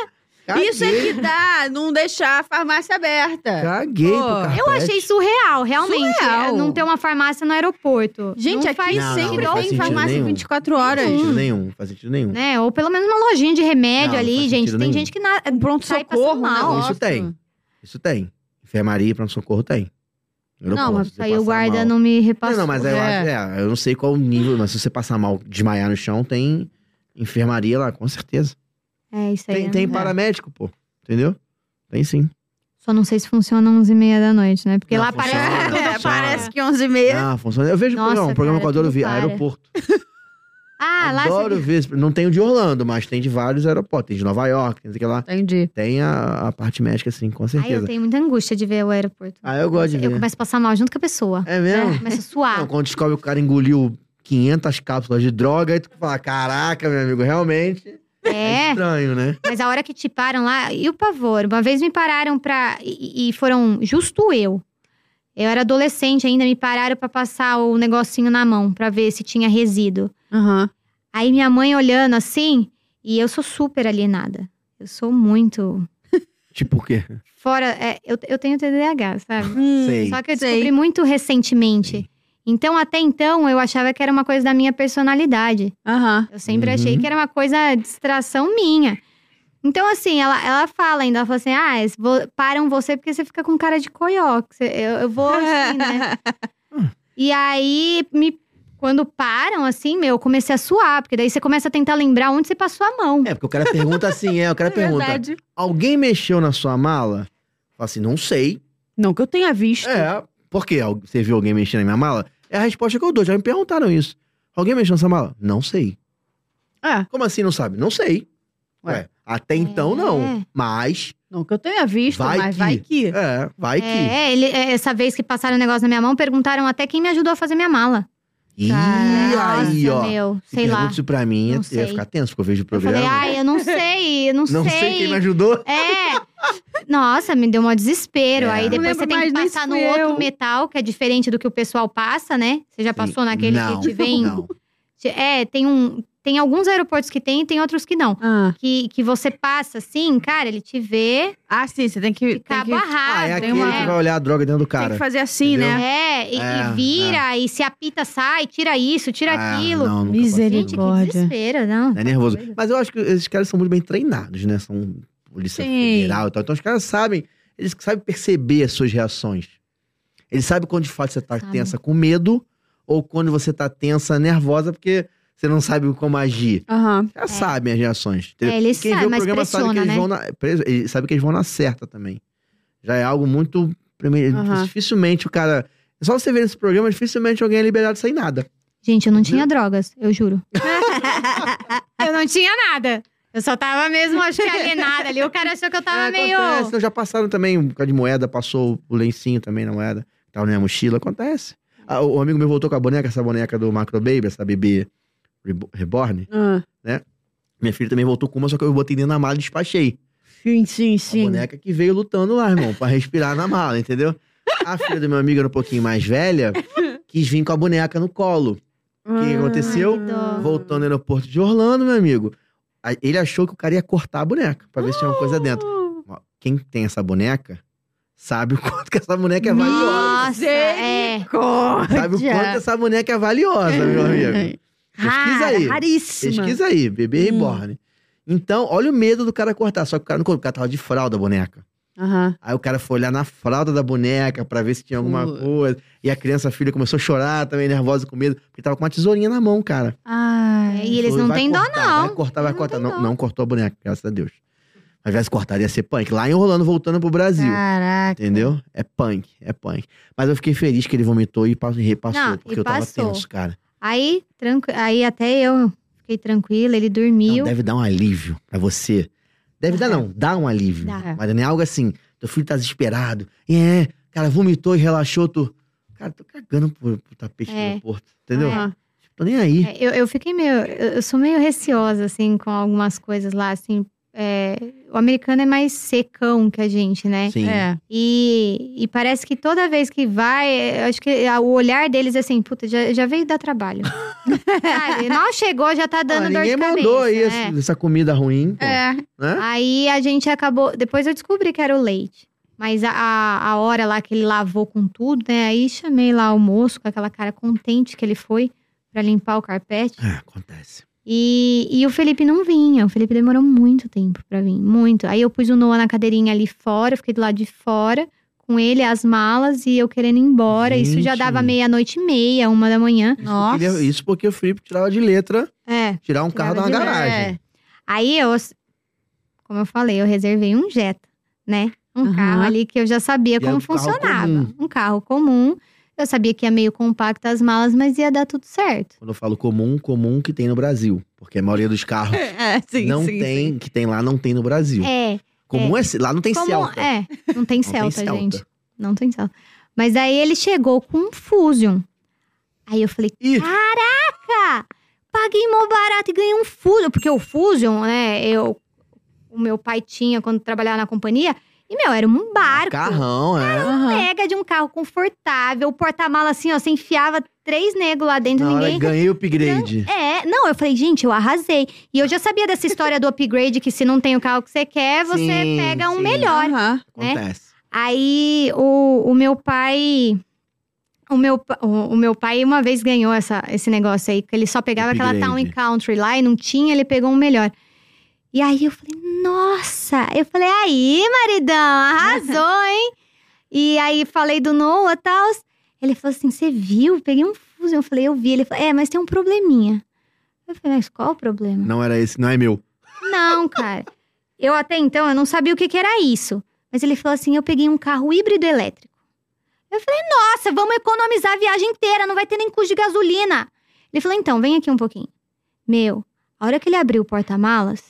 Speaker 2: Caguei.
Speaker 1: Isso é que dá, não deixar a farmácia aberta.
Speaker 2: Caguei
Speaker 1: Pô,
Speaker 2: pro
Speaker 1: eu
Speaker 2: carpete.
Speaker 3: Eu achei surreal, realmente.
Speaker 1: Surreal.
Speaker 3: é, Não ter uma farmácia no aeroporto.
Speaker 1: Gente,
Speaker 3: não
Speaker 1: aqui
Speaker 3: faz
Speaker 2: Não, não,
Speaker 1: sempre
Speaker 2: não faz
Speaker 1: tem
Speaker 2: sentido
Speaker 1: farmácia
Speaker 2: nenhum.
Speaker 1: 24 horas.
Speaker 2: Não faz sentido nenhum, não faz sentido nenhum.
Speaker 3: né? Ou pelo menos uma lojinha de
Speaker 2: Hum.
Speaker 3: remédio
Speaker 2: Não, não
Speaker 3: ali,
Speaker 2: faz
Speaker 3: gente.
Speaker 2: sentido
Speaker 3: Tem
Speaker 2: nenhum.
Speaker 3: gente que na...
Speaker 1: Um pronto-socorro,
Speaker 3: Sai passando mal.
Speaker 1: né?
Speaker 2: Isso tem. Isso tem. Enfermaria, pronto-socorro tem. Eu
Speaker 1: Não,
Speaker 2: posso
Speaker 1: mas
Speaker 2: dizer
Speaker 3: Aí o
Speaker 2: passar
Speaker 3: guarda
Speaker 2: mal.
Speaker 3: não me
Speaker 2: Não,
Speaker 3: repassou.
Speaker 2: não, mas eu acho, é, eu não sei qual o nível, mas se você passar mal, desmaiar no chão, tem enfermaria lá, com certeza.
Speaker 3: É isso aí.
Speaker 2: Tem,
Speaker 3: né?
Speaker 2: tem
Speaker 1: é.
Speaker 2: paramédico, pô. Entendeu? Tem sim.
Speaker 3: Só não sei se funciona 11 e meia da noite, né? Porque
Speaker 2: Não,
Speaker 3: lá
Speaker 2: funciona,
Speaker 3: parece que
Speaker 2: funciona.
Speaker 3: tá
Speaker 1: É,
Speaker 3: tudo
Speaker 1: parece
Speaker 3: parado.
Speaker 1: que 11 e meia.
Speaker 2: Ah, funciona. Eu vejo
Speaker 3: Nossa,
Speaker 2: o programa, um programa
Speaker 3: cara,
Speaker 2: que eu adoro
Speaker 3: tudo
Speaker 2: ver,
Speaker 3: para.
Speaker 2: aeroporto.
Speaker 3: Ah, lá
Speaker 2: adoro ver. esse- Não tem o de Orlando, mas tem de vários aeroportos. Tem de Nova York, tem de lá.
Speaker 1: Entendi.
Speaker 2: Tem a, a parte médica, sim, com
Speaker 3: Aí eu
Speaker 2: certeza.
Speaker 3: tenho muita angústia de ver o aeroporto.
Speaker 2: Ah, eu gosto de
Speaker 3: Eu
Speaker 2: ver.
Speaker 3: começo a passar mal junto com a pessoa.
Speaker 2: É mesmo?
Speaker 3: Começo a suar.
Speaker 2: Não, quando descobre que o cara engoliu 500 cápsulas de droga, aí tu fala, caraca, meu amigo, realmente é
Speaker 3: É.
Speaker 2: estranho, né?
Speaker 3: Mas a hora que te param lá, e o pavor? Uma vez me pararam pra. E, e foram justo eu. Eu era adolescente ainda, me pararam pra passar o negocinho na mão, pra ver se tinha resíduo.
Speaker 1: Aham.
Speaker 3: Aí minha mãe olhando assim, e eu sou super alienada. Eu sou muito.
Speaker 2: Tipo o quê?
Speaker 3: Fora. é, eu, eu tenho TDAH, sabe?
Speaker 1: Hum,
Speaker 2: Sei.
Speaker 3: Só que eu
Speaker 1: Sei.
Speaker 3: descobri muito recentemente. Então, até então, eu achava que era uma coisa da minha personalidade.
Speaker 1: Aham.
Speaker 3: Eu sempre
Speaker 2: Uhum.
Speaker 3: achei que era uma coisa distração minha. Então, assim, ela, ela fala ainda, ela fala assim: ah, es- vo- param você porque você fica com cara de coió. que você- Eu, eu vou assim, né?
Speaker 2: Ah.
Speaker 3: E aí, me- quando param, assim, meu, eu comecei a suar, porque daí você começa a tentar lembrar onde você passou a mão.
Speaker 2: É, porque o cara pergunta assim, é, o cara
Speaker 1: É
Speaker 2: pergunta,
Speaker 1: verdade.
Speaker 2: alguém mexeu na sua mala? Fala assim, não sei.
Speaker 1: Não que eu tenha visto.
Speaker 2: É, por quê? Al- Você viu alguém mexendo na minha mala? É a resposta que eu dou, já me perguntaram isso. Alguém mexeu nessa mala? Não sei.
Speaker 1: É,
Speaker 2: Como assim não sabe? Não sei.
Speaker 1: Ué.
Speaker 2: Ué, até então
Speaker 3: É.
Speaker 2: não, mas,
Speaker 1: não que eu tenha visto,
Speaker 2: Vai
Speaker 1: mas
Speaker 2: que.
Speaker 1: vai que.
Speaker 2: é, vai que...
Speaker 3: É, ele- é, essa vez que passaram o negócio na minha mão, perguntaram até quem me ajudou a fazer minha mala.
Speaker 2: E aí,
Speaker 3: Nossa,
Speaker 2: ó,
Speaker 3: meu,
Speaker 2: se
Speaker 3: sei lá.
Speaker 2: pergunta isso pra mim,
Speaker 3: Não
Speaker 2: eu ia
Speaker 3: sei.
Speaker 2: ficar tenso, porque eu vejo o
Speaker 3: Eu
Speaker 2: programa.
Speaker 3: falei, ai, eu não sei, eu não,
Speaker 2: não sei. quem me ajudou.
Speaker 3: É! Nossa, me deu um desespero.
Speaker 2: É.
Speaker 3: Aí
Speaker 2: Não
Speaker 3: depois
Speaker 1: lembro
Speaker 3: você tem que
Speaker 1: mais, nem
Speaker 3: passar no
Speaker 1: fui eu.
Speaker 3: outro metal, que é diferente do que o pessoal passa, né? Você já passou naquele
Speaker 2: não,
Speaker 3: que te vem.
Speaker 2: Não.
Speaker 3: te- É, tem um. Tem alguns aeroportos que tem e tem outros que não.
Speaker 1: Ah.
Speaker 3: Que, que você passa assim, cara, ele te vê,
Speaker 1: ah, sim, você tem que.
Speaker 3: fica
Speaker 1: Tem que,
Speaker 2: Ah,
Speaker 3: abarrado.
Speaker 2: é
Speaker 1: tem
Speaker 2: aquele
Speaker 1: uma-
Speaker 2: que vai olhar a droga dentro do
Speaker 1: tem
Speaker 2: cara.
Speaker 1: que fazer assim,
Speaker 2: entendeu?
Speaker 1: né?
Speaker 3: É, e,
Speaker 2: É,
Speaker 3: e vira, e se apita, sai, tira isso, tira
Speaker 2: Ah,
Speaker 3: aquilo.
Speaker 2: Não, nunca passei,
Speaker 3: Gente,
Speaker 1: Misericórdia.
Speaker 2: não.
Speaker 3: que desespero, não.
Speaker 2: É nervoso.
Speaker 3: Tá doido.
Speaker 2: Mas eu acho que esses caras são muito bem treinados, né? São polícia
Speaker 1: Sim.
Speaker 2: federal e tal. Então os caras sabem, eles sabem perceber as suas reações. Eles sabem quando de fato você tá
Speaker 3: Sabem.
Speaker 2: tensa com medo ou quando você tá tensa, nervosa, porque você não sabe como agir.
Speaker 1: Aham.
Speaker 2: Os caras sabem as reações. Entendeu?
Speaker 3: É, eles
Speaker 2: Quem vê
Speaker 3: sabem,
Speaker 2: o
Speaker 3: mas
Speaker 2: programa sabe que
Speaker 3: pressiona,
Speaker 2: eles
Speaker 3: né?
Speaker 2: vão na, pres- ele sabe que eles vão na certa também. Já é algo muito. primeiro,
Speaker 1: Aham.
Speaker 2: Dificilmente o cara. é Só você ver esse programa, dificilmente alguém é liberado sem nada.
Speaker 3: Gente, eu não tinha drogas, eu juro. eu não tinha nada. Eu só tava mesmo, acho que alienada ali. O cara achou que eu tava
Speaker 2: É,
Speaker 3: Ah, meio.
Speaker 2: Acontece, não, já passaram também, por causa de moeda, passou o lencinho também na moeda, que tava na minha mochila, acontece. Ah, o o amigo meu voltou com a boneca, essa boneca do Macro Baby, essa bebê rebo- reborn.
Speaker 1: Ah.
Speaker 2: Minha filha também voltou com uma, só que eu botei dentro da mala e despachei.
Speaker 1: Sim, sim,
Speaker 2: A
Speaker 1: sim.
Speaker 2: boneca que veio lutando lá, irmão, pra respirar na mala, entendeu? A filha do meu amigo era um pouquinho mais velha, quis vir com a boneca no colo. que aconteceu?
Speaker 3: Ai, que dó.
Speaker 2: Voltou no aeroporto de Orlando, meu amigo. Aí Ele achou que o cara ia cortar a boneca, pra ver se tinha uma coisa dentro.
Speaker 1: Oh!
Speaker 2: Ó, Quem tem essa boneca sabe o quanto que essa boneca é valiosa.
Speaker 3: Nossa, é.
Speaker 2: Sabe o quanto essa boneca é valiosa, meu amigo. Pesquisa aí.
Speaker 1: Raríssima.
Speaker 2: Pesquisa aí, bebê
Speaker 1: Hum.
Speaker 2: reborn. Então, olha o medo do cara cortar. Só que o cara não cortou, o cara tava de fralda a boneca.
Speaker 1: Aham.
Speaker 2: Aí o cara foi olhar na fralda da boneca pra ver se tinha alguma
Speaker 1: Putz.
Speaker 2: coisa. E a criança, a filha, começou a chorar também, nervosa, com medo. Porque tava com uma tesourinha na mão, cara.
Speaker 1: Ai.
Speaker 3: É, E eles
Speaker 2: Falou,
Speaker 3: não
Speaker 2: vai
Speaker 3: têm dó,
Speaker 2: cortar, Vai
Speaker 3: não.
Speaker 2: cortar, vai
Speaker 3: Não
Speaker 2: cortar.
Speaker 3: tem
Speaker 2: Não,
Speaker 3: dó.
Speaker 2: não cortou a boneca, graças a Deus. Mas tivesse cortado, ia ser punk. Lá enrolando, voltando pro Brasil.
Speaker 3: Ah. Caraca.
Speaker 2: Entendeu? É punk, é punk. Mas eu fiquei feliz que ele vomitou e pa- e repassou,
Speaker 3: Não,
Speaker 2: porque
Speaker 3: e
Speaker 2: eu tava
Speaker 3: passou.
Speaker 2: tenso, cara.
Speaker 3: Aí, tranqu... aí até eu fiquei tranquila, ele
Speaker 2: Não,
Speaker 3: dormiu.
Speaker 2: deve dar um alívio pra você. Deve dar, não, dá um alívio.
Speaker 3: Dá.
Speaker 2: Mas não é algo assim, teu filho tá desesperado. E é, cara, vomitou e relaxou, tu. Cara, tô cagando pro, pro tapete
Speaker 3: É.
Speaker 2: do aeroporto, entendeu?
Speaker 1: Ah.
Speaker 2: Tô nem aí.
Speaker 3: É, Eu, eu fiquei meio. Eu eu sou meio receosa, assim, com algumas coisas lá, assim. é, o americano é mais secão que a gente, né?
Speaker 2: Sim.
Speaker 1: É.
Speaker 3: E, e parece que toda vez que vai, eu acho que a- o olhar deles é assim, puta, já, já veio dar trabalho. Sabe? Mal chegou, já tá dando
Speaker 2: Ah,
Speaker 3: dor de
Speaker 2: ninguém
Speaker 3: cabeça.
Speaker 2: mandou aí
Speaker 3: né?
Speaker 2: esse- essa comida ruim, pô,
Speaker 1: É.
Speaker 2: né?
Speaker 3: Aí a gente acabou. Depois eu descobri que era o leite. Mas a, a a hora lá que ele lavou com tudo, né? Aí chamei lá o moço com aquela cara contente que ele foi pra limpar o carpete.
Speaker 2: É, acontece.
Speaker 3: E, e o Felipe não vinha. O Felipe demorou muito tempo pra vir, muito. Aí eu pus o Noah na cadeirinha ali fora, eu fiquei do lado de fora, com ele, as malas e eu querendo ir embora. Isso já
Speaker 2: Gente.
Speaker 3: dava meia-noite e meia, uma da manhã.
Speaker 1: Nossa.
Speaker 2: Ele- isso porque o Felipe tirava de letra
Speaker 3: É.
Speaker 2: tirar um carro da
Speaker 3: Tirava
Speaker 2: uma
Speaker 3: de é.
Speaker 2: garagem.
Speaker 3: Aí eu, como eu falei, eu reservei um Jetta, né? Um
Speaker 1: Aham.
Speaker 3: carro ali que eu já sabia
Speaker 2: é
Speaker 3: como
Speaker 2: um carro
Speaker 3: funcionava.
Speaker 2: comum.
Speaker 3: um carro comum. Eu sabia que ia meio compacto as malas, mas ia dar tudo certo.
Speaker 2: Quando eu falo comum, comum que tem no Brasil. Porque a maioria dos carros
Speaker 1: É, sim,
Speaker 2: não
Speaker 1: sim,
Speaker 2: tem,
Speaker 1: sim.
Speaker 2: que tem lá, não tem no Brasil.
Speaker 3: É,
Speaker 2: Comum é, lá não tem
Speaker 3: como
Speaker 2: Celta.
Speaker 3: é, não tem
Speaker 2: Não tem
Speaker 3: Celta,
Speaker 2: Celta.
Speaker 3: gente. Não tem Celta. Mas aí ele chegou com um Fusion. Aí eu falei,
Speaker 2: Ih,
Speaker 3: Caraca! Paguei mó barato e ganhei um Fusion. Porque o Fusion, né, eu, o meu pai tinha quando trabalhava na companhia. E, meu, era um barco.
Speaker 2: Carrão, é.
Speaker 1: Aham.
Speaker 3: Mega de um carro confortável, o porta-mala assim, ó, você enfiava três negros lá dentro,
Speaker 2: Na hora
Speaker 3: ninguém.
Speaker 2: que ganhei o upgrade.
Speaker 3: É, não, eu falei, gente, eu arrasei. E eu já sabia dessa história do upgrade, que se não tem o carro que você quer, você
Speaker 2: Sim,
Speaker 3: pega um
Speaker 2: sim.
Speaker 3: melhor.
Speaker 1: Aham.
Speaker 3: né?
Speaker 2: Acontece.
Speaker 3: Aí o, o meu pai. O meu, pa- o, o meu pai uma vez ganhou essa, esse negócio aí, que ele só pegava aquela
Speaker 2: Upgrade.
Speaker 3: Town and Country lá e não tinha, ele pegou um melhor. E aí eu falei, nossa! Eu falei, aí, maridão, arrasou, hein? e aí falei do Noah e tal. Ele falou assim: você viu? Peguei um fuso. Eu falei, eu vi. Ele falou, é, mas tem um probleminha. Eu falei, mas qual o problema?
Speaker 2: Não era esse, não é meu.
Speaker 3: Não, cara. Eu até então, eu não sabia o que, que era isso. Mas ele falou assim: eu peguei um carro híbrido elétrico. Eu falei, nossa, vamos economizar a viagem inteira, não vai ter nem custo de gasolina. Ele falou, então, vem aqui um pouquinho. Meu, a hora que ele abriu o porta-malas,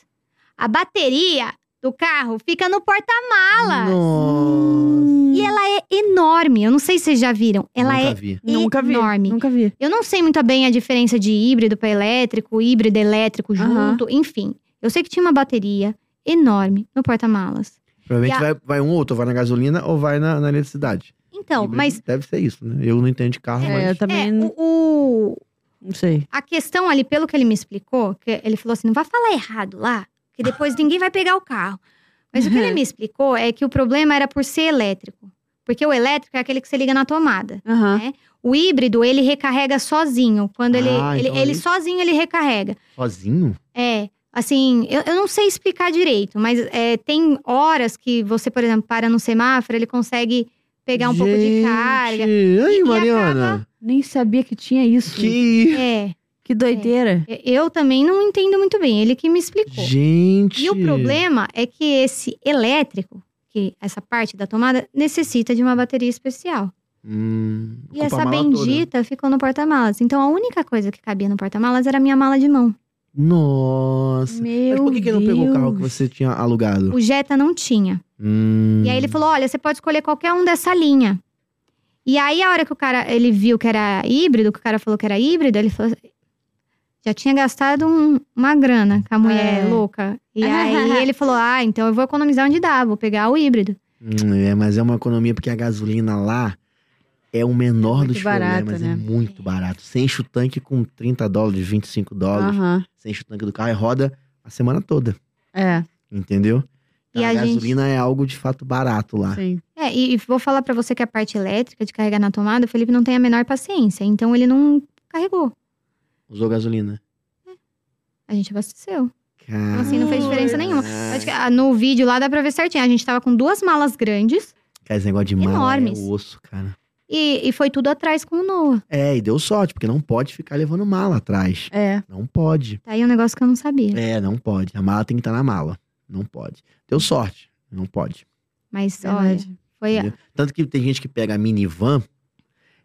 Speaker 3: a bateria do carro fica no porta-malas.
Speaker 2: Nossa.
Speaker 3: E ela é enorme. Eu não sei se vocês já viram. Ela
Speaker 2: Nunca
Speaker 3: é
Speaker 2: vi.
Speaker 1: Nunca vi.
Speaker 3: enorme.
Speaker 1: Nunca vi.
Speaker 3: Eu não sei muito bem a diferença de híbrido para elétrico, híbrido elétrico
Speaker 1: Aham.
Speaker 3: junto, enfim. Eu sei que tinha uma bateria enorme no porta-malas.
Speaker 2: Provavelmente
Speaker 3: E
Speaker 2: vai, vai um ou outro, vai na gasolina ou vai na, na eletricidade.
Speaker 3: Então,
Speaker 2: Híbrido
Speaker 3: mas
Speaker 2: Deve ser isso, né? Eu não entendo de carro,
Speaker 1: É,
Speaker 2: mas.
Speaker 1: eu também
Speaker 3: é,
Speaker 1: não-
Speaker 3: o, o-
Speaker 1: não sei.
Speaker 3: a questão ali, pelo que ele me explicou, que ele falou assim: não vai falar errado lá, que depois ninguém vai pegar o carro. Mas o que ele me explicou é que o problema era por ser elétrico. Porque o elétrico é aquele que você liga na tomada.
Speaker 1: Aham.
Speaker 3: O híbrido, ele recarrega sozinho. Quando ele.
Speaker 2: Ah,
Speaker 3: ele,
Speaker 2: então é
Speaker 3: ele
Speaker 2: isso.
Speaker 3: sozinho ele recarrega.
Speaker 2: Sozinho?
Speaker 3: É, assim, eu, eu não sei explicar direito, mas é, tem horas que você, por exemplo, para no semáforo, ele consegue pegar um pouco de
Speaker 2: Gente,
Speaker 3: carga.
Speaker 2: Ai,
Speaker 3: e
Speaker 2: Mariana.
Speaker 1: Nem sabia que tinha isso. Que,
Speaker 2: Que.
Speaker 3: É,
Speaker 1: doideira.
Speaker 3: eu também não entendo muito bem, ele que me explicou.
Speaker 2: Gente.
Speaker 3: E o problema é que esse elétrico, que essa parte da tomada, necessita de uma bateria especial.
Speaker 2: Hum,
Speaker 3: E
Speaker 2: ocupa a
Speaker 3: essa
Speaker 2: mala toda.
Speaker 3: bendita ficou no porta-malas. Então a única coisa que cabia no porta-malas era a minha mala de mão.
Speaker 2: Nossa.
Speaker 1: Meu
Speaker 2: Mas por que, que não pegou o carro que
Speaker 1: Deus.
Speaker 2: você tinha alugado?
Speaker 3: O Jetta não tinha.
Speaker 2: Hum.
Speaker 3: E aí ele falou: olha, você pode escolher qualquer um dessa linha. E aí, a hora que o cara ele viu que era híbrido, que o cara falou que era híbrido, ele falou. Já tinha gastado um- uma grana com a mulher
Speaker 1: É.
Speaker 3: louca. E aí ele falou: Ah, então eu vou economizar onde dá, vou pegar o híbrido.
Speaker 2: Hum, É, mas é uma economia porque a gasolina lá é o menor
Speaker 1: Muito
Speaker 2: dos
Speaker 1: barata,
Speaker 2: problemas,
Speaker 1: né?
Speaker 2: é muito barato. Você enche o tanque com 30 dólares, 25 dólares,
Speaker 1: Aham.
Speaker 2: você enche o tanque do carro e roda a semana toda,
Speaker 1: É,
Speaker 2: entendeu? Então,
Speaker 3: E
Speaker 2: a,
Speaker 3: a gente-
Speaker 2: gasolina é algo de fato barato lá.
Speaker 1: sim.
Speaker 3: É, e, e vou falar pra você que a parte elétrica de carregar na tomada, o Felipe não tem a menor paciência. Então ele não carregou.
Speaker 2: Usou gasolina.
Speaker 3: A gente abasteceu. Então,
Speaker 2: Cara...
Speaker 3: assim, não fez diferença nenhuma. Acho que, ah, no vídeo lá dá pra ver certinho. A gente tava com duas malas grandes
Speaker 2: Cara, esse negócio de mala é
Speaker 3: Enormes.
Speaker 2: o osso, cara.
Speaker 3: e, e foi tudo atrás com o Noah.
Speaker 2: É, e deu sorte, porque não pode ficar levando mala atrás.
Speaker 1: É.
Speaker 2: Não pode.
Speaker 3: Tá aí um negócio que eu não sabia.
Speaker 2: É, não pode. A mala tem que estar na mala. Não pode. Deu sorte. Não pode.
Speaker 3: Mas, olha,
Speaker 1: Verdade.
Speaker 3: foi.
Speaker 2: Entendeu? Tanto que tem gente que pega a minivan,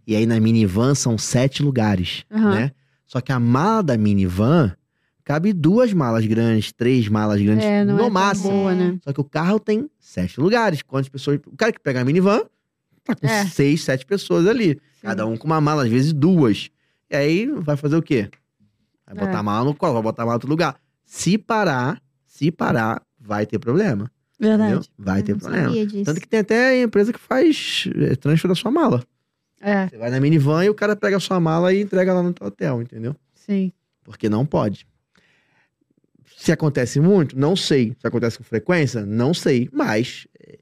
Speaker 2: e aí na minivan são sete lugares,
Speaker 1: Aham.
Speaker 2: né? Só que a mala da minivan cabe duas malas grandes, três malas grandes,
Speaker 1: É, não é
Speaker 2: no
Speaker 1: tão
Speaker 2: máximo.
Speaker 1: boa, né?
Speaker 2: Só que o carro tem sete lugares. Quantas pessoas... O cara que pega a minivan, tá com
Speaker 1: É.
Speaker 2: seis, sete pessoas ali. Cada um com uma mala, às vezes duas. E aí vai fazer o quê? Vai botar
Speaker 1: É.
Speaker 2: a mala no colo, vai botar a mala em outro lugar. Se parar, se parar, vai ter problema. Entendeu?
Speaker 1: Verdade. Uhum.
Speaker 2: Vai ter
Speaker 3: eu não
Speaker 2: problema.
Speaker 3: sabia disso.
Speaker 2: Tanto que tem até empresa que faz é, transfer da sua mala.
Speaker 1: É,
Speaker 2: Você vai na minivan e o cara pega a sua mala e entrega lá no teu hotel, entendeu?
Speaker 1: sim.
Speaker 2: Porque não pode. Se acontece muito, não sei. Se acontece com frequência, não sei. Mas é,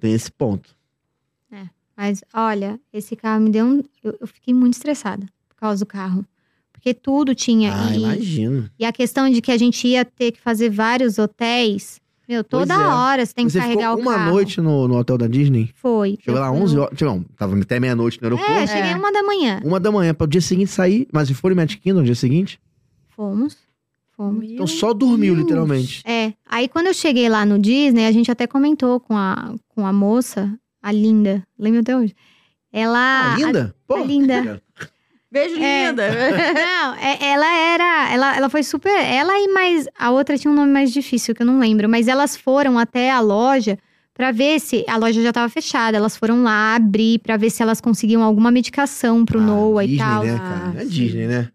Speaker 2: tem esse ponto.
Speaker 3: Mas, olha, esse carro me deu um. Eu, eu fiquei muito estressada por causa do carro. Porque tudo tinha.
Speaker 2: Ah,
Speaker 3: é, e-
Speaker 2: imagino.
Speaker 3: e a questão de que a gente ia ter que fazer vários hotéis. Meu,
Speaker 2: Pois
Speaker 3: toda
Speaker 2: é.
Speaker 3: hora você tem que
Speaker 2: Você
Speaker 3: carregar
Speaker 2: ficou
Speaker 3: o
Speaker 2: uma
Speaker 3: carro.
Speaker 2: noite no, no hotel da Disney?
Speaker 3: Foi.
Speaker 2: Chegou lá 11 horas. Chegou, não, tava até meia-noite no aeroporto.
Speaker 3: É, cheguei
Speaker 1: É.
Speaker 3: uma da manhã.
Speaker 2: Uma da manhã, para o dia seguinte sair. Mas se for em Magic Kingdom no dia seguinte,
Speaker 3: Fomos. Fomos.
Speaker 2: então só dormiu,
Speaker 1: Deus.
Speaker 2: literalmente.
Speaker 3: É. Aí quando eu cheguei lá no Disney, a gente até comentou com a, com a moça, a linda. Lembro até hoje. Ela.
Speaker 2: Ah, linda? Pô.
Speaker 3: tá linda.
Speaker 1: Beijo,
Speaker 3: É.
Speaker 1: linda.
Speaker 3: Não, é- ela era. Ela, ela foi super. Ela e mais. A outra tinha um nome mais difícil que eu não lembro, mas elas foram até a loja pra ver se. A loja já tava fechada, elas foram lá abrir pra ver se elas conseguiam alguma medicação pro
Speaker 2: Ah,
Speaker 3: Noah
Speaker 2: Disney,
Speaker 3: e tal.
Speaker 2: Né, cara?
Speaker 1: Ah,
Speaker 2: é
Speaker 1: sim.
Speaker 2: Disney, né?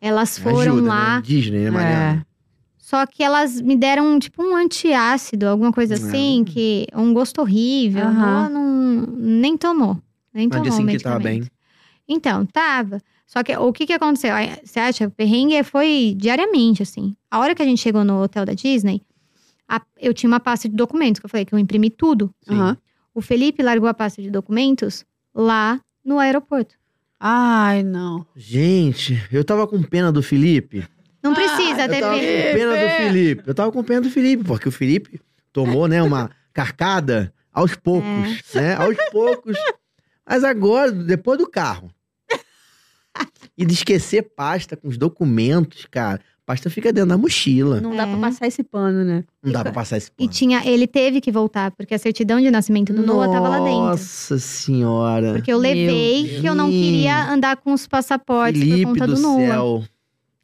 Speaker 3: Elas foram
Speaker 2: Ajuda,
Speaker 3: lá. É.
Speaker 2: Né? Disney, né,
Speaker 1: É.
Speaker 2: Mariana?
Speaker 3: Só que elas me deram tipo um antiácido, alguma
Speaker 2: É.
Speaker 3: coisa assim, que um gosto horrível.
Speaker 1: Aham.
Speaker 3: Ela não nem tomou. Nem
Speaker 2: Mas
Speaker 3: tomou
Speaker 2: disse
Speaker 3: o
Speaker 2: assim que tava
Speaker 3: medicamento.
Speaker 2: bem.
Speaker 3: Então, tava. Só que o que que aconteceu? Aí, Você acha, o perrengue foi diariamente, assim. A hora que a gente chegou no hotel da Disney, a- eu tinha uma pasta de documentos, que eu falei que eu imprimi tudo.
Speaker 2: Sim.
Speaker 1: Aham.
Speaker 3: O Felipe largou a pasta de documentos lá no aeroporto.
Speaker 1: Ai, não.
Speaker 2: Gente, eu tava com pena do Felipe.
Speaker 3: Não
Speaker 1: Ah,
Speaker 3: precisa
Speaker 2: Eu
Speaker 3: ter...
Speaker 2: tava com
Speaker 3: pe-
Speaker 2: pena do
Speaker 1: Felipe!
Speaker 2: Felipe. Eu tava com pena do Felipe, porque o Felipe tomou, né, uma carcada aos poucos,
Speaker 3: É.
Speaker 2: né? Aos poucos. Mas agora, depois do carro. E de esquecer pasta com os documentos, cara. Pasta fica dentro da mochila. Não,
Speaker 1: Não dá
Speaker 3: É.
Speaker 1: pra passar esse pano, né?
Speaker 2: dá pra passar esse
Speaker 3: E
Speaker 2: pano.
Speaker 3: tinha... Ele teve que voltar, porque a certidão de nascimento do Noah tava lá dentro.
Speaker 2: Nossa senhora.
Speaker 3: Porque eu
Speaker 1: Meu
Speaker 3: levei que eu não queria andar com os passaportes
Speaker 2: Felipe
Speaker 3: por conta
Speaker 2: do
Speaker 3: do, Noah.
Speaker 2: céu.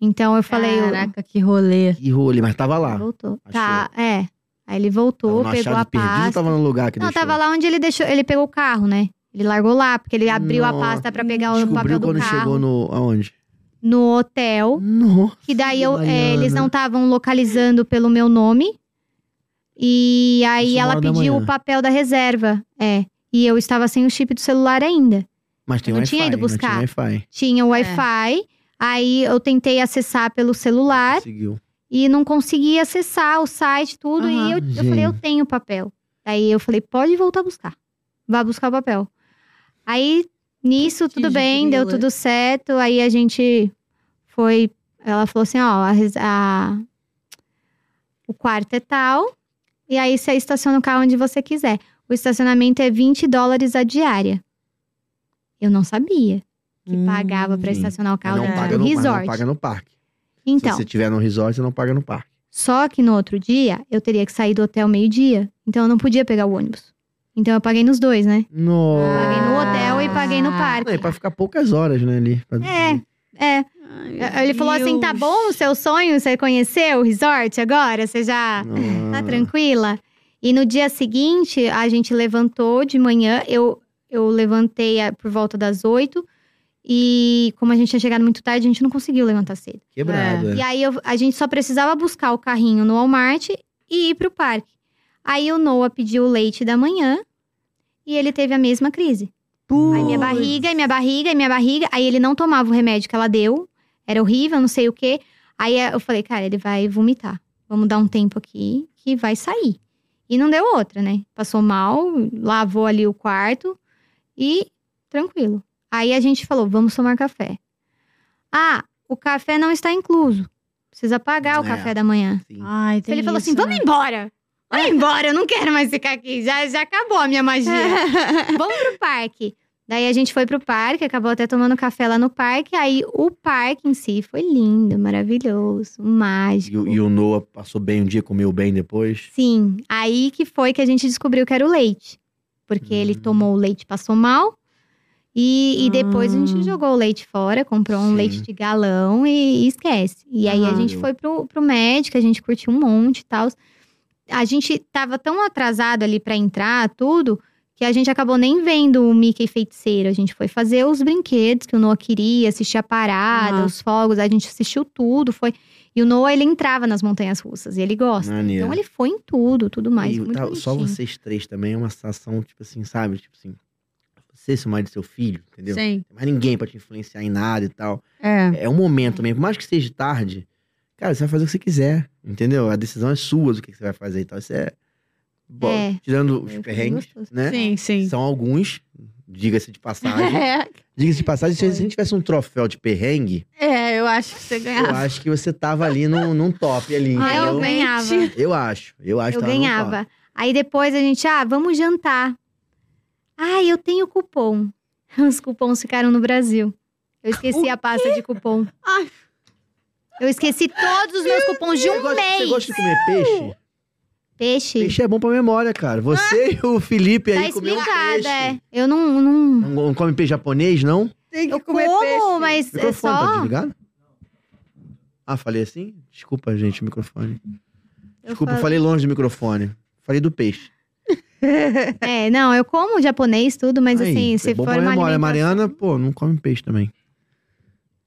Speaker 3: Então eu falei, eu-
Speaker 1: Caraca, que rolê.
Speaker 2: Que rolê, mas tava lá.
Speaker 3: voltou. Tá, é. Aí ele voltou,
Speaker 2: Tava no
Speaker 3: pegou
Speaker 2: achado
Speaker 3: a
Speaker 2: perdido ou
Speaker 3: pasta.
Speaker 2: tava no lugar que
Speaker 3: Não,
Speaker 2: deixou?
Speaker 3: tava lá onde ele deixou. Ele pegou o carro, né? Ele largou lá, porque ele abriu
Speaker 2: Nossa.
Speaker 3: a pasta pra pegar o
Speaker 2: Descobriu
Speaker 3: papel do
Speaker 2: quando
Speaker 3: carro.
Speaker 2: chegou no... Aonde?
Speaker 3: No hotel.
Speaker 2: Nossa,
Speaker 3: Que daí eu, é,
Speaker 2: Mariana.
Speaker 3: eles não estavam localizando pelo meu nome. E aí
Speaker 2: Isso uma
Speaker 3: ela
Speaker 2: hora da
Speaker 3: pediu
Speaker 2: manhã.
Speaker 3: o papel da reserva. É. E eu estava sem o chip do celular ainda.
Speaker 2: Mas tem
Speaker 3: Eu não
Speaker 2: Wi-Fi,
Speaker 3: tinha ido
Speaker 2: não tinha
Speaker 3: buscar.
Speaker 2: Wi-Fi.
Speaker 3: Tinha o Wi-Fi. Aí eu tentei acessar pelo celular.
Speaker 2: Conseguiu.
Speaker 3: e não conseguia acessar o site, tudo.
Speaker 1: Aham.
Speaker 3: E eu, eu falei, eu tenho o papel. Daí eu falei, pode voltar a buscar. Vá buscar o papel. Aí, nisso,
Speaker 1: Que
Speaker 3: tudo bem, deu
Speaker 1: grila.
Speaker 3: tudo certo. Aí a gente foi. Ela falou assim: ó, a res- a- o quarto é tal. E aí você estaciona o carro onde você quiser. O estacionamento é 20 dólares a diária.
Speaker 1: Hum.
Speaker 3: Eu não sabia que pagava pra
Speaker 2: Sim.
Speaker 3: estacionar o
Speaker 2: Mas
Speaker 3: carro
Speaker 2: não,
Speaker 1: né?
Speaker 3: dentro
Speaker 2: paga
Speaker 3: do
Speaker 2: no, mas
Speaker 3: resort.
Speaker 2: não paga no parque.
Speaker 3: Então.
Speaker 2: Se você tiver no resort, você não paga no parque.
Speaker 3: Só que no outro dia, eu teria que sair do hotel meio-dia. Então eu não podia pegar o ônibus. Então eu paguei nos dois, né?
Speaker 2: Nossa.
Speaker 3: Paguei no hotel e paguei no parque.
Speaker 2: Não, e pra ficar poucas horas, né, ali. Pra-
Speaker 3: É. É,
Speaker 1: Ai,
Speaker 3: ele falou assim: tá
Speaker 1: Deus.
Speaker 3: bom o seu sonho? Você conheceu o resort agora? Você já
Speaker 2: Nossa.
Speaker 3: tá tranquila? E no dia seguinte, a gente levantou de manhã. Eu, eu levantei ah, por volta das oito. E como a gente tinha chegado muito tarde, a gente não conseguiu levantar cedo.
Speaker 2: Quebrada.
Speaker 3: É. E aí eu- a gente só precisava buscar o carrinho no Walmart e ir pro parque. Aí o Noah pediu o leite da manhã e ele teve a mesma crise. Aí minha
Speaker 1: Putz.
Speaker 3: barriga, e minha barriga, e minha barriga. Aí ele não tomava o remédio que ela deu. Era horrível, não sei o quê. Aí eh, eu falei, cara, ele vai vomitar. Vamos dar um tempo aqui que vai sair. E não deu outra, né? Passou mal, lavou ali o quarto e tranquilo. Aí a gente falou, vamos tomar café. Ah, o café não está incluso. Precisa pagar o
Speaker 2: É.
Speaker 3: café da manhã.
Speaker 2: Sim.
Speaker 1: Ai, tem
Speaker 3: Ele falou assim,
Speaker 1: isso, né?"
Speaker 3: vamos embora. Vamos embora, eu não quero mais ficar aqui. Já, já acabou a minha magia.
Speaker 1: né?
Speaker 3: Vamos pro parque. Daí a gente foi pro parque, acabou até tomando café lá no parque. Aí o parque em si foi lindo, maravilhoso,
Speaker 2: E,
Speaker 3: mágico.
Speaker 2: o- e o Noah passou bem um dia, comeu bem depois.
Speaker 3: Sim, aí que foi que a gente descobriu que era o leite. Porque ele
Speaker 2: Hum.
Speaker 3: tomou o leite, passou mal. E, e depois a
Speaker 1: Ah.
Speaker 3: gente jogou o leite fora, comprou um
Speaker 2: Sim.
Speaker 3: leite de galão e, e esquece. E aí a
Speaker 1: Aham.
Speaker 3: gente foi pro, pro médico, a gente curtiu um monte e tal. A gente tava tão atrasado ali pra entrar, tudo, que a gente acabou nem vendo o Mickey feiticeiro. A gente foi fazer os brinquedos que o Noah queria, assistir a parada,
Speaker 2: Ah.
Speaker 1: Aham.
Speaker 3: os fogos, a gente assistiu tudo, foi. E o Noah, ele entrava nas montanhas russas e ele gosta.
Speaker 2: Maneiro.
Speaker 3: Então ele foi em tudo, tudo mais.
Speaker 2: É. E
Speaker 3: muito
Speaker 2: tá- só
Speaker 3: bonitinho.
Speaker 2: vocês três também é uma sensação, tipo assim, sabe? Tipo assim, você, seu marido e seu filho, entendeu?
Speaker 1: Sim.
Speaker 2: Mas ninguém pra te influenciar em nada e tal.
Speaker 1: É.
Speaker 2: É um momento também, por mais que seja tarde, cara, você vai fazer o que você quiser, entendeu? A decisão é sua do que que você vai fazer e tal. Isso é. Bom,
Speaker 3: É.
Speaker 2: tirando os
Speaker 3: Foi
Speaker 2: perrengues,
Speaker 3: gostoso.
Speaker 2: né?
Speaker 1: Sim, sim.
Speaker 2: São alguns, diga-se de passagem.
Speaker 1: É.
Speaker 2: diga-se de passagem, se a
Speaker 3: Foi.
Speaker 2: gente tivesse um troféu de perrengue,
Speaker 1: É, eu acho que você
Speaker 2: eu
Speaker 1: ganhava.
Speaker 2: acho que você tava ali num, num top ali.
Speaker 3: Ah, eu
Speaker 2: entendeu? tá,
Speaker 3: ganhava.
Speaker 2: Eu acho, eu acho
Speaker 3: Eu
Speaker 2: que tava num
Speaker 3: ganhava. Aí depois a gente, ah, vamos jantar. Ah, eu tenho cupom. Os cupons ficaram no Brasil. Eu esqueci a pasta de cupom.
Speaker 1: Ai.
Speaker 3: Eu esqueci todos os meus cupons de
Speaker 2: top.
Speaker 3: um
Speaker 2: Você gosta, você
Speaker 3: mês.
Speaker 2: gosta de comer peixe?
Speaker 3: Peixe.
Speaker 2: Peixe é bom pra memória, cara. Você e o Felipe
Speaker 3: Tá
Speaker 2: aí comeu
Speaker 3: explicado,
Speaker 2: peixe.
Speaker 3: é. Eu não. não...
Speaker 2: Não, não come peixe japonês, não?
Speaker 1: Tem que
Speaker 3: Eu
Speaker 1: comer
Speaker 3: como,
Speaker 1: peixe.
Speaker 3: mas
Speaker 2: O
Speaker 3: é
Speaker 2: microfone tá
Speaker 3: só.
Speaker 2: desligado? Ah, falei assim? Desculpa, gente, o microfone.
Speaker 3: Eu
Speaker 2: Desculpa, eu falei longe do microfone. Falei do peixe.
Speaker 3: É, não, eu como japonês, tudo, mas
Speaker 2: Aí,
Speaker 3: assim,
Speaker 2: é
Speaker 3: se
Speaker 2: bom
Speaker 3: for
Speaker 2: pra
Speaker 3: uma
Speaker 2: memória.
Speaker 3: alimentação...
Speaker 2: Mariana, pô, não come peixe também.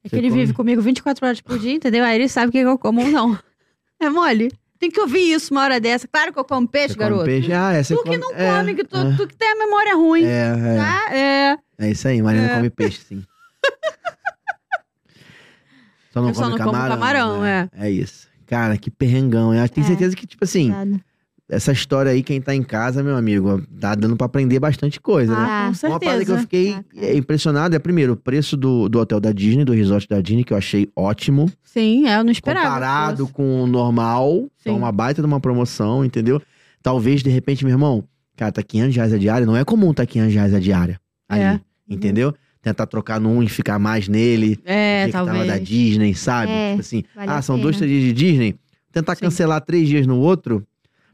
Speaker 1: É que
Speaker 2: Você
Speaker 1: ele
Speaker 2: come?
Speaker 1: vive comigo 24 horas por dia, entendeu? Aí ele sabe o que eu como ou não. É mole. Tem que ouvir isso uma hora dessa. Claro que eu como peixe,
Speaker 2: Você come
Speaker 1: garoto.
Speaker 2: peixe? Ah, é, você
Speaker 1: tu
Speaker 2: come-
Speaker 1: que não
Speaker 2: é,
Speaker 1: come, que tu,
Speaker 2: é.
Speaker 1: tu que tem a memória ruim,
Speaker 2: É, é.
Speaker 1: tá? É.
Speaker 2: É isso aí, Mariana
Speaker 1: É.
Speaker 2: come peixe, sim. Só não
Speaker 1: Eu só
Speaker 2: come
Speaker 1: não como
Speaker 2: camarão.
Speaker 1: camarão,
Speaker 2: né? É isso. Cara, que perrengão. Eu tenho
Speaker 3: É.
Speaker 2: certeza que, tipo assim,
Speaker 3: Sabe?
Speaker 2: essa história aí, quem tá em casa, meu amigo, tá dando pra aprender bastante coisa, né?
Speaker 1: Ah,
Speaker 3: Uma
Speaker 1: com
Speaker 2: Uma parada que
Speaker 1: certeza.
Speaker 2: eu
Speaker 1: tá.
Speaker 2: fiquei
Speaker 3: Ah, cara.
Speaker 2: é, impressionado é, primeiro, o preço do, do hotel da Disney, do resort da Disney, que eu achei ótimo.
Speaker 1: Sim, é, eu não esperava. que
Speaker 2: comparado
Speaker 1: fosse.
Speaker 2: com o normal, é
Speaker 1: Sim.
Speaker 2: uma baita de uma promoção, entendeu? Talvez, de repente, meu irmão, cara, tá 500 reais a diária, não é comum tá 500 reais a diária ali,
Speaker 1: É.
Speaker 2: entendeu? Tentar trocar num e ficar mais nele,
Speaker 1: É,
Speaker 2: do que tava
Speaker 1: talvez.
Speaker 2: da Disney, sabe?
Speaker 3: É,
Speaker 2: tipo assim,
Speaker 3: vale
Speaker 2: ah,
Speaker 3: a
Speaker 2: são
Speaker 3: pena.
Speaker 2: dois, três dias de Disney, tentar
Speaker 1: Sim.
Speaker 2: cancelar três dias no outro,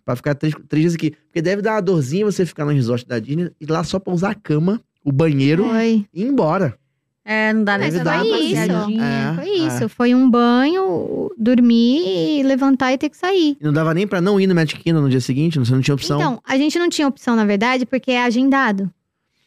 Speaker 2: pra ficar três, três dias aqui. Porque deve dar uma dorzinha você ficar no resort da Disney, ir lá só pra usar a cama, o banheiro
Speaker 3: Foi.
Speaker 2: e ir embora.
Speaker 1: É, não dá nem
Speaker 2: Deve
Speaker 1: pra dar
Speaker 2: dar
Speaker 3: Mas foi
Speaker 2: uma
Speaker 3: isso.
Speaker 1: passeadinha.
Speaker 2: É,
Speaker 3: Foi
Speaker 2: é.
Speaker 3: isso. Foi um banho, dormir, levantar e ter que sair.
Speaker 2: E não dava nem pra não ir no Magic Kingdom no dia seguinte, você não tinha opção.
Speaker 3: Então, a gente não tinha opção, na verdade, porque é agendado.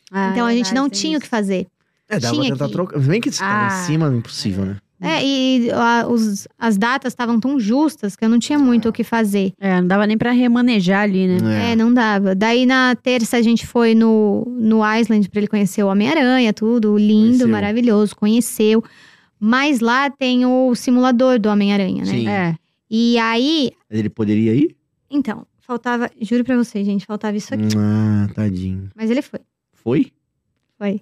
Speaker 1: Ah,
Speaker 3: então, a gente
Speaker 1: verdade,
Speaker 3: não
Speaker 1: tem
Speaker 3: tinha o
Speaker 1: isso.
Speaker 3: que fazer.
Speaker 2: É, dava pra
Speaker 3: Tinha
Speaker 2: tentar
Speaker 3: que-
Speaker 2: trocar. Se bem que se tava
Speaker 1: Ah,
Speaker 2: em cima, é impossível, né?
Speaker 3: É, e a- os- as datas estavam tão justas que eu não tinha muito o que fazer.
Speaker 1: É, não dava nem pra remanejar ali, né?
Speaker 3: É. não dava. Daí na terça a gente foi no, no Island pra ele conhecer o Homem-Aranha, tudo lindo,
Speaker 2: Conheceu.
Speaker 3: maravilhoso, conheceu. Mas lá tem o simulador do Homem-Aranha, né?
Speaker 2: Sim.
Speaker 1: É.
Speaker 3: E aí,
Speaker 2: Mas Ele poderia ir?
Speaker 3: então, faltava, juro pra vocês, gente, faltava isso aqui.
Speaker 2: Ah, tadinho.
Speaker 3: Mas ele foi,
Speaker 2: Foi?
Speaker 3: foi.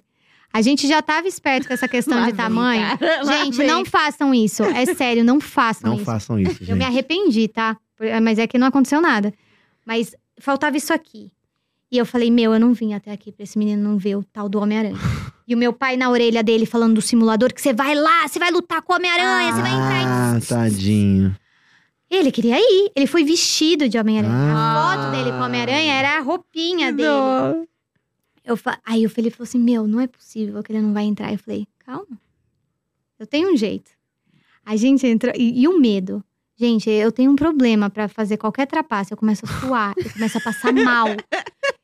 Speaker 3: A gente já tava esperto com essa questão
Speaker 1: Lá
Speaker 3: de
Speaker 1: vem,
Speaker 3: tamanho.
Speaker 1: cara, lá
Speaker 3: gente,
Speaker 1: vem.
Speaker 3: não façam isso. É sério, não façam
Speaker 2: Não
Speaker 3: isso.
Speaker 2: façam isso, gente.
Speaker 3: Eu me arrependi, tá? Por- Mas é que não aconteceu nada. Mas faltava isso aqui. E eu falei, meu, eu não vim até aqui pra esse menino não ver o tal do Homem-Aranha. e o meu pai na orelha dele falando do simulador, que você vai lá, você vai lutar com o Homem-Aranha, você vai entrar.
Speaker 2: Ah, tadinho.
Speaker 3: e-" Ele queria ir. Ele foi vestido de Homem-Aranha.
Speaker 2: Ah.
Speaker 3: A foto dele com o Homem-Aranha era a roupinha dele.
Speaker 1: Não.
Speaker 3: Eu fa- Aí o Felipe falou assim: Meu, não é possível que ele não vai entrar. Eu falei: Calma, eu tenho um jeito. A gente entrou. E, e o medo? Gente, eu tenho um problema pra fazer qualquer trapaça. Eu começo a suar, eu começo a passar mal,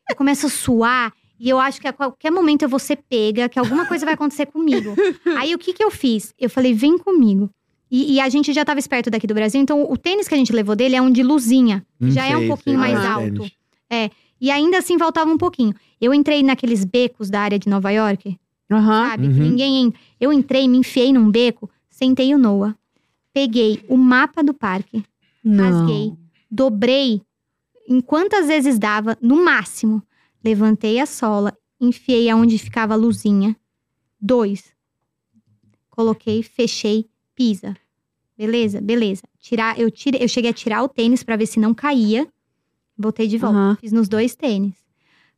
Speaker 3: eu começo a suar. E eu acho que a qualquer momento eu vou ser pega, que alguma coisa vai acontecer comigo. Aí o que que eu fiz? Eu falei: Vem comigo. E, e a gente já tava esperto daqui do Brasil, então o tênis que a gente levou dele é um de luzinha.
Speaker 2: Hum,
Speaker 3: Já é um pouquinho
Speaker 1: mais
Speaker 2: Ah,
Speaker 3: alto.
Speaker 2: tênis.
Speaker 3: E ainda assim faltava um pouquinho. Eu entrei naqueles becos da área de Nova York,
Speaker 1: Aham.
Speaker 3: sabe?
Speaker 2: Uhum.
Speaker 3: Que ninguém. en- Eu entrei, me enfiei num beco, sentei o Noah, peguei o mapa do parque, rasguei,
Speaker 1: Não.
Speaker 3: dobrei em quantas vezes dava, no máximo. Levantei a sola, enfiei aonde ficava a luzinha. Dois. Coloquei, fechei, pisa. Beleza, beleza. Tirar, eu, tirei, eu cheguei a tirar o tênis pra ver se não caía. Botei de volta.
Speaker 1: Aham.
Speaker 3: Fiz nos dois tênis.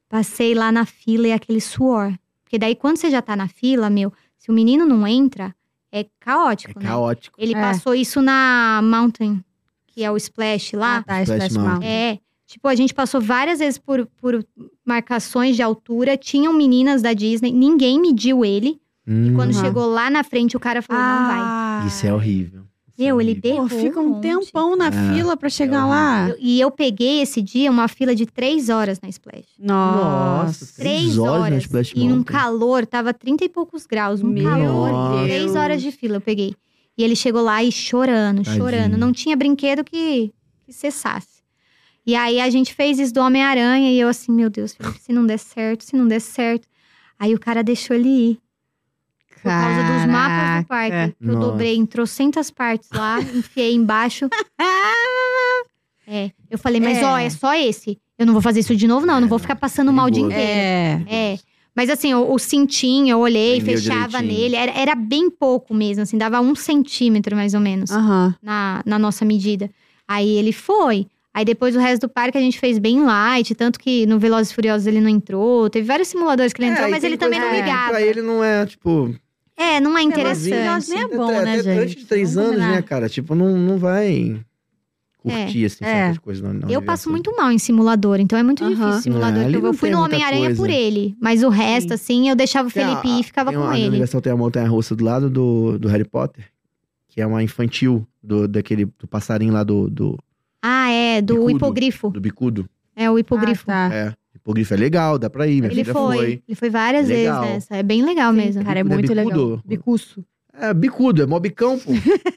Speaker 3: Passei lá na fila e aquele suor. Porque daí, quando você já tá na fila, meu, se o menino não entra, é
Speaker 2: É
Speaker 3: caótico, né?
Speaker 2: caótico.
Speaker 3: Ele
Speaker 1: É.
Speaker 3: passou isso na Mountain, que é o Splash lá.
Speaker 1: Ah, tá, Splash
Speaker 2: Splash
Speaker 1: Mountain.
Speaker 3: É. Tipo, a gente passou várias vezes por, por marcações de altura. Tinham meninas da Disney, ninguém mediu ele.
Speaker 2: Hum,
Speaker 3: Quando
Speaker 1: Uhum.
Speaker 3: chegou lá na frente, o cara falou: não vai.
Speaker 2: Isso é horrível. Isso
Speaker 3: Meu,
Speaker 2: é
Speaker 3: Ah. ele
Speaker 2: horrível.
Speaker 3: berrou.
Speaker 1: Ah, Pô, fica um
Speaker 3: monte.
Speaker 1: tempão na
Speaker 2: Ah,
Speaker 1: fila pra chegar
Speaker 2: horrível.
Speaker 1: lá.
Speaker 3: Eu- E eu peguei esse dia uma fila de três horas na Splash.
Speaker 2: Nossa,
Speaker 1: Nossa.
Speaker 2: cara.
Speaker 3: Três
Speaker 2: horas na
Speaker 3: horas.
Speaker 2: Splash
Speaker 3: e um
Speaker 2: Mountain.
Speaker 3: calor, tava 30 e poucos graus. Um
Speaker 1: Meu
Speaker 3: calor.
Speaker 2: Deus.
Speaker 3: Três horas de fila eu peguei. E ele chegou lá e chorando,
Speaker 2: Tadinho.
Speaker 3: chorando. Não tinha brinquedo que, que cessasse. E aí a gente fez isso do Homem-Aranha e eu assim, meu Deus, Felipe, se não der certo, se não der certo. Aí o cara deixou ele ir. Por causa dos mapas do parque. Que eu
Speaker 2: Nossa.
Speaker 3: dobrei em trocentas partes lá, enfiei embaixo. É. Eu falei, mas
Speaker 1: É.
Speaker 3: ó, é só esse. Eu não vou fazer isso de novo, não. Eu não
Speaker 2: É,
Speaker 3: vou
Speaker 2: não.
Speaker 3: ficar passando mal o dia
Speaker 2: Perigoso.
Speaker 3: inteiro.
Speaker 1: É.
Speaker 3: É. Mas assim, o, o cintinho, eu olhei,
Speaker 2: Prendeu
Speaker 3: fechava
Speaker 2: direitinho.
Speaker 3: nele. Era, era bem pouco mesmo, assim, dava um centímetro mais ou menos
Speaker 2: Ah.
Speaker 1: Aham.
Speaker 3: na, na nossa medida. Aí ele foi. Aí depois o resto do parque a gente fez bem light, tanto que no Velozes e Furiosos ele não entrou. Teve vários simuladores que ele entrou,
Speaker 2: É, e
Speaker 3: mas
Speaker 2: tem
Speaker 3: ele também não
Speaker 2: coisa que
Speaker 3: ligava.
Speaker 2: Pra ele não é, tipo...
Speaker 3: É, não é
Speaker 1: Velozes
Speaker 3: interessante.
Speaker 1: e Furiosos, né? É bom, né,
Speaker 2: até
Speaker 1: gente?
Speaker 2: Antes de três
Speaker 1: Vamos
Speaker 2: anos,
Speaker 1: combinar.
Speaker 2: né, cara? Tipo, não, não vai curtir, assim,
Speaker 1: É.
Speaker 2: certas coisas. Não, não
Speaker 3: Eu passo muito mal em simulador, então é muito
Speaker 1: Aham.
Speaker 3: difícil
Speaker 2: É,
Speaker 3: simulador.
Speaker 2: ali
Speaker 3: que eu
Speaker 2: não
Speaker 3: fui
Speaker 2: tem
Speaker 3: no
Speaker 2: muita
Speaker 3: Homem-Aranha
Speaker 2: coisa.
Speaker 3: por ele, mas o resto,
Speaker 1: Sim.
Speaker 3: assim, eu deixava o Felipe ir e ficava
Speaker 2: Ah, tem uma-
Speaker 3: com
Speaker 2: A
Speaker 3: ele.
Speaker 2: Universal tem a montanha russa do lado do, do Harry Potter, que é uma infantil do, daquele, do passarinho lá do, do,
Speaker 3: Ah, é, do
Speaker 2: Bicudo.
Speaker 3: hipogrifo.
Speaker 2: do bicudo.
Speaker 3: É, o hipogrifo.
Speaker 1: Ah, tá.
Speaker 2: É. O hipogrifo é legal, dá pra ir. Minha
Speaker 3: Ele
Speaker 2: filha
Speaker 3: foi. Ele foi várias
Speaker 2: Legal.
Speaker 3: vezes nessa. É bem legal mesmo.
Speaker 1: Cara, é
Speaker 2: Bicudo, né?
Speaker 1: muito legal.
Speaker 2: Bicudo.
Speaker 1: Bicuço.
Speaker 2: É, É bicudo, é mó bicão, pô.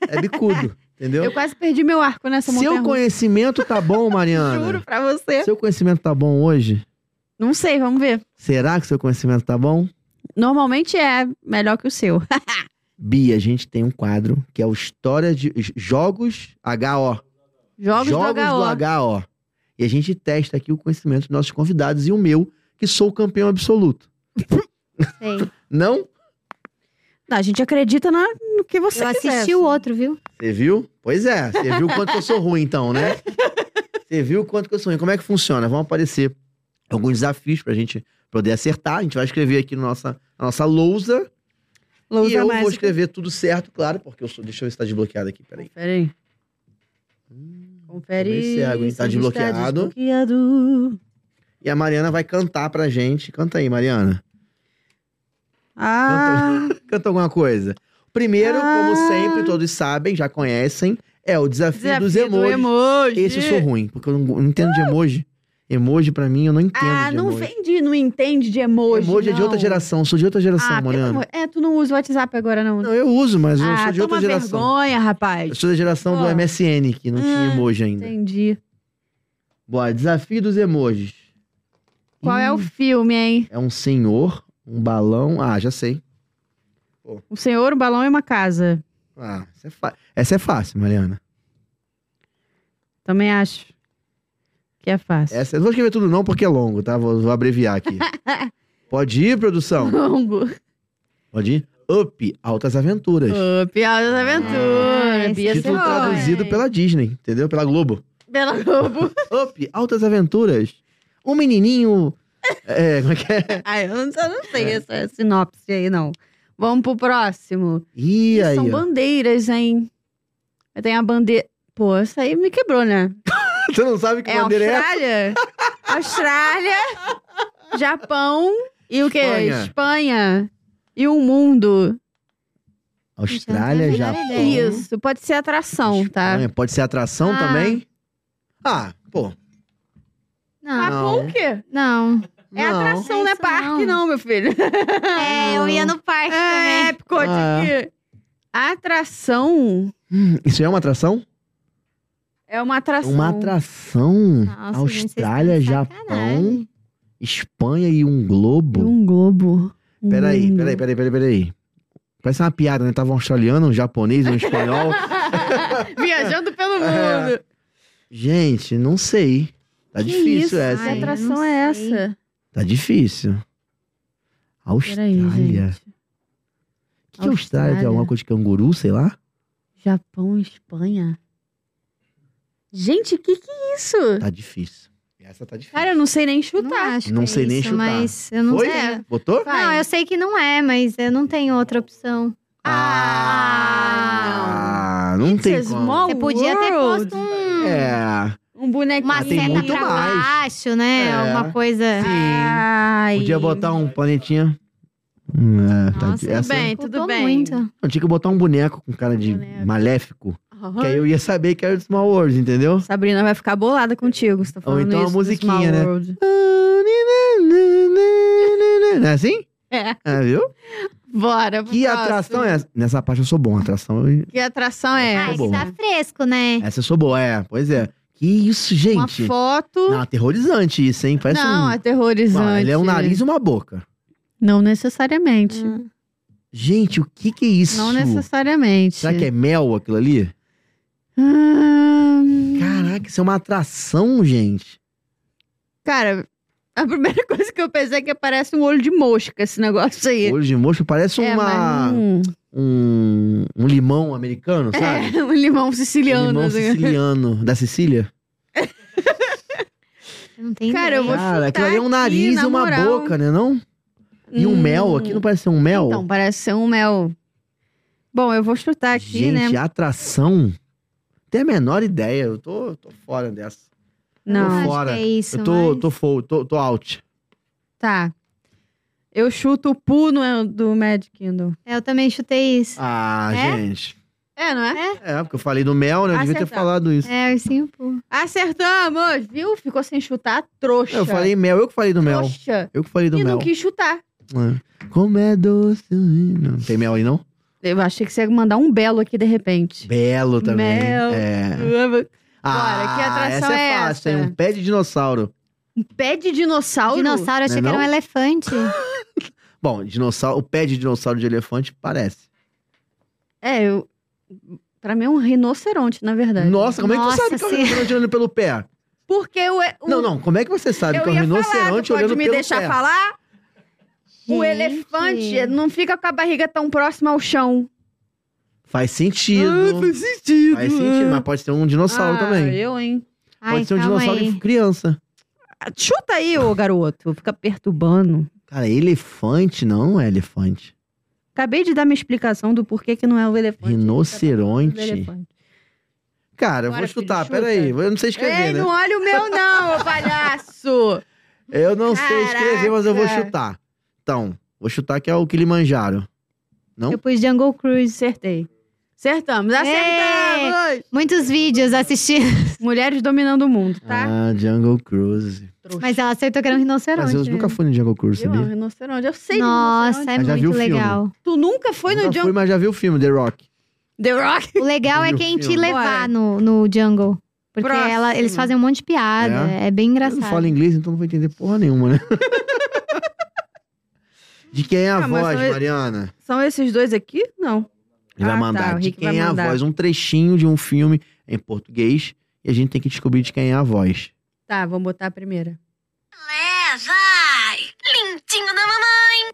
Speaker 2: É bicudo, entendeu?
Speaker 1: Eu quase perdi meu arco nessa montanha.
Speaker 2: Seu conhecimento tá bom, Mariana.
Speaker 1: Juro pra você.
Speaker 2: Seu conhecimento tá bom hoje?
Speaker 1: Não sei, vamos ver.
Speaker 2: Será que seu conhecimento tá bom?
Speaker 1: Normalmente é melhor que o seu.
Speaker 2: Bia, a gente tem um quadro que é o História de J- Jogos HO.
Speaker 1: Jogos, do HO.
Speaker 2: do HO. E a gente testa aqui o conhecimento dos nossos convidados e o meu, que sou o campeão absoluto.
Speaker 3: Sei.
Speaker 2: Não?
Speaker 1: Não, a gente acredita na- no que você
Speaker 3: Eu
Speaker 1: quiser.
Speaker 3: assisti o outro, viu?
Speaker 2: Você viu? Pois é, você viu o quanto que eu sou ruim, então, né? Você viu o quanto que eu sou ruim. Como é que funciona? Vão aparecer alguns desafios pra gente poder acertar. A gente vai escrever aqui na nossa, na nossa lousa.
Speaker 1: Lousa
Speaker 2: e eu vou
Speaker 1: mágica.
Speaker 2: escrever tudo certo, claro, porque eu sou. Deixa eu ver se tá desbloqueado aqui, peraí.
Speaker 1: Peraí. Confere.
Speaker 2: Tomei esse água, hein? Tá
Speaker 1: se
Speaker 2: desbloqueado.
Speaker 1: desbloqueado.
Speaker 2: E a Mariana vai cantar pra gente. Canta aí, Mariana.
Speaker 1: Ah,
Speaker 2: Canta alguma coisa. Primeiro, como
Speaker 1: Ah.
Speaker 2: sempre, todos sabem, já conhecem, é o desafio,
Speaker 1: desafio
Speaker 2: dos
Speaker 1: do
Speaker 2: emojis.
Speaker 1: emoji.
Speaker 2: Esse eu sou ruim, porque eu não, não entendo de emoji. Emoji pra mim, eu não entendo
Speaker 1: Ah,
Speaker 2: de
Speaker 1: não
Speaker 2: emoji.
Speaker 1: vem de, não entende de emoji.
Speaker 2: emoji é de
Speaker 1: não.
Speaker 2: outra geração, eu sou de outra geração,
Speaker 1: Ah, pelo
Speaker 2: Mariana.
Speaker 1: amor- É, tu não usa o WhatsApp agora, não.
Speaker 2: Não, eu uso, mas eu
Speaker 1: ah,
Speaker 2: sou de outra
Speaker 1: toma
Speaker 2: geração.
Speaker 1: vergonha,
Speaker 2: Eu
Speaker 1: rapaz.
Speaker 2: sou da geração do
Speaker 1: Pô.
Speaker 2: MSN, que não tinha
Speaker 1: Ah,
Speaker 2: emoji ainda.
Speaker 1: Entendi.
Speaker 2: Bora, desafio dos emojis.
Speaker 1: Qual é o filme, hein?
Speaker 2: É um senhor, um balão. Ah, já sei.
Speaker 1: Um senhor, um balão e uma casa.
Speaker 2: Ah, essa é, fa- essa é fácil, Mariana.
Speaker 1: Também acho que é fácil.
Speaker 2: Essa... Eu não vou escrever tudo, não, porque é longo, tá? Vou, vou abreviar aqui. Pode ir, produção.
Speaker 1: Longo.
Speaker 2: Pode ir. Up, Altas Aventuras.
Speaker 1: Ô, Piauí das
Speaker 3: Ah,
Speaker 1: Aventuras.
Speaker 3: esse
Speaker 1: Bia
Speaker 3: é
Speaker 2: Título
Speaker 3: bom,
Speaker 1: Simone.
Speaker 2: traduzido pela Disney, entendeu? Pela Globo.
Speaker 1: Pela Globo.
Speaker 2: Up, Altas Aventuras. Um menininho. É, como é que é?
Speaker 1: Ai, eu não, eu não sei essa sinopse aí, não. Vamos pro próximo.
Speaker 2: Ih, aí.
Speaker 1: São
Speaker 2: ó.
Speaker 1: bandeiras, hein? Tem a bandeira... Pô, essa aí me quebrou, né?
Speaker 2: Você não sabe que
Speaker 1: É
Speaker 2: bandeira é?
Speaker 1: Austrália? Austrália, Japão e o quê?
Speaker 2: Espanha.
Speaker 1: Espanha. E o mundo.
Speaker 2: Austrália,
Speaker 3: Já
Speaker 2: Japão.
Speaker 3: tem a
Speaker 1: É isso. Pode ser atração, tá?
Speaker 2: Espanha. Pode ser atração
Speaker 1: Ah. É
Speaker 2: também? Ah, pô.
Speaker 1: Ah,
Speaker 3: Não.
Speaker 1: pô, o quê?
Speaker 3: Não.
Speaker 1: É
Speaker 2: não.
Speaker 1: atração,
Speaker 3: É
Speaker 1: não é
Speaker 3: isso,
Speaker 1: parque,
Speaker 3: não.
Speaker 1: não, meu filho.
Speaker 3: É, eu ia no parque
Speaker 1: É,
Speaker 3: também.
Speaker 1: Epcot
Speaker 2: Ah.
Speaker 1: aqui. Atração
Speaker 2: Hum, isso é uma atração?
Speaker 1: é uma atração. Tá.
Speaker 2: Uma atração.
Speaker 3: Nossa, gente, vocês
Speaker 2: Austrália,
Speaker 3: estão de
Speaker 2: Japão,
Speaker 3: sacanagem.
Speaker 2: Espanha e um globo.
Speaker 1: E Um globo. Um
Speaker 2: Peraí,
Speaker 1: mundo.
Speaker 2: peraí, peraí, peraí, peraí. Parece uma piada, né? Tava um australiano, um japonês, um espanhol.
Speaker 1: Viajando pelo
Speaker 2: É.
Speaker 1: mundo.
Speaker 2: Gente, não sei. Tá
Speaker 1: Que
Speaker 2: difícil
Speaker 1: isso?
Speaker 2: essa.
Speaker 1: Que
Speaker 3: Ai,
Speaker 2: hein?
Speaker 1: atração
Speaker 3: não
Speaker 1: é
Speaker 3: sei.
Speaker 1: essa?
Speaker 2: Tá difícil.
Speaker 1: Peraí,
Speaker 2: Austrália.
Speaker 1: gente.
Speaker 2: que que é Austrália? Tem alguma coisa de canguru, sei lá?
Speaker 1: Japão, Espanha. Gente, que que é isso?
Speaker 2: Tá difícil. Essa tá difícil.
Speaker 1: Cara, eu não sei nem
Speaker 3: Não
Speaker 1: chutar.
Speaker 3: acho
Speaker 2: Não
Speaker 3: que é
Speaker 2: sei nem
Speaker 3: isso,
Speaker 2: chutar.
Speaker 3: Mas eu não
Speaker 2: Foi?
Speaker 3: sei.
Speaker 1: É,
Speaker 2: Botou?
Speaker 3: Não, eu sei que não é, mas eu não tenho outra opção.
Speaker 2: Ah, não tem
Speaker 1: It's a
Speaker 2: como.
Speaker 1: small
Speaker 3: Você podia ter
Speaker 1: world.
Speaker 3: posto um,
Speaker 2: É.
Speaker 1: um bonequinho.
Speaker 3: uma
Speaker 2: Ah, tem
Speaker 3: seta
Speaker 2: muito
Speaker 3: pra
Speaker 2: mais.
Speaker 3: baixo, né?
Speaker 2: É.
Speaker 3: Alguma coisa.
Speaker 2: Sim.
Speaker 1: Ai.
Speaker 2: Podia botar um planetinha. Hum, é, tá
Speaker 3: Nossa,
Speaker 2: di-
Speaker 3: tudo
Speaker 2: essa-
Speaker 1: bem.
Speaker 3: Faltou
Speaker 1: Tudo bem.
Speaker 3: muito.
Speaker 2: Eu tinha que botar um boneco com cara de
Speaker 1: Boneco.
Speaker 2: maléfico.
Speaker 1: Aham.
Speaker 2: Que aí eu ia saber que era o Small World, entendeu?
Speaker 1: Sabrina vai ficar bolada contigo, você tá falando
Speaker 2: então
Speaker 1: isso
Speaker 2: uma
Speaker 1: do
Speaker 2: musiquinha,
Speaker 1: Small
Speaker 2: né?
Speaker 1: World.
Speaker 2: Não é assim?
Speaker 1: É.
Speaker 2: É, viu?
Speaker 1: Bora. pro
Speaker 2: Que
Speaker 1: próximo.
Speaker 2: atração é essa? Nessa parte eu sou bom. Atração, eu-
Speaker 1: Que atração é
Speaker 3: Ah,
Speaker 2: Tá
Speaker 3: é
Speaker 2: bom.
Speaker 3: que tá fresco, né?
Speaker 2: essa eu sou boa. É, pois é. Que isso,
Speaker 1: Uma
Speaker 2: gente.
Speaker 1: foto.
Speaker 2: Não, aterrorizante isso, hein? Parece
Speaker 1: não, é
Speaker 2: um...
Speaker 1: aterrorizante.
Speaker 2: Ah, ele é um nariz e uma boca.
Speaker 1: Não necessariamente.
Speaker 3: Hum.
Speaker 2: Gente, o que que é isso?
Speaker 1: Não necessariamente.
Speaker 2: Será que é mel aquilo ali?
Speaker 1: Ahn,
Speaker 2: Caraca, isso é uma atração, gente.
Speaker 1: cara, a primeira coisa que eu pensei é que parece um olho de mosca esse negócio aí.
Speaker 2: Olho de mocho parece
Speaker 1: É,
Speaker 2: uma...
Speaker 1: mas, hum,
Speaker 2: um... um limão americano, sabe?
Speaker 1: é, um limão
Speaker 2: Um
Speaker 1: siciliano.
Speaker 2: limão
Speaker 1: assim.
Speaker 2: siciliano. Da Sicília?
Speaker 3: Eu não tenho
Speaker 1: Cara, eu
Speaker 3: ideia.
Speaker 1: vou
Speaker 2: Cara,
Speaker 1: chutar
Speaker 2: aquilo ali é um
Speaker 1: aqui,
Speaker 2: nariz
Speaker 1: na
Speaker 2: e uma
Speaker 1: moral.
Speaker 2: boca, né não? E um
Speaker 1: Hum,
Speaker 2: mel, aqui não parece ser um mel?
Speaker 1: Então, parece ser um mel. Bom, eu vou chutar aqui,
Speaker 2: gente,
Speaker 1: né?
Speaker 2: atração... Tem a menor ideia, eu tô, tô fora dessa.
Speaker 3: Eu
Speaker 1: Não,
Speaker 3: acho
Speaker 2: fora.
Speaker 3: que é isso,
Speaker 2: eu tô,
Speaker 3: mas-
Speaker 2: tô, full, tô, tô out.
Speaker 1: tá. Eu chuto o Poo no- do Magic Kingdom.
Speaker 3: É, Eu também chutei isso.
Speaker 2: Ah,
Speaker 3: É?
Speaker 2: gente.
Speaker 1: É, Ah, não é?
Speaker 2: É, porque eu falei do mel, né? Eu devia ter
Speaker 1: Acertamos.
Speaker 2: falado isso.
Speaker 3: É, ursinho pô.
Speaker 1: Acertamos! Viu? Ficou sem chutar, trouxa.
Speaker 2: Eu falei mel, eu que falei do mel.
Speaker 1: Trouxa.
Speaker 2: Eu que falei do
Speaker 1: E
Speaker 2: mel.
Speaker 1: não quis chutar.
Speaker 2: É. Como é doce. Não tem mel aí, não?
Speaker 1: Eu achei que você ia mandar um belo aqui de repente.
Speaker 2: Belo também.
Speaker 1: Mel.
Speaker 2: É.
Speaker 1: Olha, que atração
Speaker 2: essa é,
Speaker 1: é essa?
Speaker 2: fácil, hein? Um pé de dinossauro.
Speaker 1: Um Pé de dinossauro?
Speaker 3: Dinossauro, achei
Speaker 2: Não é
Speaker 3: que era um
Speaker 2: não?
Speaker 3: elefante.
Speaker 2: Bom, dinossauro, o pé de dinossauro de elefante parece.
Speaker 1: É, eu... pra mim é um rinoceronte, na verdade.
Speaker 2: Nossa, como é que
Speaker 3: Nossa,
Speaker 2: você sabe que é um
Speaker 3: sim.
Speaker 2: rinoceronte olhando pelo pé?
Speaker 1: Porque o... o-
Speaker 2: Não, não, como é que você sabe
Speaker 1: Eu
Speaker 2: que é um
Speaker 1: ia falar,
Speaker 2: rinoceronte
Speaker 1: tu pode
Speaker 2: olhando
Speaker 1: me
Speaker 2: pelo
Speaker 1: deixar
Speaker 2: pé?
Speaker 1: falar? O
Speaker 3: Gente.
Speaker 1: elefante não fica com a barriga tão próxima ao chão.
Speaker 2: Faz sentido.
Speaker 1: Ah, sentido.
Speaker 2: Faz sentido, mas pode ser um dinossauro também.
Speaker 1: Ah, eu, hein?
Speaker 3: Ai,
Speaker 2: pode ser um
Speaker 3: calma
Speaker 2: dinossauro
Speaker 3: aí.
Speaker 2: de criança.
Speaker 1: Ah, Chuta aí, ô garoto. Fica perturbando.
Speaker 2: Cara, elefante não é elefante.
Speaker 1: Acabei de dar minha explicação do porquê que não é o elefante. Tá falando
Speaker 2: Rinoceronte.
Speaker 1: do elefante.
Speaker 2: Cara, eu
Speaker 1: Bora,
Speaker 2: vou chutar,
Speaker 1: filho, chuta.
Speaker 2: peraí. Eu não sei escrever,
Speaker 1: Ei,
Speaker 2: né?
Speaker 1: não olha o meu não, ô palhaço.
Speaker 2: Eu não sei escrever, mas eu vou
Speaker 1: Caraca.
Speaker 2: chutar. Então, vou chutar que é o Kilimanjaro. Não?
Speaker 3: Eu pus Jungle Cruise.
Speaker 1: Acertei. Acertamos, acertamos!
Speaker 3: Muitos vídeos assisti,
Speaker 1: Mulheres dominando o mundo, tá?
Speaker 2: Ah, Jungle Cruise.
Speaker 1: Trouxa.
Speaker 3: mas ela acertou que era um rinoceronte.
Speaker 2: Mas eu
Speaker 3: mesmo.
Speaker 2: nunca fui no Jungle Cruise,
Speaker 1: Eu amo É
Speaker 2: sabia?
Speaker 1: um rinoceronte. Eu sei de
Speaker 3: Nossa,
Speaker 1: rinoceronte.
Speaker 3: é
Speaker 2: Mas já viu
Speaker 3: muito
Speaker 2: o filme?
Speaker 3: legal.
Speaker 1: Tu nunca foi
Speaker 2: nunca
Speaker 1: no
Speaker 2: fui,
Speaker 1: Jungle...
Speaker 2: mas já vi o filme, The Rock.
Speaker 1: The Rock?
Speaker 3: O legal é
Speaker 2: Viu o
Speaker 3: quem te
Speaker 2: filme?
Speaker 3: levar no, no jungle. Porque
Speaker 1: Próximo.
Speaker 3: ela- eles fazem um monte de piada. É, bem
Speaker 2: Eu não
Speaker 3: engraçado.
Speaker 2: falo inglês, então não vou entender porra nenhuma, né? De quem é a
Speaker 1: Ah, mas
Speaker 2: voz,
Speaker 1: são-
Speaker 2: Mariana?
Speaker 1: São esses dois aqui? Não.
Speaker 2: Ele
Speaker 1: Ah,
Speaker 2: vai mandar.
Speaker 1: tá, o
Speaker 2: de
Speaker 1: Rick
Speaker 2: quem
Speaker 1: vai
Speaker 2: é a
Speaker 1: mandar.
Speaker 2: voz? Um trechinho de um filme em português. E a gente tem que descobrir de quem é a voz.
Speaker 1: Tá, vamos botar a primeira.
Speaker 4: É, vai! Lindinho da mamãe!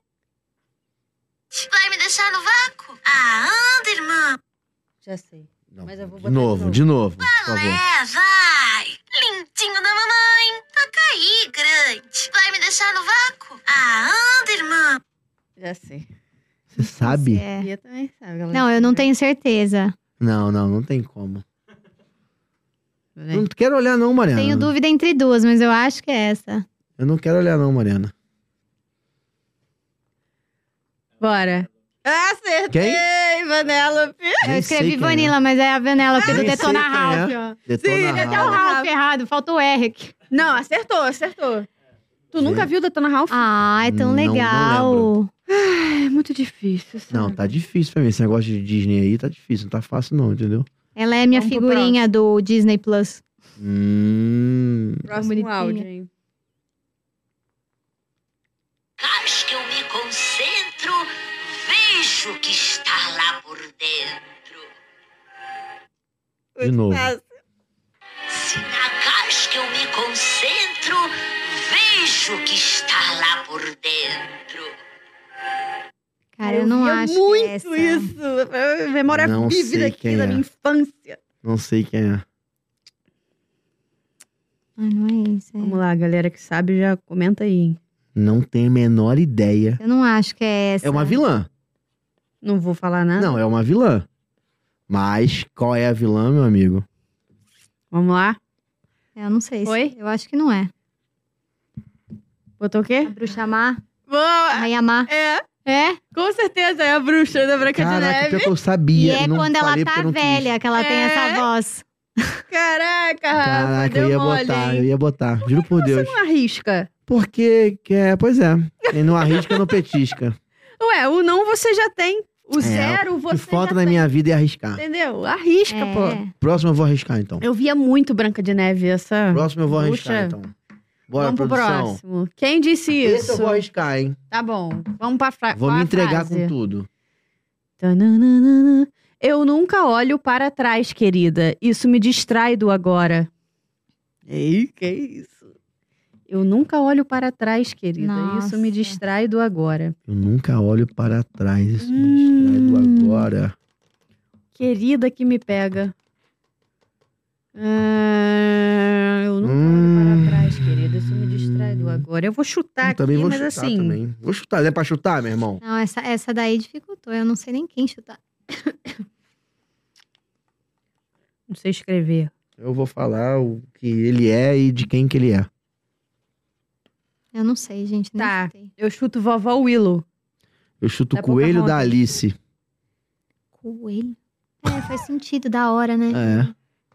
Speaker 4: Vai me deixar no vácuo? Ah, anda, irmão!
Speaker 1: Já sei.
Speaker 2: Não,
Speaker 1: Mas eu vou
Speaker 2: de
Speaker 1: botar de
Speaker 2: novo,
Speaker 1: novo.
Speaker 2: de novo, por favor.
Speaker 4: É, vai! Lindinho da mamãe! Toca aí, grande! Vai me deixar no vácuo? Ah, anda, irmão!
Speaker 1: Já sei.
Speaker 2: Você sabe?
Speaker 3: É.
Speaker 1: E eu também sabe. galera.
Speaker 3: Não, eu não tenho certeza.
Speaker 2: Não, não, não tem como.
Speaker 1: Peraí.
Speaker 2: Não quero olhar não, Mariana.
Speaker 3: Tenho dúvida entre duas, mas eu acho que é essa.
Speaker 2: Eu não quero olhar não, Mariana.
Speaker 1: Bora. Acertei, Vanellope.
Speaker 3: Eu
Speaker 2: Nem sei
Speaker 3: escrevi
Speaker 2: quem é.
Speaker 3: Vanilla, mas é a Vanellope do
Speaker 2: Nem sei
Speaker 3: Detona
Speaker 2: quem é.
Speaker 3: Ralph. ó.
Speaker 2: Detona
Speaker 1: Sim,
Speaker 2: Ralph.
Speaker 1: Detona
Speaker 3: Até o Ralph
Speaker 1: Ralph.
Speaker 3: errado, falta o R aqui.
Speaker 1: Não, acertou, acertou. Tu nunca viu Detona Ralph?
Speaker 3: Ah, é tão
Speaker 2: Não- não
Speaker 3: legal.
Speaker 1: É muito difícil.
Speaker 2: Não, tá difícil pra mim. Esse negócio de Disney aí tá difícil, não tá fácil não, entendeu?
Speaker 3: Ela é minha
Speaker 1: Vamos pro
Speaker 3: figurinha do Disney Plus.
Speaker 2: Hum...
Speaker 1: Próximo
Speaker 3: Bonitinha.
Speaker 1: áudio, hein?
Speaker 4: Acho que eu me concentro, vejo o que está lá por dentro.
Speaker 2: De novo.
Speaker 4: Se na casca eu me concentro, vejo o que está lá por dentro.
Speaker 3: Cara, eu, não
Speaker 1: via
Speaker 3: acho que
Speaker 1: muito
Speaker 3: é essa.
Speaker 1: isso. É uma Memória
Speaker 2: Não
Speaker 1: vívida
Speaker 2: sei
Speaker 1: aqui
Speaker 2: quem
Speaker 1: da
Speaker 2: é.
Speaker 1: minha infância.
Speaker 2: Não sei quem é.
Speaker 3: Ai, não é isso. é.
Speaker 1: Vamos lá, galera que sabe, já comenta aí. hein?
Speaker 2: Não tenho a menor ideia.
Speaker 3: Eu não acho que é essa.
Speaker 2: É uma vilã.
Speaker 1: Não vou falar
Speaker 3: Ah.
Speaker 1: nada.
Speaker 2: Não, é uma vilã. Mas qual é a vilã, meu amigo?
Speaker 1: Vamos lá.
Speaker 3: É, Eu não sei. se-
Speaker 1: Oi?
Speaker 3: Eu acho que não é.
Speaker 1: Botou o
Speaker 3: A
Speaker 1: quê?
Speaker 3: bruxa má, a
Speaker 1: Boa!
Speaker 3: rainha má.
Speaker 1: É,
Speaker 3: É?
Speaker 1: com certeza é a bruxa da Branca
Speaker 2: Caraca,
Speaker 1: de
Speaker 2: pior
Speaker 1: Neve.
Speaker 2: que eu sabia.
Speaker 3: E é
Speaker 2: eu não
Speaker 3: quando ela
Speaker 2: falei porque
Speaker 3: tá
Speaker 2: eu não quis.
Speaker 3: velha que ela tem
Speaker 1: É.
Speaker 3: essa voz.
Speaker 1: Caraca, Rafa,
Speaker 2: Caraca,
Speaker 1: deu
Speaker 2: eu ia
Speaker 1: mole,
Speaker 2: botar, eu
Speaker 1: hein?
Speaker 2: ia botar. Juro por Deus.
Speaker 1: Não arrisca.
Speaker 2: Porque, que é, pois é. Quem não arrisca, não petisca.
Speaker 1: Ué, o não você já tem. O
Speaker 2: É,
Speaker 1: zero
Speaker 2: O que
Speaker 1: você
Speaker 2: falta
Speaker 1: já
Speaker 2: na
Speaker 1: tem.
Speaker 2: minha vida é arriscar.
Speaker 1: Entendeu? Arrisca,
Speaker 3: É.
Speaker 1: pô.
Speaker 2: Próximo eu vou arriscar, então.
Speaker 1: Eu via muito Branca de Neve essa...
Speaker 2: Próximo eu vou arriscar,
Speaker 1: É. Puxa.
Speaker 2: então. Bora,
Speaker 1: Vamos pro
Speaker 2: produção.
Speaker 1: próximo. Quem disse
Speaker 2: Esse
Speaker 1: isso?
Speaker 2: eu vou arriscar, hein?
Speaker 1: Tá bom. Vamos pra frase.
Speaker 2: Vou me entregar com tudo.
Speaker 1: Tananana. Eu nunca olho para trás, querida. Isso me distrai do agora. Ei, que isso? Eu nunca olho para trás, querida. Isso me
Speaker 3: Nossa.
Speaker 1: distrai do agora.
Speaker 2: Eu nunca olho para trás. Isso me distrai do
Speaker 1: Hum.
Speaker 2: agora.
Speaker 1: Querida que me pega. Ah, eu nunca olho
Speaker 2: Hum.
Speaker 1: para trás, querida. Isso me distrai do agora. Eu vou chutar
Speaker 2: eu também
Speaker 1: aqui,
Speaker 2: vou
Speaker 1: mas
Speaker 2: chutar
Speaker 1: assim.
Speaker 2: também. Vou chutar. É pra chutar, meu irmão?
Speaker 3: Não, essa, essa daí dificultou. Eu não sei nem quem chutar.
Speaker 1: Não sei escrever.
Speaker 2: Eu vou falar o que ele é e de quem que ele é.
Speaker 3: Eu não sei, gente. Nem
Speaker 1: Tá.
Speaker 3: chutei.
Speaker 1: Eu chuto vovó Willow.
Speaker 2: Eu chuto
Speaker 1: É
Speaker 2: o coelho da
Speaker 1: Pocahontas.
Speaker 2: Alice.
Speaker 3: Coelho. É, faz sentido, da hora, né?
Speaker 2: É.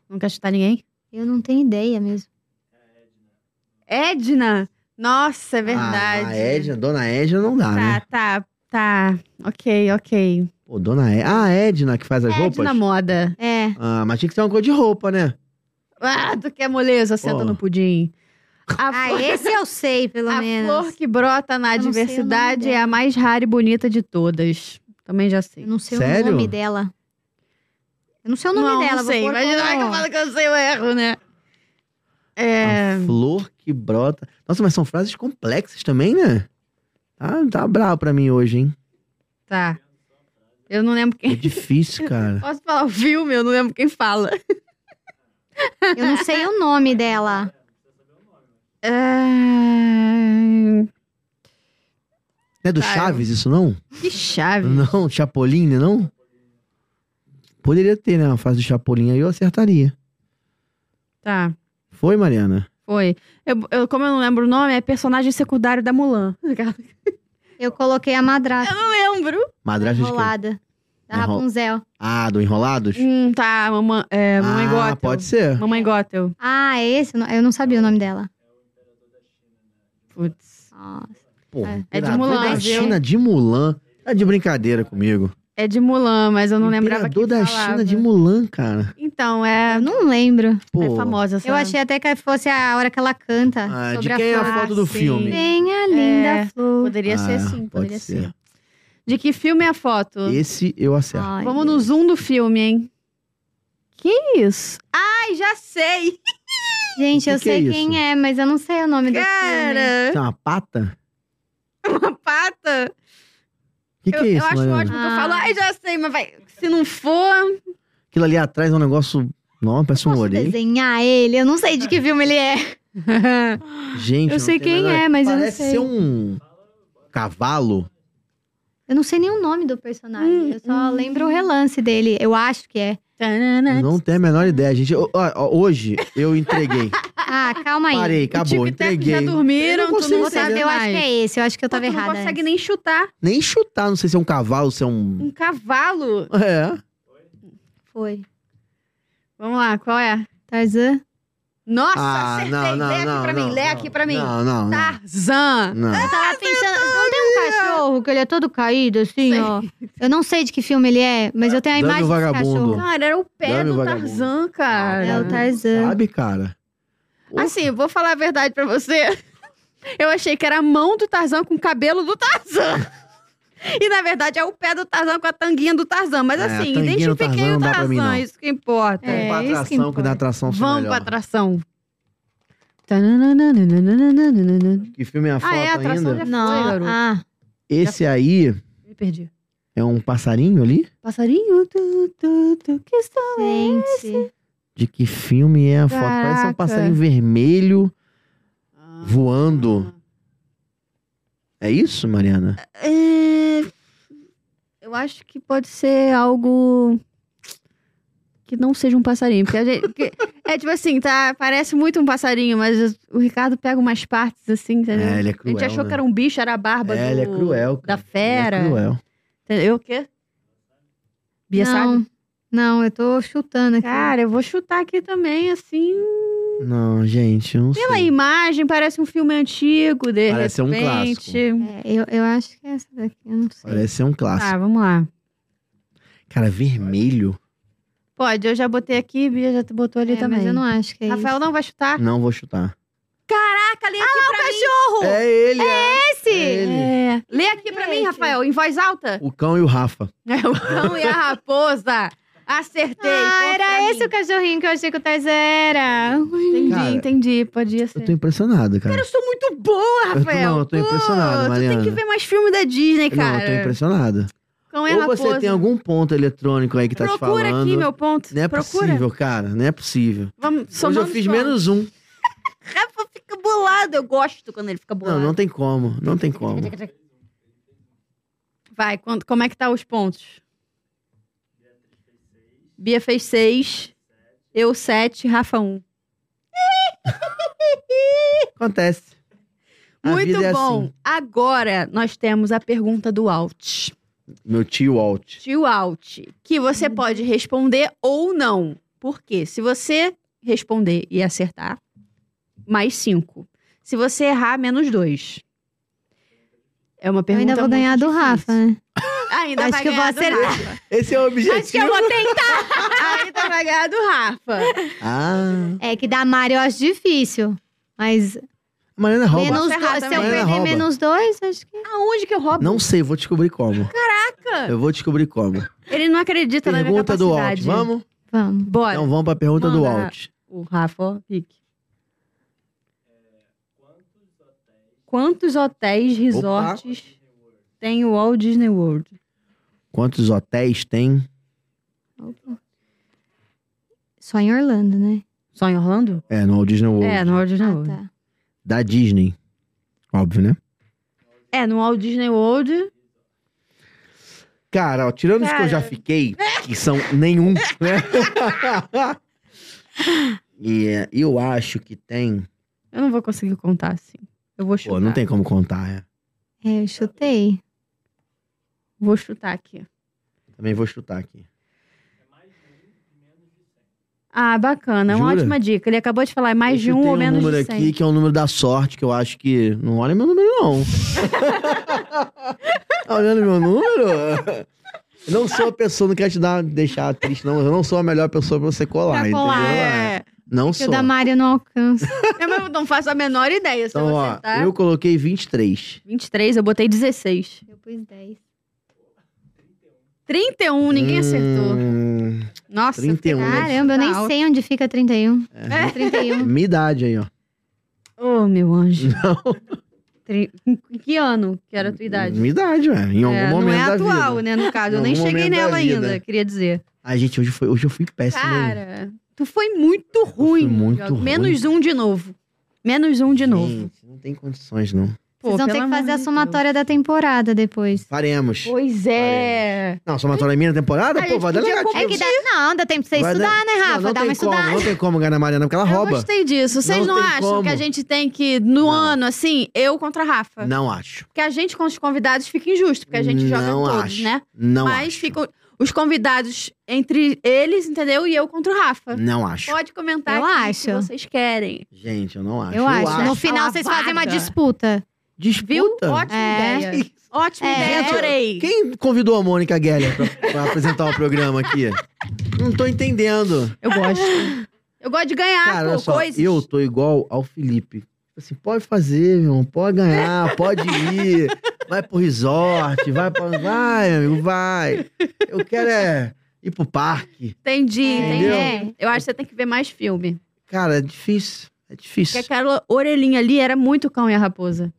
Speaker 1: Não quer chutar ninguém?
Speaker 3: Eu não tenho ideia mesmo.
Speaker 1: Edna?
Speaker 2: Ah,
Speaker 1: Nossa, é verdade.
Speaker 2: né? A, a Edna, dona Edna não dá,
Speaker 1: Tá,
Speaker 2: né?
Speaker 1: tá, tá. Ok, ok.
Speaker 2: Pô, dona Edna. Ah, a Edna que faz as
Speaker 1: É de
Speaker 2: roupas?
Speaker 1: na moda.
Speaker 3: É.
Speaker 2: Ah, mas tinha que ser uma coisa de roupa, né?
Speaker 1: Ah, tu quer moleza, senta
Speaker 2: Pô.
Speaker 1: no pudim. A
Speaker 3: Ah,
Speaker 1: flor-
Speaker 3: esse eu sei, pelo
Speaker 1: A
Speaker 3: menos.
Speaker 1: flor que brota na
Speaker 3: Eu não sei o nome
Speaker 1: diversidade
Speaker 3: dela.
Speaker 1: é a mais rara e bonita de todas. Também já sei.
Speaker 3: Eu não sei
Speaker 2: Sério?
Speaker 3: o nome dela. Eu não sei o nome
Speaker 1: não,
Speaker 3: dela.
Speaker 1: não sei.
Speaker 3: Vou pôr
Speaker 1: Imagina
Speaker 3: como-
Speaker 1: que eu falo que eu sei, eu erro, né? É...
Speaker 2: A flor que brota. Nossa, mas são frases complexas também, né? Tá, tá bravo pra mim hoje, hein?
Speaker 1: Tá. Eu não lembro
Speaker 2: É
Speaker 1: quem...
Speaker 2: difícil, cara.
Speaker 1: Posso falar o filme? Eu não lembro quem fala.
Speaker 3: Eu não sei o nome dela.
Speaker 1: É...
Speaker 2: Não é do
Speaker 1: Tá, eu-
Speaker 2: Chaves isso, não?
Speaker 1: Que chave.
Speaker 2: Não, Chapolin, né, não? Poderia ter, né? Uma frase do Chapolin aí eu acertaria.
Speaker 1: Tá.
Speaker 2: Foi, Mariana?
Speaker 1: Foi. Eu, eu- como eu não lembro o nome, é personagem secundário da Mulan.
Speaker 3: Eu coloquei a madrasta
Speaker 1: Não lembro.
Speaker 2: Madrasta de quem?
Speaker 3: enrolada. Da
Speaker 2: Enro-
Speaker 3: Rapunzel.
Speaker 2: Ah, do Enrolados?
Speaker 1: Hum, tá. Mamãe, é, mamãe
Speaker 2: ah,
Speaker 1: Gothel.
Speaker 2: pode ser.
Speaker 1: Mamãe Gothel.
Speaker 3: Ah, é esse? Eu não- Eu não sabia o nome dela.
Speaker 1: Putz.
Speaker 3: Nossa.
Speaker 2: Pô,
Speaker 3: É de
Speaker 2: imperador
Speaker 1: Mulan,
Speaker 2: da
Speaker 1: viu?
Speaker 2: China de Mulan. Tá de brincadeira comigo.
Speaker 1: É de Mulan, mas eu não lembrava quem
Speaker 2: Imperador da
Speaker 1: falava.
Speaker 2: China de Mulan, cara.
Speaker 1: né? Então, é...
Speaker 3: Eu não lembro.
Speaker 2: Pô.
Speaker 1: É famosa essa.
Speaker 3: Eu achei até que fosse a hora que ela canta.
Speaker 2: Ah, de
Speaker 3: sobre
Speaker 2: quem é
Speaker 3: a
Speaker 2: a
Speaker 3: flor.
Speaker 2: foto do
Speaker 1: Ah, sim.
Speaker 2: filme?
Speaker 3: Bem a linda
Speaker 1: É.
Speaker 3: flor.
Speaker 1: Poderia
Speaker 2: Ah,
Speaker 1: ser sim,
Speaker 2: pode
Speaker 1: poderia ser.
Speaker 2: ser.
Speaker 1: De que filme é a foto?
Speaker 2: Esse eu acerto.
Speaker 3: Ai,
Speaker 1: Vamos no zoom do filme, hein? Que isso? Ai, já sei!
Speaker 3: Gente,
Speaker 2: O que
Speaker 3: eu
Speaker 2: que é
Speaker 3: sei
Speaker 2: isso?
Speaker 3: quem é, mas eu não sei o nome do filme.
Speaker 1: Cara,
Speaker 2: Tem uma pata?
Speaker 1: uma pata!
Speaker 2: O que, que
Speaker 1: eu
Speaker 2: é
Speaker 1: eu
Speaker 2: isso,
Speaker 1: acho
Speaker 2: Mariana?
Speaker 1: ótimo que eu falo,
Speaker 3: Ah.
Speaker 1: ai, já sei, mas vai. Se não for.
Speaker 2: Aquilo ali atrás é um negócio... Nossa, parece um
Speaker 3: Posso
Speaker 2: orelha.
Speaker 3: desenhar ele? Eu não sei de que filme ele é.
Speaker 2: Gente,
Speaker 1: Eu
Speaker 2: não
Speaker 1: sei
Speaker 2: tem
Speaker 1: quem
Speaker 2: a menor-
Speaker 1: é, mas eu não
Speaker 2: Parece
Speaker 1: sei.
Speaker 2: ser um cavalo.
Speaker 3: Eu não sei nem o nome do personagem.
Speaker 1: Hum,
Speaker 3: eu só
Speaker 1: hum.
Speaker 3: lembro o relance dele. Eu acho que é.
Speaker 2: Não tem a menor ideia, gente. Ó, ó, Hoje eu entreguei.
Speaker 3: Ah, calma aí.
Speaker 2: Parei, acabou,
Speaker 1: o Tic Tac
Speaker 2: entreguei.
Speaker 1: já
Speaker 2: Eu
Speaker 1: dormiram,
Speaker 2: não
Speaker 1: tu
Speaker 2: consigo
Speaker 1: não
Speaker 3: Eu,
Speaker 2: entender.
Speaker 1: sabe
Speaker 3: eu acho que é esse. Eu acho que eu
Speaker 1: Tu
Speaker 3: tava
Speaker 1: não
Speaker 3: errada.
Speaker 1: consegue
Speaker 3: antes.
Speaker 1: nem chutar.
Speaker 2: Nem chutar, não sei se é um cavalo, se é um.
Speaker 1: Um cavalo.
Speaker 2: É.
Speaker 3: Foi.
Speaker 1: Vamos lá, qual é?
Speaker 3: Tarzan?
Speaker 1: Nossa,
Speaker 2: Ah,
Speaker 1: acertei.
Speaker 2: não, não,
Speaker 1: lê aqui
Speaker 2: não,
Speaker 1: pra
Speaker 2: não,
Speaker 1: mim, lê
Speaker 2: não.
Speaker 1: aqui pra mim. Tá.
Speaker 2: Não, não, não.
Speaker 1: Tarzan.
Speaker 3: Eu
Speaker 2: Não.
Speaker 3: tava pensando. Não tem um cachorro que ele é todo caído, assim,
Speaker 1: Sei.
Speaker 3: ó. Eu não sei de que filme ele é, mas eu tenho a
Speaker 2: Dame o
Speaker 3: imagem desse
Speaker 2: Vagabundo.
Speaker 3: cachorro.
Speaker 1: Cara, era o pé
Speaker 2: Dame o
Speaker 1: do
Speaker 2: um vagabundo.
Speaker 1: Tarzan, cara.
Speaker 3: É o Tarzan.
Speaker 2: Sabe, cara? Porra.
Speaker 1: Assim, vou falar a verdade pra você. Eu achei que era a mão do Tarzan com o cabelo do Tarzan. E na verdade é o pé do Tarzan com a tanguinha do Tarzan. Mas
Speaker 2: É, a
Speaker 1: assim,
Speaker 2: tanguinha do Tarzan
Speaker 1: identifiquei
Speaker 2: não
Speaker 1: o
Speaker 2: dá pra
Speaker 1: Tarzan,
Speaker 2: mim, não.
Speaker 1: isso que importa.
Speaker 2: Vamos
Speaker 3: É,
Speaker 2: pra
Speaker 3: isso que
Speaker 2: atração, que,
Speaker 3: importa.
Speaker 2: da atração fica
Speaker 1: Vamos pra
Speaker 2: melhor.
Speaker 1: atração.
Speaker 2: Que filme é a foto
Speaker 1: Ah, é, a atração já
Speaker 2: ainda?
Speaker 3: Não,
Speaker 1: foi, garoto.
Speaker 3: ah,
Speaker 2: Esse aí
Speaker 1: Me perdi.
Speaker 2: é um passarinho ali?
Speaker 1: Passarinho, tu, tu, tu, que sou
Speaker 3: Ah, é
Speaker 1: eu.
Speaker 3: gente.
Speaker 2: De que filme é a foto? Parece um
Speaker 1: Caraca. Ah.
Speaker 2: passarinho vermelho voando. É isso, Mariana?
Speaker 1: É, Eu acho que pode ser algo que não seja um passarinho. Porque a gente. que- É tipo assim, tá? Parece muito um passarinho, mas o Ricardo pega umas partes assim, entendeu?
Speaker 2: É, ele é cruel.
Speaker 1: a gente achou
Speaker 2: né?
Speaker 1: que era um bicho, era a barba
Speaker 2: É,
Speaker 1: do-
Speaker 2: ele é cruel.
Speaker 1: da
Speaker 2: cara. Ele
Speaker 1: fera.
Speaker 2: É cruel.
Speaker 1: Entendeu? O quê? Bia sabe?
Speaker 3: Não, não, eu tô chutando aqui.
Speaker 1: Cara, eu vou chutar aqui também, assim.
Speaker 2: Não, gente, eu não
Speaker 1: Pela
Speaker 2: sei.
Speaker 1: imagem, parece um filme antigo, de
Speaker 2: Parece ser um
Speaker 1: repente.
Speaker 3: É, eu, eu acho que é essa daqui, eu não sei.
Speaker 2: Parece ser um clássico.
Speaker 1: Tá, vamos lá.
Speaker 2: Cara, vermelho?
Speaker 1: Pode, eu já botei aqui, Bia já botou ali
Speaker 3: É,
Speaker 1: também.
Speaker 3: Mas eu não acho que é
Speaker 1: Rafael
Speaker 3: isso.
Speaker 1: não vai chutar.
Speaker 2: Não vou chutar.
Speaker 1: Caraca, lê aqui ah, pra o cachorro!
Speaker 2: É ele! É, ele.
Speaker 1: É. Lê aqui pra mim,
Speaker 3: Gente.
Speaker 1: Rafael, em voz alta.
Speaker 2: O cão e o Rafa.
Speaker 1: É o cão e a raposa. Acertei.
Speaker 3: Ah,
Speaker 1: ponto pra
Speaker 3: era
Speaker 1: mim.
Speaker 3: esse o cachorrinho que eu achei que o Tarzan era.
Speaker 1: Entendi,
Speaker 2: Cara,
Speaker 1: entendi. Podia ser.
Speaker 2: Eu tô impressionado, cara.
Speaker 1: Cara, eu sou muito boa,
Speaker 2: Eu tô-
Speaker 1: Rafael.
Speaker 2: não, eu tô
Speaker 1: Pô,
Speaker 2: impressionado, Mariana.
Speaker 1: Tu tem que ver mais filme da Disney,
Speaker 2: Não, eu tô
Speaker 1: cara.
Speaker 2: impressionado.
Speaker 1: cão e a
Speaker 2: Ou
Speaker 1: raposa.
Speaker 2: você tem algum ponto eletrônico aí que tá te
Speaker 1: Procura
Speaker 2: falando.
Speaker 1: aqui meu ponto.
Speaker 2: Não é
Speaker 1: Procura.
Speaker 2: possível, cara. Não é possível.
Speaker 1: Vamos,
Speaker 2: Hoje
Speaker 1: somando
Speaker 2: eu fiz
Speaker 1: os pontos.
Speaker 2: menos um.
Speaker 1: Rafa fica bolado. Eu gosto quando ele fica bolado.
Speaker 2: Não, não tem como. Não tem como.
Speaker 1: Vai, quanto, como é que tá os pontos? Bia fez seis, eu sete, Rafa um.
Speaker 2: Acontece. A
Speaker 1: Muito
Speaker 2: vida é
Speaker 1: bom.
Speaker 2: assim.
Speaker 1: Agora nós temos a pergunta do Alt.
Speaker 2: Meu tio Alt.
Speaker 1: Tio Alt, que você pode responder ou não. Por quê? Se você responder e acertar, mais cinco. Se você errar, menos dois. É uma
Speaker 3: Eu
Speaker 1: pergunta
Speaker 3: ainda vou ganhar
Speaker 1: muito
Speaker 3: do
Speaker 1: difícil.
Speaker 3: Rafa, né?
Speaker 1: Ainda
Speaker 5: Acho
Speaker 1: vai
Speaker 5: que eu vou
Speaker 1: ganhar do
Speaker 5: acertar.
Speaker 1: Rafa.
Speaker 2: Esse é o objetivo.
Speaker 1: Acho que eu vou tentar. Ainda vai ganhar do Rafa.
Speaker 2: Ah,
Speaker 3: É que da Mari eu acho difícil. Mas
Speaker 2: Mariana rouba.
Speaker 3: menos
Speaker 1: Ferrar
Speaker 3: dois, se
Speaker 1: também.
Speaker 3: eu
Speaker 2: Mariana
Speaker 3: perder
Speaker 2: rouba.
Speaker 3: menos dois, acho que.
Speaker 1: Aonde que eu roubo?
Speaker 2: Não sei, vou descobrir como.
Speaker 1: Caraca!
Speaker 2: Eu vou descobrir como.
Speaker 1: Ele não acredita Tá na minha
Speaker 2: Pergunta do Alt.
Speaker 1: capacidade.
Speaker 2: Vamos?
Speaker 3: Vamos.
Speaker 1: Bora.
Speaker 2: Então vamos pra pergunta do
Speaker 1: Manda.
Speaker 2: Alt.
Speaker 1: O Rafa, ó, pique. Quantos hotéis, resorts tem o Walt Disney World?
Speaker 2: Quantos hotéis tem?
Speaker 3: Só em Orlando, né?
Speaker 1: Só em Orlando?
Speaker 2: É, no Walt Disney World.
Speaker 1: É, no Walt Disney
Speaker 3: Ah,
Speaker 1: World.
Speaker 3: tá.
Speaker 2: Da Disney. Óbvio, né?
Speaker 1: É, no Walt Disney World.
Speaker 2: Cara, ó, tirando os que eu já fiquei, que são nenhum, né? e é, eu acho que tem.
Speaker 1: Eu não vou conseguir contar assim. Eu vou chutar.
Speaker 2: Pô, não tem como contar, é.
Speaker 3: É, eu chutei.
Speaker 1: Vou chutar aqui.
Speaker 2: Também vou chutar aqui.
Speaker 1: Ah, bacana. Uma
Speaker 2: Jura?
Speaker 1: ótima dica. Ele acabou de falar, é mais de
Speaker 2: Eu
Speaker 1: um
Speaker 2: chutei
Speaker 1: ou menos
Speaker 2: número
Speaker 1: de 100.
Speaker 2: aqui que é o número da sorte, que eu acho que. Não olha meu número, não. tá olhando meu número? Eu Não sou a pessoa, não quero te dar, deixar triste, não. Eu não sou a melhor pessoa pra você colar,
Speaker 1: Pra colar,
Speaker 2: entendeu?
Speaker 1: é.
Speaker 2: Não
Speaker 3: Que
Speaker 2: sou.
Speaker 3: o da Mari eu não alcanço.
Speaker 1: Eu mesmo não faço a menor ideia. Se
Speaker 2: Então,
Speaker 1: eu
Speaker 2: ó,
Speaker 1: acertar...
Speaker 2: eu coloquei 23.
Speaker 1: 23, eu botei 16.
Speaker 3: Eu pus 10.
Speaker 1: 31, ninguém acertou.
Speaker 2: Hum,
Speaker 1: Nossa,
Speaker 2: 31.
Speaker 3: Caramba, eu nem
Speaker 1: Tá
Speaker 3: sei onde fica 31.
Speaker 2: É.
Speaker 3: 31.
Speaker 2: Minha idade aí, ó.
Speaker 1: Oh, meu anjo. Tri- Em que ano que era a tua idade?
Speaker 2: Minha idade, ué. Em algum
Speaker 1: É,
Speaker 2: momento
Speaker 1: não é
Speaker 2: da
Speaker 1: atual,
Speaker 2: vida.
Speaker 1: né, no caso.
Speaker 2: Em
Speaker 1: Eu nem
Speaker 2: algum
Speaker 1: cheguei
Speaker 2: momento da
Speaker 1: nela
Speaker 2: vida.
Speaker 1: ainda, queria dizer.
Speaker 2: Ai, gente, hoje, foi, hoje eu fui péssimo.
Speaker 1: Cara, tu foi muito ruim.
Speaker 2: muito
Speaker 1: Diogo.
Speaker 2: ruim.
Speaker 1: Menos um de novo. Menos um de novo.
Speaker 2: Gente, não tem condições, não.
Speaker 1: Pô,
Speaker 3: Vocês vão ter
Speaker 1: pelo
Speaker 3: que
Speaker 1: amor
Speaker 3: fazer a
Speaker 1: de
Speaker 3: somatória da temporada depois.
Speaker 2: Faremos.
Speaker 1: Deus. Pois é.
Speaker 2: Não, somatória minha na temporada?
Speaker 1: A
Speaker 2: Pô,
Speaker 1: gente
Speaker 2: vai dar
Speaker 1: podia
Speaker 2: negativo.
Speaker 3: É que dá, não, dá tempo pra você
Speaker 2: Vai
Speaker 3: estudar, né, Rafa?
Speaker 2: Não, não
Speaker 3: dá
Speaker 2: tem
Speaker 3: uma
Speaker 2: como,
Speaker 3: estudada.
Speaker 2: não tem como ganhar a Mariana, porque ela
Speaker 5: Eu
Speaker 2: rouba.
Speaker 5: gostei disso. Vocês
Speaker 2: Não
Speaker 5: não,
Speaker 2: tem
Speaker 5: acham
Speaker 2: como.
Speaker 5: que a gente tem que, no
Speaker 2: Não.
Speaker 5: ano, assim, eu contra a Rafa?
Speaker 2: Não acho.
Speaker 5: Porque a gente com os convidados fica injusto, porque a gente joga
Speaker 2: não
Speaker 5: todos,
Speaker 2: acho.
Speaker 5: né?
Speaker 2: Não
Speaker 5: Mas
Speaker 2: acho.
Speaker 5: ficam os convidados entre eles, entendeu? E eu contra o Rafa.
Speaker 2: Não acho.
Speaker 5: Pode comentar
Speaker 3: Eu
Speaker 5: aqui se
Speaker 3: acho.
Speaker 5: vocês querem.
Speaker 2: Gente, eu não acho. é
Speaker 3: Eu, acho. né?
Speaker 5: acho.
Speaker 3: No final,
Speaker 5: Uma
Speaker 3: vocês fazem uma
Speaker 5: vaga.
Speaker 3: disputa.
Speaker 2: Disputa.
Speaker 5: Viu? Ótima
Speaker 3: É.
Speaker 5: ideia. Ótima
Speaker 3: É.
Speaker 5: ideia,
Speaker 2: Gente,
Speaker 5: adorei.
Speaker 2: Quem convidou a Mônica Geller pra, pra apresentar o programa aqui? Não tô entendendo.
Speaker 1: Eu gosto.
Speaker 5: Eu gosto de ganhar
Speaker 3: Ah,
Speaker 2: Cara, olha
Speaker 5: pô,
Speaker 2: só,
Speaker 5: coisas.
Speaker 2: eu tô igual ao Felipe. Assim, pode fazer, meu irmão, pode ganhar, pode ir. Vai pro resort, vai pra. Vai, meu amigo, vai. Eu quero é ir pro parque.
Speaker 5: Entendi,
Speaker 2: É.
Speaker 5: entendi.
Speaker 3: Entendeu?
Speaker 5: Eu acho que você tem que ver mais filme.
Speaker 2: Cara, é difícil. É
Speaker 5: Porque
Speaker 2: difícil.
Speaker 5: aquela orelhinha ali era muito cão e a raposa.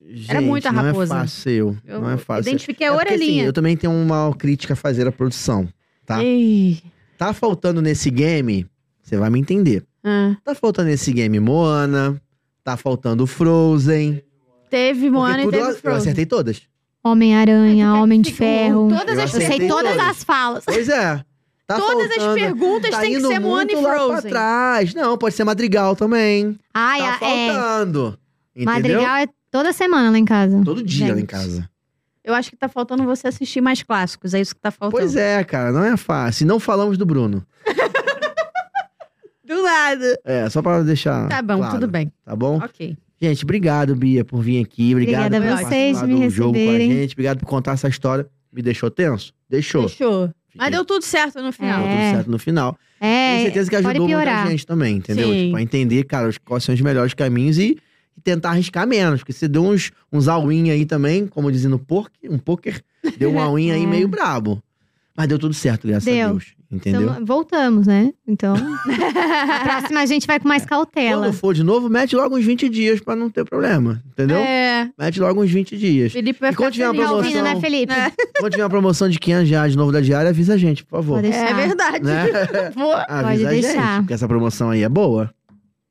Speaker 2: Gente,
Speaker 5: Era muito a raposa.
Speaker 2: Não é fácil.
Speaker 5: Eu
Speaker 2: não é fácil.
Speaker 5: identifiquei
Speaker 2: É
Speaker 5: a
Speaker 2: porque, assim,
Speaker 5: orelhinha.
Speaker 2: eu também tenho uma crítica a fazer à produção. tá.
Speaker 5: Ei.
Speaker 2: Tá faltando nesse game, você vai me entender.
Speaker 5: Ah.
Speaker 2: Tá faltando nesse game Moana, tá faltando Frozen.
Speaker 5: Teve
Speaker 2: Porque
Speaker 5: Moana e
Speaker 2: tudo
Speaker 5: teve
Speaker 2: eu- eu
Speaker 5: Frozen.
Speaker 2: acertei todas.
Speaker 3: Homem-Aranha,
Speaker 1: é
Speaker 3: Homem de
Speaker 5: Ficou
Speaker 3: Ferro.
Speaker 5: Todas
Speaker 2: Eu
Speaker 5: as,
Speaker 3: Eu sei
Speaker 2: acertei
Speaker 3: todas
Speaker 2: todas.
Speaker 3: as falas.
Speaker 2: Pois é. Tá
Speaker 5: todas as
Speaker 2: faltando.
Speaker 5: perguntas
Speaker 2: Tá
Speaker 5: têm que
Speaker 2: indo
Speaker 5: ser Moana e
Speaker 2: muito lá
Speaker 5: Frozen. ah,
Speaker 2: Pra trás. Não, pode ser Madrigal também.
Speaker 3: Ai,
Speaker 2: tá
Speaker 3: a- é.
Speaker 2: faltando. Entendeu?
Speaker 3: Madrigal é toda semana lá em casa.
Speaker 2: Todo dia lá em
Speaker 5: é Gente.
Speaker 2: casa.
Speaker 5: Eu acho que tá faltando você assistir mais clássicos. É isso que tá faltando.
Speaker 2: Pois é, cara, não é fácil. E não falamos do Bruno.
Speaker 5: Do nada.
Speaker 2: É, só pra deixar.
Speaker 5: Tá bom,
Speaker 2: claro,
Speaker 5: tudo bem.
Speaker 2: Tá bom?
Speaker 5: Ok.
Speaker 2: Gente, obrigado, Bia, por vir aqui. Obrigado
Speaker 3: Obrigada
Speaker 2: por
Speaker 3: a vocês
Speaker 2: participar
Speaker 3: de
Speaker 2: do
Speaker 3: me
Speaker 2: jogo com a
Speaker 3: receberem.
Speaker 2: gente. Obrigado por contar essa história. Me deixou tenso? Deixou.
Speaker 5: Fechou.
Speaker 2: Fiquei-
Speaker 5: Mas deu tudo certo no final.
Speaker 2: Deu
Speaker 3: É.
Speaker 2: tudo certo no final. Tenho
Speaker 3: É,
Speaker 2: certeza que
Speaker 3: pode
Speaker 2: ajudou muita
Speaker 3: piorar.
Speaker 2: gente também, entendeu?
Speaker 5: Sim.
Speaker 2: Tipo, a entender, cara, os- quais são os melhores caminhos e, e tentar arriscar menos. Porque você deu uns, uns all-in aí também, como dizendo poker, um poker, deu um all-in aí
Speaker 3: É.
Speaker 2: meio brabo. Mas deu tudo certo, graças a
Speaker 3: Deu.
Speaker 2: Deus. Entendeu?
Speaker 3: então, voltamos, né? Então,
Speaker 2: É.
Speaker 3: a próxima a gente vai com mais cautela.
Speaker 2: Quando for de novo, mete logo uns 20 dias pra não ter problema, entendeu?
Speaker 5: É.
Speaker 2: Mete logo uns 20 dias.
Speaker 5: Felipe vai
Speaker 2: E quando
Speaker 5: ficar
Speaker 2: tiver uma
Speaker 5: feliz.
Speaker 3: Tá
Speaker 2: promoção,
Speaker 3: ouvindo, né, Felipe?
Speaker 2: Quando tiver uma promoção de 500 reais de novo da diária, avisa a gente, por favor.
Speaker 3: Pode
Speaker 5: É
Speaker 3: deixar.
Speaker 5: verdade.
Speaker 2: Né?
Speaker 1: tá
Speaker 5: Vou.
Speaker 2: avisa a
Speaker 3: deixar.
Speaker 2: gente, porque essa promoção aí é boa,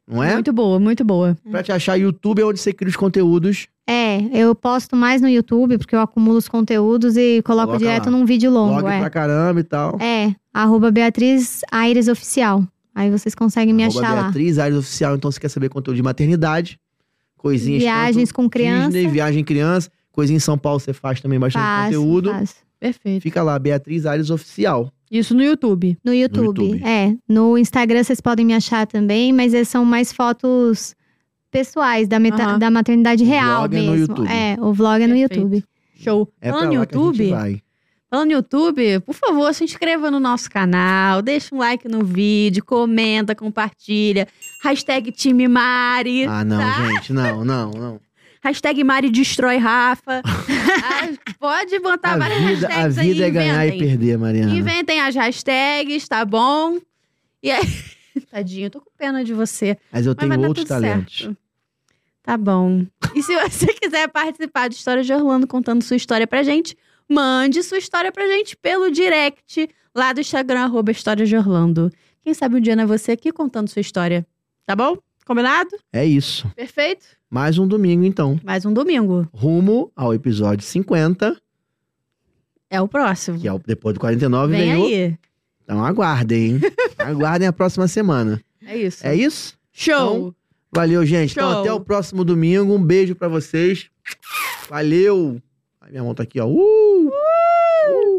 Speaker 2: não é?
Speaker 5: Muito boa, muito boa.
Speaker 2: Pra te achar, YouTube é onde você cria os conteúdos.
Speaker 3: É, eu posto mais no YouTube, porque eu acumulo os conteúdos e coloco
Speaker 2: Coloca
Speaker 3: direto
Speaker 2: lá.
Speaker 3: num vídeo longo.
Speaker 2: blog
Speaker 3: é.
Speaker 2: pra caramba e tal.
Speaker 3: É, arroba Beatriz Aires Oficial. Aí vocês conseguem me
Speaker 2: Arroba
Speaker 3: achar lá.
Speaker 2: Beatriz, Aires Oficial. Então, se quer saber conteúdo de maternidade, coisinhas
Speaker 3: Viagens com
Speaker 2: tanto
Speaker 3: criança.
Speaker 2: Disney, viagem criança. Coisinha em São Paulo, você faz também bastante
Speaker 3: faço,
Speaker 2: conteúdo.
Speaker 3: faço.
Speaker 5: Perfeito.
Speaker 2: Fica lá, Beatriz Aires Oficial.
Speaker 5: Isso no YouTube.
Speaker 3: No YouTube.
Speaker 2: YouTube.
Speaker 3: É. No Instagram vocês podem me achar também, mas é- são mais fotos pessoais da, meta-
Speaker 5: Aham.
Speaker 3: da maternidade
Speaker 2: O
Speaker 3: real
Speaker 2: vlog é no
Speaker 3: mesmo.
Speaker 2: YouTube.
Speaker 3: É, o vlog é no
Speaker 5: Perfeito.
Speaker 3: YouTube.
Speaker 5: Show.
Speaker 2: É
Speaker 5: Lá
Speaker 2: pra
Speaker 5: no
Speaker 2: lá que a gente
Speaker 5: YouTube,
Speaker 2: vai.
Speaker 1: Falando no YouTube, por favor, se inscreva no nosso canal, deixa um like no vídeo, comenta, compartilha. Hashtag time Mari.
Speaker 2: Ah, não,
Speaker 1: tá?
Speaker 2: gente, não, não, não.
Speaker 1: Hashtag Mari destrói Rafa. Ah, pode botar
Speaker 2: a
Speaker 1: várias
Speaker 2: vida, a
Speaker 1: hashtags
Speaker 2: vida
Speaker 1: aí,
Speaker 2: é ganhar e
Speaker 1: inventem.
Speaker 2: perder, Mariana.
Speaker 1: Inventem as hashtags, tá bom? E aí... Tadinho, eu tô com pena de você.
Speaker 2: Mas eu
Speaker 1: Mas vai
Speaker 2: tenho
Speaker 1: dar
Speaker 2: outros
Speaker 1: tudo
Speaker 2: talentos.
Speaker 1: certo. Tá bom. E se você quiser participar do História de Orlando contando sua história pra gente, mande sua história pra gente pelo direct lá do Instagram, arroba História de Orlando. Quem sabe um dia não é você aqui contando sua história. Tá bom? Combinado?
Speaker 2: É isso.
Speaker 1: Perfeito?
Speaker 2: Mais um domingo, então.
Speaker 1: Mais um domingo.
Speaker 2: Rumo ao episódio 50,
Speaker 1: É o próximo.
Speaker 2: que é o depois do 49,
Speaker 1: Vem
Speaker 2: vem o-
Speaker 1: aí.
Speaker 2: Então aguardem, hein? aguardem a próxima semana.
Speaker 1: É então, isso.
Speaker 2: É isso?
Speaker 1: Show!
Speaker 2: Valeu, gente. Então
Speaker 1: Show.
Speaker 2: até o próximo domingo. Um beijo pra vocês. Valeu. Ai, minha mão tá aqui, ó. Uh! Uh!